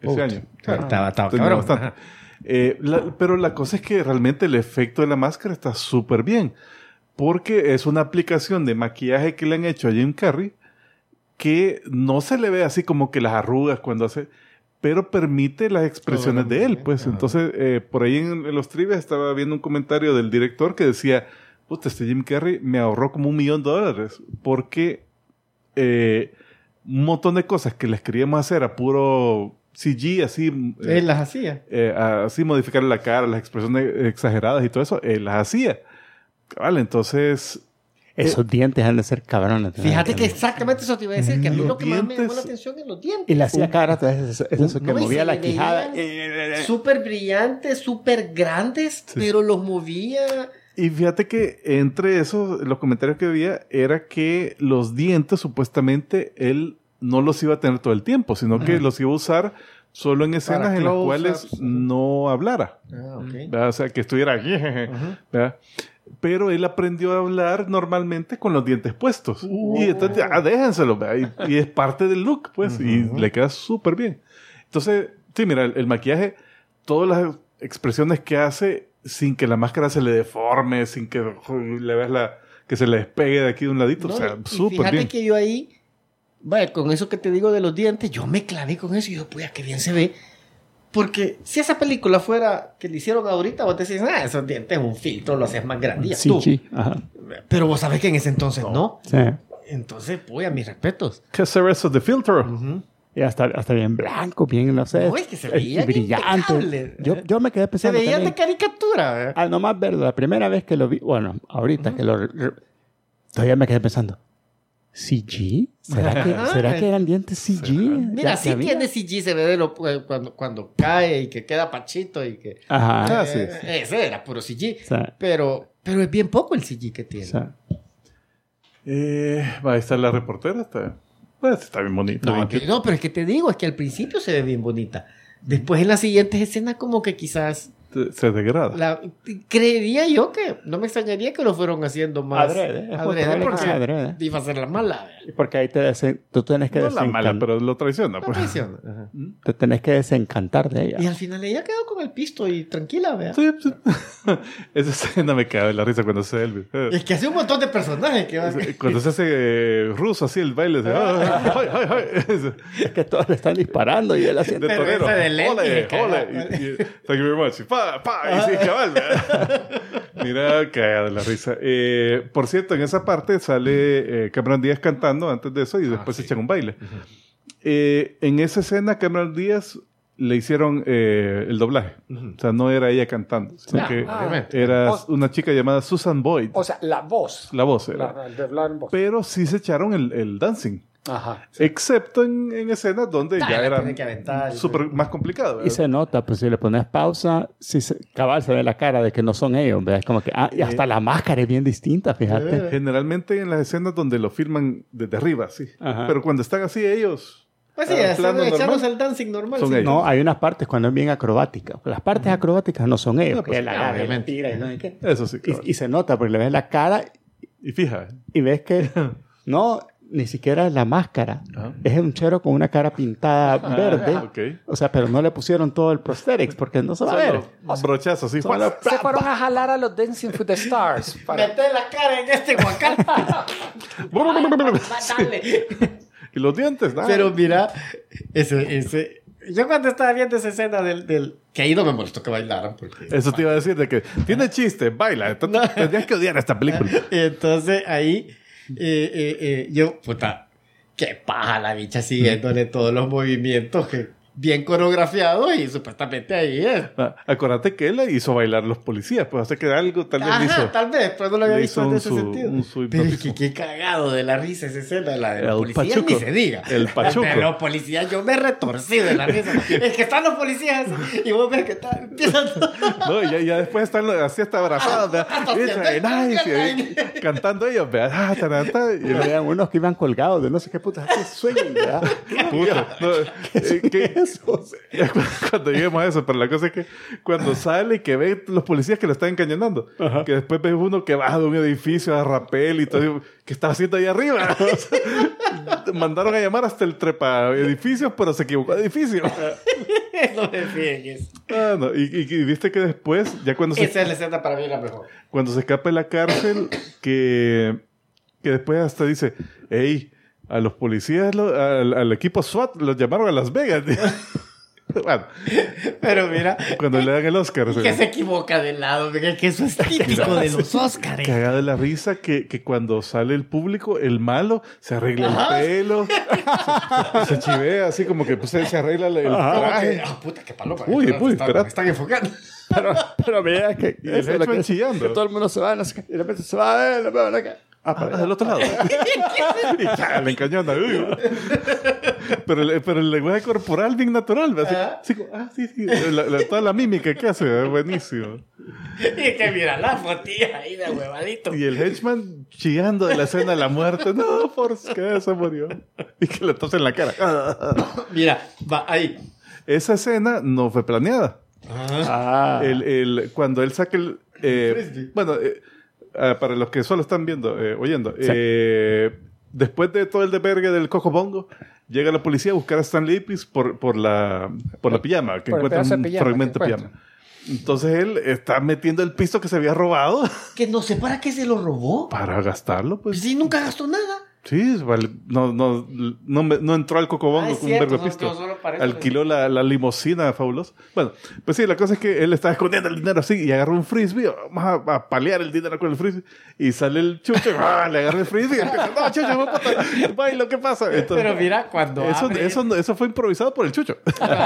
ese Puta. este año. Estaba- estaba Tenía cabrón. bastante. Eh, la- pero la cosa es que realmente el efecto de la máscara está súper bien. Porque es una aplicación de maquillaje que le han hecho a Jim Carrey que no se le ve así como que las arrugas cuando hace, pero permite las expresiones de él. Pues entonces, eh, por ahí en, en los trivias estaba viendo un comentario del director que decía, puta, este Jim Carrey me ahorró como un millón de dólares porque eh, un montón de cosas que les queríamos hacer a puro CG, así... eh, Él las hacía. eh, a- así modificar la cara, las expresiones exageradas y todo eso, él las hacía. Vale, entonces Esos dientes han de ser cabrones. Fíjate que exactamente eso te iba a decir, que a mí Ah, Los lo que más me llamó dientes- la atención es los dientes. Y la hacía cada rato, es eso, es eso que No, y movía se la le quijada. veían Súper brillantes, súper grandes, Sí. pero los movía. Y fíjate que entre esos, los comentarios que había era que los dientes supuestamente él no los iba a tener todo el tiempo, sino que los iba a usar solo en escenas en las close-ups, cuales ajá. no hablara. Ah, ok. ¿verdad? O sea, que estuviera aquí, jeje, ¿verdad? Pero él aprendió a hablar normalmente con los dientes puestos. Uh. Y entonces, ah, déjenselo, ¿verdad? Y, y es parte del look, pues, y le queda súper bien. Entonces, sí, mira, el, el maquillaje, todas las expresiones que hace sin que la máscara se le deforme, sin que jo, le veas la que se le despegue de aquí de un ladito, No, o sea, y súper fíjate bien. que yo ahí, vaya, con eso que te digo de los dientes, yo me clavé con eso y yo, pues, qué bien se ve. Porque si esa película fuera que le hicieron ahorita, vos decís, ah, esos dientes es un filtro, lo haces más grande. y ya tú". CG. Ajá. Pero vos sabés que en ese entonces no. Sí. Entonces, pues, a mis respetos. ¿Qué hacer eso de filtro? Ujú. Y hasta, hasta bien blanco, bien, no sé. eh, No, es que se veía y brillante. impecable. Yo, yo me quedé Se pensando. veían también, Ah, de caricatura. ¿eh? ¿verdad? al nomás verlo, la primera vez que lo vi, bueno, ahorita que lo. re- re- Todavía me quedé pensando. ¿CG? ¿Será que, Ajá. ¿será que eran dientes CG? Mira, Ya sí sabía. tiene CG, se ve de lo- eh, cuando, cuando cae y que queda pachito y que... Ajá. Ah, sí, Eh, Ese era puro CG. O sea, Pero, pero es bien poco el CG que o tiene. sea, Eh, ahí está la reportera, está, pues, está bien bonita. no, bien que- cute. no, pero es que te digo, es que al principio se ve bien bonita. Después en las siguientes escenas como que quizás... Se- se degrada. La, creería yo que... No me extrañaría que lo fueron haciendo más... Adrede, es adrede, probable que porque sea adrede. iba a ser la mala. ¿verdad? Porque ahí te desen- tú tienes que, No la desencan- mala, pero lo traiciona. No pues. presiona. Ajá. te tenés que desencantar de Y ella. al final ella quedó con el pisto y tranquila, ¿verdad? Sí, pues, [laughs] sí. Esa escena me cae la risa cuando se el [laughs] Es que hace un montón de personajes que van... Cuando se hace eh, ruso así el baile de, "Ay, ay, ay", [laughs] de Es [laughs] que todos le están disparando y él haciendo. Pero torero. esa de lente, Ole, cagado. ole. Y- y- Thank you very much. Y pa, pa, y sí, cabal. [laughs] Mira, cae de la risa. Eh, por cierto, en esa parte sale eh, Cameron Díaz cantando antes de eso y después se echan un baile. Eh, en esa escena, Cameron Díaz le hicieron eh, el doblaje. O sea, no era ella cantando, sino Ah, que ah. era Voz. una chica llamada Susan Boyd. O sea, la voz. La voz era. La- el de hablar en voz. Pero sí se echaron el, el dancing. Ajá. Excepto en, en escenas donde Ah, ya la era tiene que aventar y súper más complicado. Y ¿verdad? se nota, pues si le pones pausa, si se, cabal se ve la cara de que no son ellos, ¿verdad? Es como que, ah, y hasta la máscara es bien distinta, Eh. fíjate. Generalmente en las escenas donde lo filman desde arriba, sí. Ajá. Pero cuando están así ellos... Pues sí, Ah, hacer- plano echarnos normal. el dancing normal. Son sí. ellos. No, hay unas partes cuando es bien acrobática. Las partes acrobáticas no son ellos. No, pues, que él agarra y le obviamente. tira y no sé qué. Eso sí. cabal. Y, y se nota porque le ves la cara [laughs] Y, fija, y ves que no, ni siquiera es la máscara. Ajá. Es un chero con una cara pintada verde. Ah. ok. O sea, pero no le pusieron todo el prosthetics porque no se va a ver. Solo brochazos, sí. Solo- Se fueron a jalar a los Dancing with [laughs] the Stars. para- Mete la cara en este huacán. [laughs] Dale. Y los dientes, nada. Pero mira, Ese, ese. Yo cuando estaba viendo esa escena del. del que ahí no me molestó que bailaran. Porque, Eso te iba a decir de que tiene chiste, baila. Entonces, Tendrías que odiar esta película. Entonces [laughs] ahí. eh, eh, eh, yo, puta. Qué paja la bicha siguiéndole todos los movimientos. que- bien coreografiado y supuestamente ahí es. Ah, Acuérdate que él hizo bailar los policías, pues hace que algo tal vez Ajá, hizo. tal vez, pero no lo había le visto hizo en un ese su- sentido. un su pero es hipnotismo. que qué cagado de la risa esa escena, la de los El policías, pachuco. ni se diga. El pachuco. De los policías, yo me retorcí de la risa. es que están los policías así, y vos ves que están... empiezan- No, y ya, ya después están los- así hasta abrazados, ¿verdad? Y haciendo dicen, "Ay, el sí", ahí, cantando ellos, ¿verdad? Ah, tarán, tarán, y Y el- habían unos que iban colgados de no sé qué putas así sueñan, [laughs] ¿verdad? Puta, no, eh, que- cuando lleguemos a eso, pero la cosa es que cuando sale y que ve los policías que lo están encañonando, que después ves uno que baja de un edificio a rapel y todo, que está haciendo ahí arriba. [laughs] O sea, Mandaron a llamar hasta el trepa edificios, pero se equivocó de edificio. no me fíes. Ah, no, y, y- y viste que después, ya cuando se Esa es la escena para mí la mejor. cuando se escapa de la cárcel, que, que después hasta dice, hey, a los policías, lo- al, al equipo SWAT los llamaron a Las Vegas. [laughs] bueno, Pero mira, cuando le dan el Oscar. que se equivoca de lado, mira, que eso es típico de los [laughs] Óscares. Cagada de la risa que, que cuando sale el público, el malo se arregla el pelo, [laughs] se, se chivea así como que pues, se se arregla el Ah, traje. puta, qué paloma. Uy, Espérate, uy, están- espérate. Están enfocando. Pero, pero mira que, Y el eso es lo hecho que- chillando. que todo el mundo se va, no sé qué, y de repente se va, eh, no, no, no, que- Ah, Ah, para allá. del otro lado. [laughs] y ya, le encañona. uy. Pero, el- pero el lenguaje corporal bien natural. ¿ve? Así, así como, ah, sí, sí. La- la- toda la mímica que hace, es buenísimo. Y que mira la fotilla ahí de huevadito. Y el henchman chillando de la escena de la muerte. No, por qué se murió. Y que le tosen la cara. Mira, va ahí. Esa escena no fue planeada. Ah, [laughs] El, el- cuando él saca el... eh, bueno, eh, ah, para los que solo están viendo, eh, oyendo, eh, después de todo el desvergue del Coco Bongo, llega la policía a buscar a Stan Lipis por, por, la, por la pijama, que Por el encuentra pedazo de un pijama fragmento que de pijama. Entonces él está metiendo el piso que se había robado [laughs] que no sé para qué se lo robó. para gastarlo, pues. Sí, nunca gastó nada. Sí, vale, no, no, no, me- no entró al Coco Bongo Ah, es con un cierto, vergo de no, pisto. no, solo para eso. Alquiló la, la limusina fabulosa. Bueno, pues sí, la cosa es que él estaba escondiendo el dinero así y agarró un frisbee. Vamos a, a palear el dinero con el frisbee. Y sale el chucho [laughs] y ¡ah! le agarra el frisbee. Y empieza, no, chucho, vos, puta, bailo, ¿qué pasa? Entonces, Pero mira, cuando eso, abre- eso, eso fue improvisado por el chucho.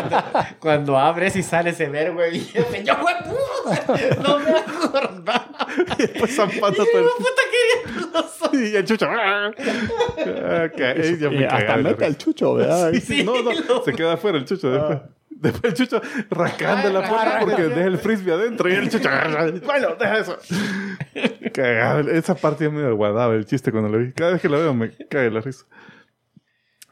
[laughs] Cuando abres y sale ese verbo y dice, yo fue puta, no me acordaba. y después zampando [laughs] todo el [laughs] Y el chucho. ¡ah! [laughs] Ok, yo me y cagaba hasta de la mete risa. al chucho, ¿verdad? [laughs] Sí, Ah, no, no, se queda afuera el chucho después. Ah. Después el chucho rascando la puerta porque deja el frisbee adentro y el chucho. [laughs] Bueno, deja eso. Cagado. Esa parte yo me aguardaba el chiste cuando lo vi. Cada vez que lo veo me cae la risa.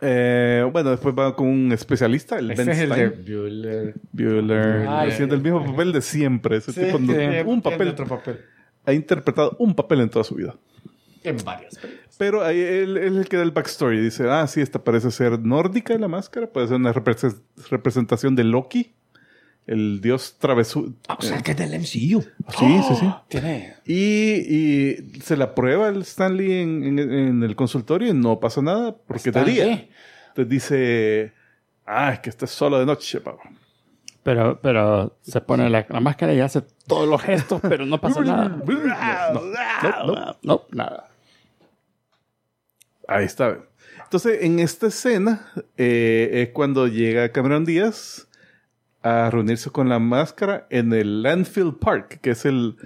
Eh, bueno, después va con un especialista, el Ben Stein. Bueller. Bueller. Ay, Haciendo el mismo papel de siempre. Ese Sí, tipo no- tiene- un tiene papel. otro papel. Ha interpretado un papel en toda su vida. En varias películas. Pero ahí él, él es el que da el backstory. Dice, ah, sí, esta parece ser nórdica la máscara. Puede ser una represe- representación de Loki, el dios travesú. Ah, O sea, que es del MCU. Sí, sí, ¡Ah! sí. Tiene. Y, y se la prueba el Stanley en, en- en el consultorio y no pasa nada porque te Stanley. día. Te dice, ah, es que estás solo de noche, papá. Pero, pero se pone la, la máscara y hace todos los gestos, pero [laughs] no pasa nada. No, no, no, nada. Ahí está. Entonces, en esta escena eh, es cuando llega Cameron Díaz a reunirse con la máscara en el Landfill Park, que es el,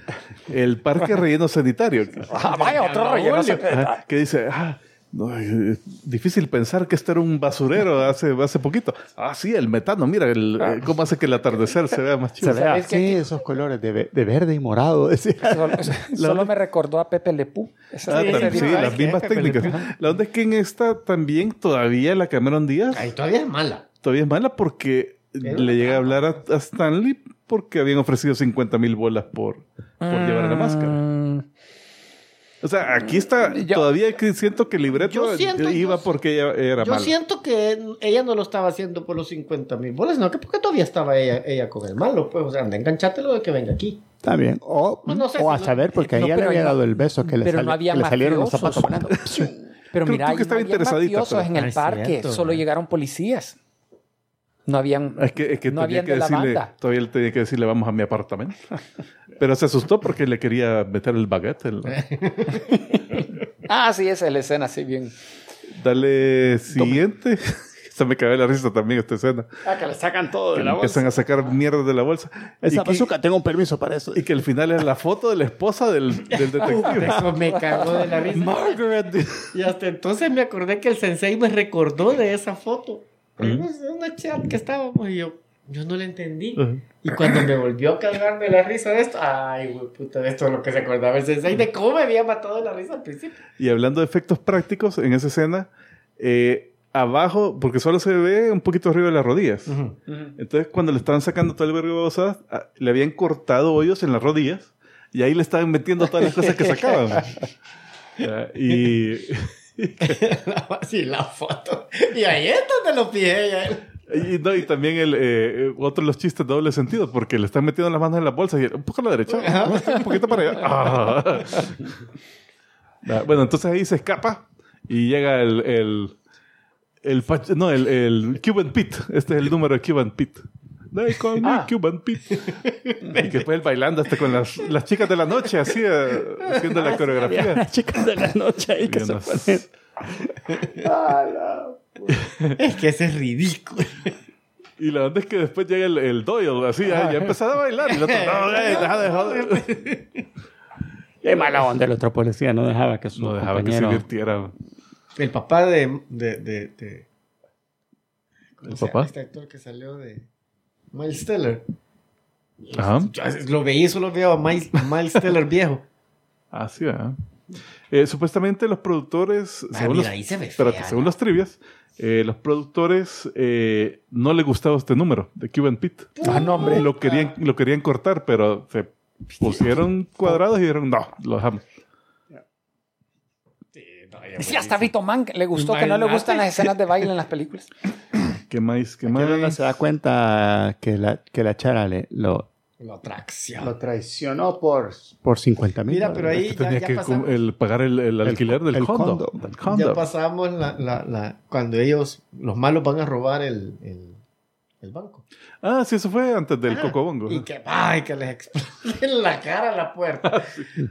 el parque relleno sanitario. Ah, vaya, otro relleno. Ajá, que dice, ah, no, eh, difícil pensar que esto era un basurero hace, hace poquito. Ah, sí, el metano, mira, el, eh, cómo hace que el atardecer se vea más chido. Se vea ¿Sabes qué? así esos colores de, ve- de verde y morado. decía. Solo, [laughs] solo me recordó a Pepe Lepú. Ah, también, sí, las mismas técnicas. La onda es que en esta también todavía la Cameron Díaz Ahí todavía es mala. todavía es mala porque le llega a hablar a, a Stanley porque habían ofrecido 50 mil bolas por, por llevar la máscara. O sea, aquí está. Mm. Yo- todavía que siento que el libreto Yo siento, iba yo- porque ella era Yo malo. siento que ella no lo estaba haciendo por los 50 mil bolas, sino que porque todavía estaba ella, ella con el malo. Pues, o sea, anda, enganchátelo de que venga aquí. Está bien. O, No, no sé o a si no- saber, porque no, ella le pero había no- dado el beso que le, pero sal- no había que le salieron los mafiosos. zapatos volando. [laughs] Pero Creo- creo mira, que ahí estaba no había interesadita, mafiosos pero- en el Ah, es parque, cierto, solo man. llegaron policías. No habían Es que, es que no tenía habían que de la decirle, banda. todavía él tenía que decirle, vamos a mi apartamento. [laughs] Pero se asustó porque le quería meter el baguette. [laughs] el- Ah, sí, esa es la escena, sí, bien. Dale siguiente. [laughs] Se me cayó la risa también esta escena. Ah, que le sacan Oh, todo Que le empiezan a sacar mierda de la bolsa. Esa y, que, bazooka, tengo un permiso para eso. y que al final es la foto de la esposa del, [laughs] del detective. Eso [laughs] me cagó de la risa. Margaret. Y hasta entonces me acordé que el sensei me recordó de esa foto. En una chat que estábamos y yo, yo no la entendí. Y cuando me volvió a cargar de la risa de esto, ay, güey, puta, de esto es lo que se acordaba el sensei, de cómo me había matado de la risa al principio. Y hablando de efectos prácticos en esa escena, eh, abajo, porque solo se ve un poquito arriba de las rodillas. [laughs] Entonces, cuando le estaban sacando todo el verbo de cosas, ah, le habían cortado hoyos en las rodillas y ahí le estaban metiendo todas las cosas que sacaban. Ya, y, Así la foto. Y ahí es donde lo pide ella. y, no, y también el, eh, eh, otro de los chistes de doble sentido, porque le están metiendo las manos en la bolsa y él, un poco a la derecha, un poquito para allá. Ah. Ya, Bueno, entonces ahí se escapa y llega el. el el fach- no, el, el Cuban Pete. Este es el número de Cuban Pete. They call me Cuban Pete. Y que fue él bailando hasta con las, las chicas de la noche, así, eh, haciendo la coreografía. Las chicas de la noche [laughs] ahí que Yo se no ponen. sé. Es que ese es ridículo. Y la onda es que después llega el, el Doyle, así, ah, ya empezaba a bailar. Y el otro, no, ey, deja de joder. Qué mala onda el otro policía, no dejaba que su No dejaba que se compañero- divirtiera. El papá de. de, de, de- ¿El o sea, papá? Este actor que salió de. Miles Teller. Ajá. Yo Lo veía y solo veo a Miles, [laughs] Miles Teller viejo. Así, Ah, ¿verdad? Eh, supuestamente los productores, Ah, según, mira, los, ahí se ve espérate, fea, según ¿no? las trivias, eh, los productores eh, no les gustaba este número de Cuban Pete. Ah, no, hombre. Lo querían, lo querían cortar, pero se pusieron cuadrados y dijeron, no, lo dejamos. Sí, hasta Vito Mank le gustó que no le Imagínate. gustan las escenas de baile en las películas. ¿Qué más? ¿Qué Que no más? se da cuenta que la, que la chara le, lo, La atracción. lo traicionó por, por 50 mil. Mira, pero ahí ya, Tenía ya que pasamos, el, pagar el, el alquiler del el condo. condo. Del ya condo. pasamos la, la, la, cuando ellos, los malos, van a robar el, el, el banco. Ah, sí, eso fue antes del Ajá. Cocobongo. Y que, ay, que les explotó en la cara [laughs] la Ah, puerta.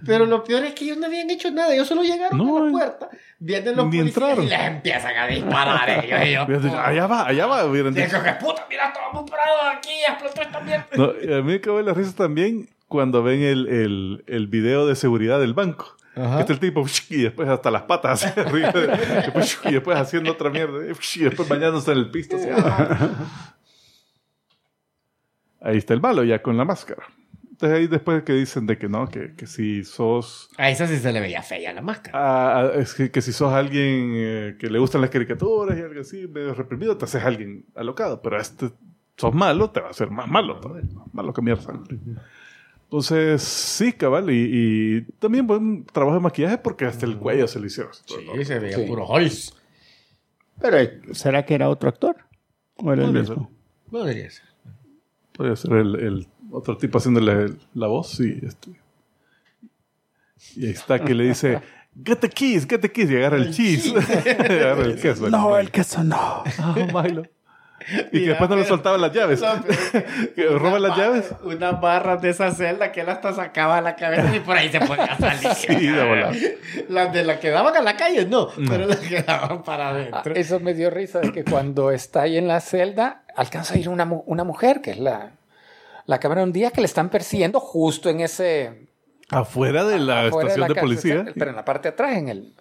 Pero lo peor es que ellos no habían hecho nada. Ellos solo llegaron No, a eh. la puerta. Vienen los Ni policías entraron. y les empiezan a disparar ellos. Y yo, Hubieran dicho, Allá va, allá va. hubieran dicho. "Hijo de puta, mira, todo parado aquí, explotó [laughs] esta mierda. No, y a mí me cabe la risa también cuando ven el, el, el video de seguridad del banco. Que está el tipo [laughs] y después hasta las patas hacia arriba, [laughs] después, y después haciendo otra mierda y [laughs] después bañándose en el pisto. así. Ahí está el malo ya con la máscara. Entonces ahí después que dicen de que no, que, que si sos A esa sí se le veía fea la máscara. ah, ah, es que, que si sos alguien eh, que le gustan las caricaturas y algo así, medio reprimido, te haces alguien alocado. Pero este, sos malo, te va a hacer más malo todavía, más malo que mierda. Entonces, sí, cabal. Y, y también buen trabajo de maquillaje porque hasta el cuello se le hicieron. Sí, se veía Sí. puro Holz. Pero, ¿será que era otro actor? ¿O era el Podría mismo? Podría ser. Podría ser el, el otro tipo haciéndole la voz y este. Y ahí está que le dice, get the keys, get the keys, y agarra el, cheese. [laughs] agarra el queso. No, el queso no. Ah, Milo. Y que Mira, después no le pero- soltaban las llaves. No, [laughs] Que roba Una las [laughs] ba- llaves. Unas barras de esa celda que él hasta sacaba la cabeza y por ahí se podía salir. Sí, de volar. Las de las que daban a la calle, no, pero las que daban para Ah, adentro. Eso me dio risa de que cuando está ahí en la celda alcanza a ir una, mu- una mujer, que es la, la cámara un día que le están persiguiendo justo en ese... Afuera de la afuera estación de, casa, policía. Pero en la parte de atrás, en el,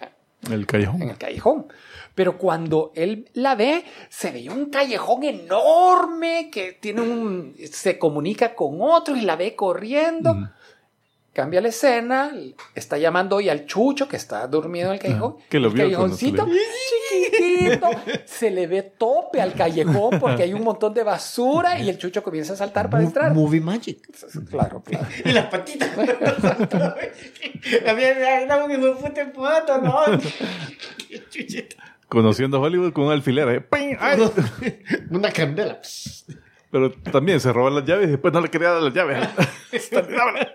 El en callejón. el callejón. Pero cuando él la ve, se veía un callejón enorme que tiene un, se comunica con otro y la ve corriendo. Cambia la escena, está llamando hoy al chucho que está dormido en el callejón. Ah, que lo el vio cuando se callejoncito, chiquitito, se le ve tope al callejón porque hay un montón de basura y el chucho comienza a saltar para entrar. Movie Magic. Claro, claro. Y las [laughs] patitas. También me agarraba mi hijo de puta en foto, ¿no? Qué chucheta. Conociendo Hollywood con un alfiler. ahí, ¡ping! ¡Ay! Una candela. Pero también se roban las llaves y después no le quería dar las llaves. Está- dámela.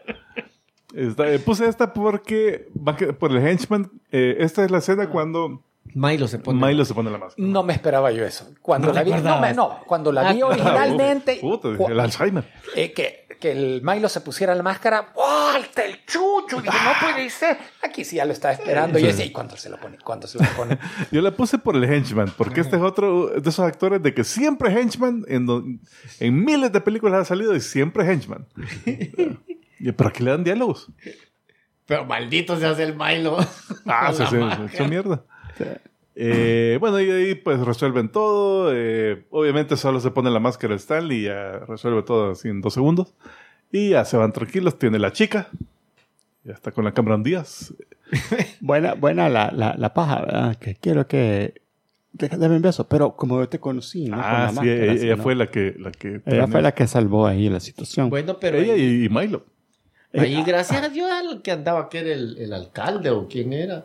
Está- eh, puse esta porque, va que- por el henchman, eh, esta es la escena cuando Milo se pone. Milo se pone la máscara. No me esperaba yo eso. Cuando No la te vi, no, acordabas. me- no, cuando la vi originalmente, Ah, Puta, cu- el Alzheimer. eh, que, que el Milo se pusiera la máscara, ¡oh, está el chucho! Dije, Ah. no puede ser. Aquí sí ya lo estaba esperando. Y yo decía, ¿y cuándo se lo pone? ¿Cuándo se lo pone? Yo la puse por el henchman, porque este es otro de esos actores de que siempre es henchman, en, don- en miles de películas ha salido y siempre [laughs] es henchman. ¿Y para qué le dan diálogos? [laughs] Pero maldito se hace el [laughs] Milo. Ah, se, se, se echó mierda. Eh, bueno, y de ahí pues resuelven todo. eh, obviamente solo se pone la máscara de Stanley y ya resuelve todo así en dos segundos. Y ya se van tranquilos. Tiene la chica. Ya está con la Cameron Díaz. [laughs] Buena, buena la, la, la paja, ¿verdad? Que quiero que. Deja- Dame un beso, pero como yo te conocí, ¿no? Con ah, la sí, máscara, ella, así, ella ¿no? fue la que... La que Ella fue la que salvó ahí la situación. Bueno, pero Ella ahí, y, y Milo. ahí, gracias a Dios al que andaba, que era el, el alcalde o quién era.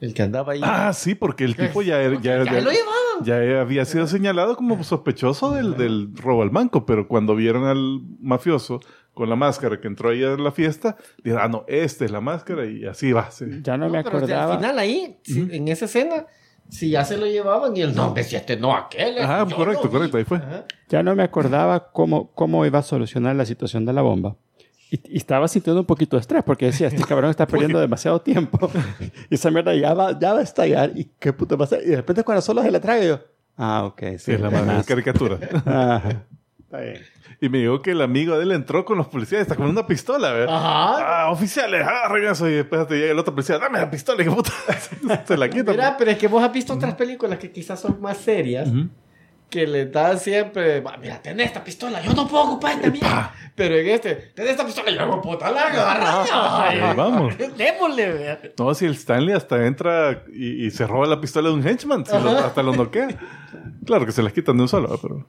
El que andaba ahí. Ah, sí, porque el tipo ya, era- ya, ya lo ya, llevaban. ya había sido señalado como sospechoso del, del robo al banco, pero cuando vieron al mafioso con la máscara que entró ahí a la fiesta, dijeron, ah, no, esta es la máscara y así va. sí. ya no, me No, pero si acordaba. Al final ahí, si- en esa escena, si ya se lo llevaban y el nombre, si este no, aquel. Ajá, yo correcto, lo vi". correcto, ahí fue. Ajá. Ya no me acordaba cómo, cómo iba a solucionar la situación de la bomba. Y, y estaba sintiendo un poquito de estrés porque decía, este cabrón está perdiendo demasiado tiempo. [laughs] y esa mierda ya va, ya va a estallar. ¿Y qué puto va a hacer? Y de repente cuando solo se la traga yo, ah, ok, sí. Sí, es la más caricatura. [laughs] Ajá. Está bien. Y me dijo que el amigo de él entró con los policías, está con una pistola, ¿verdad? Ajá. Ah, oficiales, ah, regreso. Y después te llega el otro policía, dame la pistola, que puta. [laughs] Se la quita. Mira, pero es que vos has visto otras películas que quizás son más serias, Ujú. que le dan siempre, "Va, mira, ten esta pistola, yo no puedo ocupar esta mía. Pero en este, ten esta pistola, yo hago puta la Ahí agarra. vamos. Démosle, vea. No, si el Stanley hasta entra y, y se roba la pistola de un henchman, si lo- hasta lo noquea. Claro que se las quitan de un solo, pero...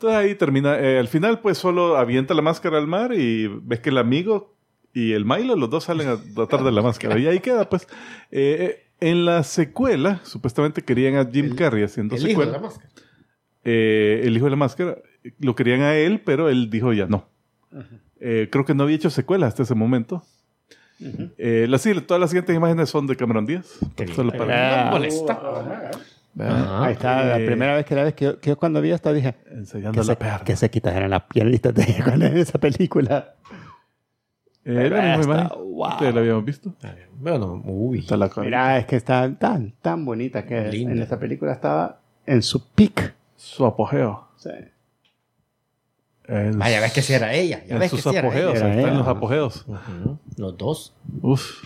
Entonces ahí termina. eh, al final, pues solo avienta la máscara al mar y ves que el amigo y el Milo, los dos salen a tratar de la máscara. Y ahí queda, pues. Eh, eh, en la secuela, supuestamente querían a Jim Carrey haciendo El hijo de secuela. la máscara. Eh, el hijo de la máscara, eh, lo querían a él, pero él dijo ya no. Eh, creo que no había hecho secuela hasta ese momento. Eh, las- sí, todas las siguientes imágenes son de Cameron Díaz. Solo para- Ah, Ajá. ahí está, Eh, la primera vez que la ves que yo, que yo cuando vi esto dije, enseñando que la se, perra. que se quitaran las piernitas de [laughs] ella con esa película. Eh, era la misma Esta, imagen. wow. Ustedes la habíamos visto. Bueno, uy. Está la cara. Mira, es que está tan, tan bonita que es. Linda. en esta película estaba en su peak. Su apogeo. O sea, En- Vaya, ves que si era ella. Ah, Ya en ves que sus sí era apogeos. ella. Era ahí están ella, los ajá. apogeos. Ujú. Los dos. Uf.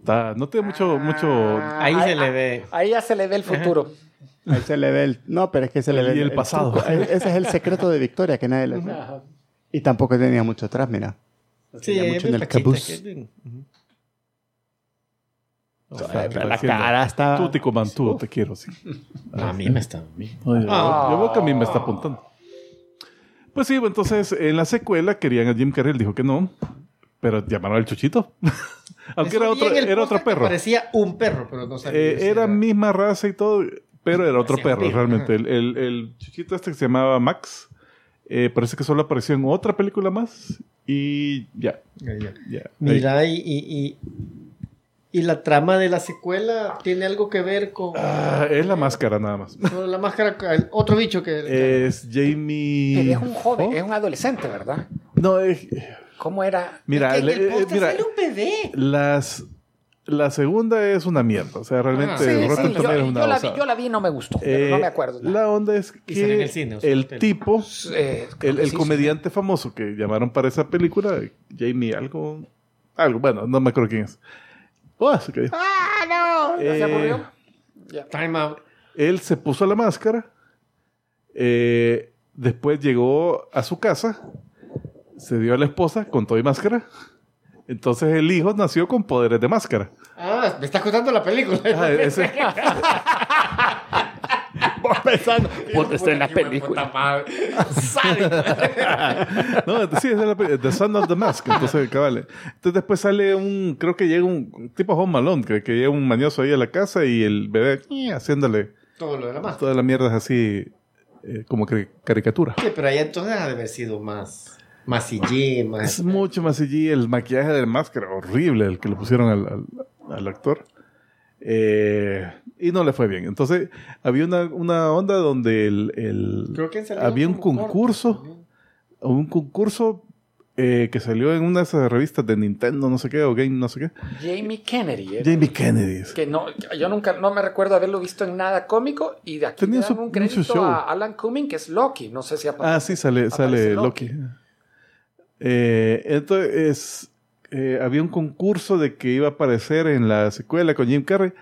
Está, no tiene mucho, mucho. Ahí se le ve. ah, Ahí ya se le ve el futuro. Ahí se le ve el. No, pero es que se le El- ve y el pasado. truco. [laughs] E- Ese es el secreto de Victoria que nadie le Y tampoco tenía mucho atrás, mira. Sí, tenía mucho en bien el paquita, cabuz. que- ujú. o sea, Ay, pero la haciendo- cara estaba. Tú te comantú, te quiero, sí. Ah, Ah, A mí me está. a mí. Oye, Yo veo que a mí me está Ah. apuntando. Pues sí, bueno, entonces en la secuela querían a Jim Carrey, él dijo que no, pero llamaron al Chuchito. [laughs] Aunque era Eso vi otro, en el era otro póster que perro. Parecía un perro, pero no sabía. Eh, si era misma raza y todo, pero era otro Parecía perro, un perro. realmente. El, el- el Chuchito este que se llamaba Max, eh, parece que solo apareció en otra película más y ya, Ahí ya. ya. Mira, y, y, y, y la trama de la secuela tiene algo que ver con Ah, es la máscara nada más. con la máscara, con el otro bicho que. Es Jamie... Pero es un joven, Foxx. es un adolescente, ¿verdad? No, es... ¿Cómo era? Mira, Es que en le- el eh, póster mira, sale un bebé. Las, la segunda es una mierda. O sea, realmente Ah, Sí, el Rotten sí, yo, eh, Tomatoes es yo una la vi, osada. yo la vi y no me gustó, pero no Eh, me acuerdo. nada. La onda es Y sale en que el cine, o sea, el el- tipo, Eh, creo el, que el sí, comediante famoso que llamaron para esa película, Jamie algo, algo, bueno, no me acuerdo quién es. Oh, eso que dijo. sí. ¡Ah, ¿Se Eh, aburrió? Ya. Time out. él se puso la máscara. eh, después llegó a su casa. se dio a la esposa con todo y máscara. Entonces el hijo nació con poderes de máscara. Ah, me estás contando la [laughs] película. Ah, ese- Vos pensando, vos te en la película. no, sí, esa es la peli- The Son of the Mask. Entonces, cabale. Entonces después sale un, creo que llega un tipo Home Malone, que, que llega un mañoso ahí a la casa y el bebé eh, haciéndole Todo lo de la máscara. todas las mierdas así eh, como que caricatura. Sí, pero ahí entonces ha de haber sido más. Más CG, más. Es mucho más allí el maquillaje de máscara, horrible el que le pusieron al, al- al actor. Eh, y no le fue bien. Entonces, había una, una onda donde el, el- Creo que salió había un como corto concurso, también. un concurso eh, que salió en una de esas revistas de Nintendo, no sé qué, o Game, no sé qué. Jamie Kennedy. ¿eh? era. Jamie Kennedy. es. que no, yo nunca, no me recuerdo haberlo visto en nada cómico y de aquí Tenía le dan su- un tenía su crédito show. a Alan Cumming que es Loki, no sé si Ah, aparece. sí, sale, sale aparece Loki. Loki. Eh, entonces, eh, había un concurso de que iba a aparecer en la secuela con Jim Carrey,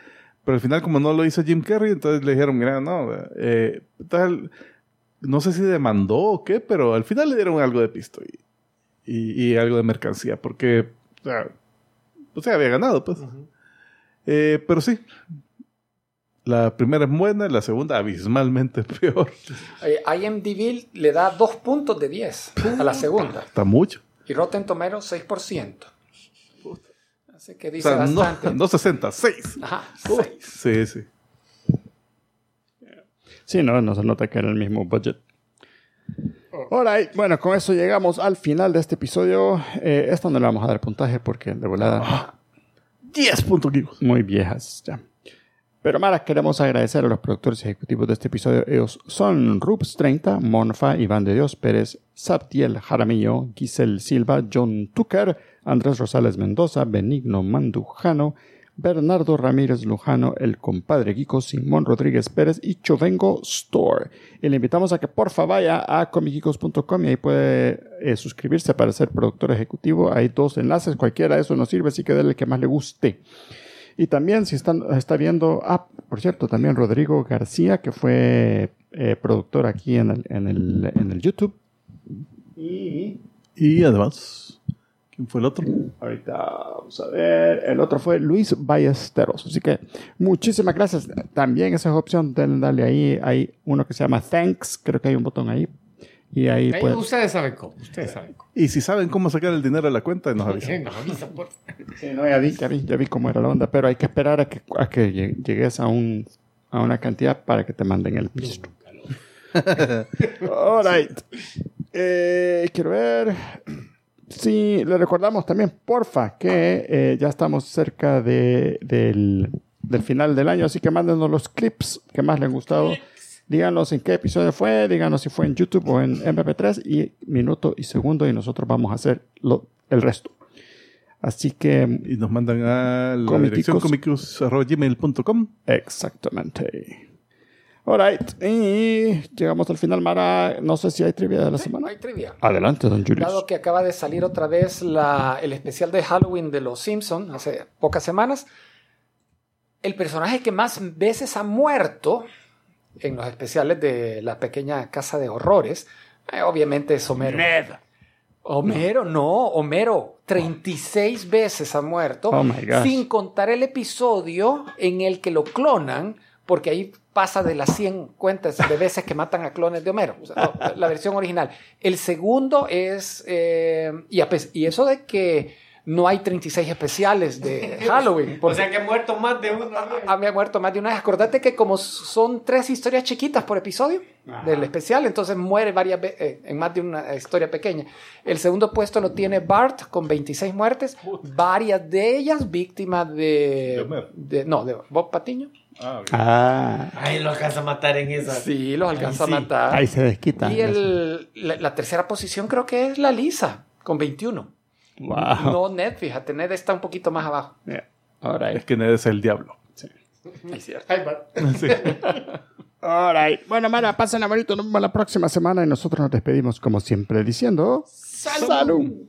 pero al final, como no lo hizo Jim Carrey, entonces le dijeron, mira, no, eh, tal, no sé si demandó o qué, pero al final le dieron algo de pisto y, y- y algo de mercancía, porque, o sea, o sea, había ganado, pues. Eh, pero sí. La primera es buena, la segunda abismalmente [laughs] peor. Eh, IMDb le da dos puntos de 10 a la segunda Está mucho. y Rotten Tomatoes 6%. Así que O dice sea, no, bastante. no 60, 6. Ajá, sí. Sí, sí. Sí, no, no se nota que era el mismo budget. Alright, bueno, con eso llegamos al final de este episodio. Eh, esta no le vamos a dar puntaje porque de Ah. volada 10 puntos, Kiko. muy viejas ya. Pero Mara, queremos agradecer a los productores ejecutivos de este episodio. Ellos son Rups30, Monfa, Iván de Dios Pérez, Saptiel Jaramillo, Giselle Silva, John Tucker, Andrés Rosales Mendoza, Benigno Mandujano, Bernardo Ramírez Lujano, el compadre Guico, Simón Rodríguez Pérez y Chovengo Store. Y le invitamos a que porfa vaya a comicicos.com y ahí puede eh, suscribirse para ser productor ejecutivo. Hay dos enlaces, cualquiera de esos nos sirve, así que dale el que más le guste. Y también si están, está viendo, ah, por cierto, también Rodrigo García, que fue eh, productor aquí en el, en el, en el YouTube. Y además, ¿quién fue el otro? Ahorita vamos a ver. El otro fue Luis Ballesteros. Así que muchísimas gracias. También esa es opción. denle- Dale ahí. Hay uno que se llama Thanks. Creo que hay un botón ahí. Y ahí Ahí pues. ustedes saben cómo. Ustedes saben cómo. Y si saben cómo sacar el dinero de la cuenta, nos avisan. Nos avisan, por favor. ya vi, ya vi, ya vi cómo era la onda. Pero hay que esperar a que, a que llegue- llegues a, un, a una cantidad para que te manden el piso. [laughs] All right. Eh, quiero ver. Sí, le recordamos también, porfa, que eh, ya estamos cerca de- del, del final del año, así que mándenos los clips que más les han gustado. Díganos en qué episodio fue, díganos si fue en YouTube o en MP3 y minuto y segundo y nosotros vamos a hacer lo- el resto. Así que, Y nos mandan a la Comicicos. dirección comicus.gmail.com. exactamente. All right, y llegamos al final, Mara. No sé si hay trivia de la Sí, semana. hay trivia. Adelante, don Dado Julius. que acaba de salir otra vez la- el especial de Halloween de Los Simpson hace pocas semanas, el personaje que más veces ha muerto en los especiales de la pequeña casa de horrores, eh, obviamente es Homero. Homero, no. Homero, 36 veces ha muerto, Oh my gosh. sin contar el episodio en el que lo clonan, porque ahí pasa de las 100 cuentas de veces que matan a clones de Homero, O sea, no, la versión original. El segundo es, eh, y, a pes- y eso de que no hay 36 especiales de Halloween, [laughs] O porque Ah, sea que ha muerto más de uno. a- había muerto más de una vez. Acordate que como son tres historias chiquitas por episodio del especial, entonces muere varias ve- eh, en más de una historia pequeña. El segundo puesto lo tiene Bart con 26 muertes, varias de ellas víctimas De de, Homero. de- no de Bob Patiño. Ah, Ay, lo alcanza a matar en esa. Sí, los alcanza sí. a matar. ahí se desquita. y el- la, la tercera posición creo que es la Lisa con 21. Wow. No Ned, fíjate, Ned está un poquito más abajo. All Es right. que Ned es el diablo. [laughs] Es cierto. Ay, va. Sí. All right. Bueno, Mara, pasen a bonito. Nos vemos la próxima semana y nosotros nos despedimos como siempre diciendo... ¡Salud!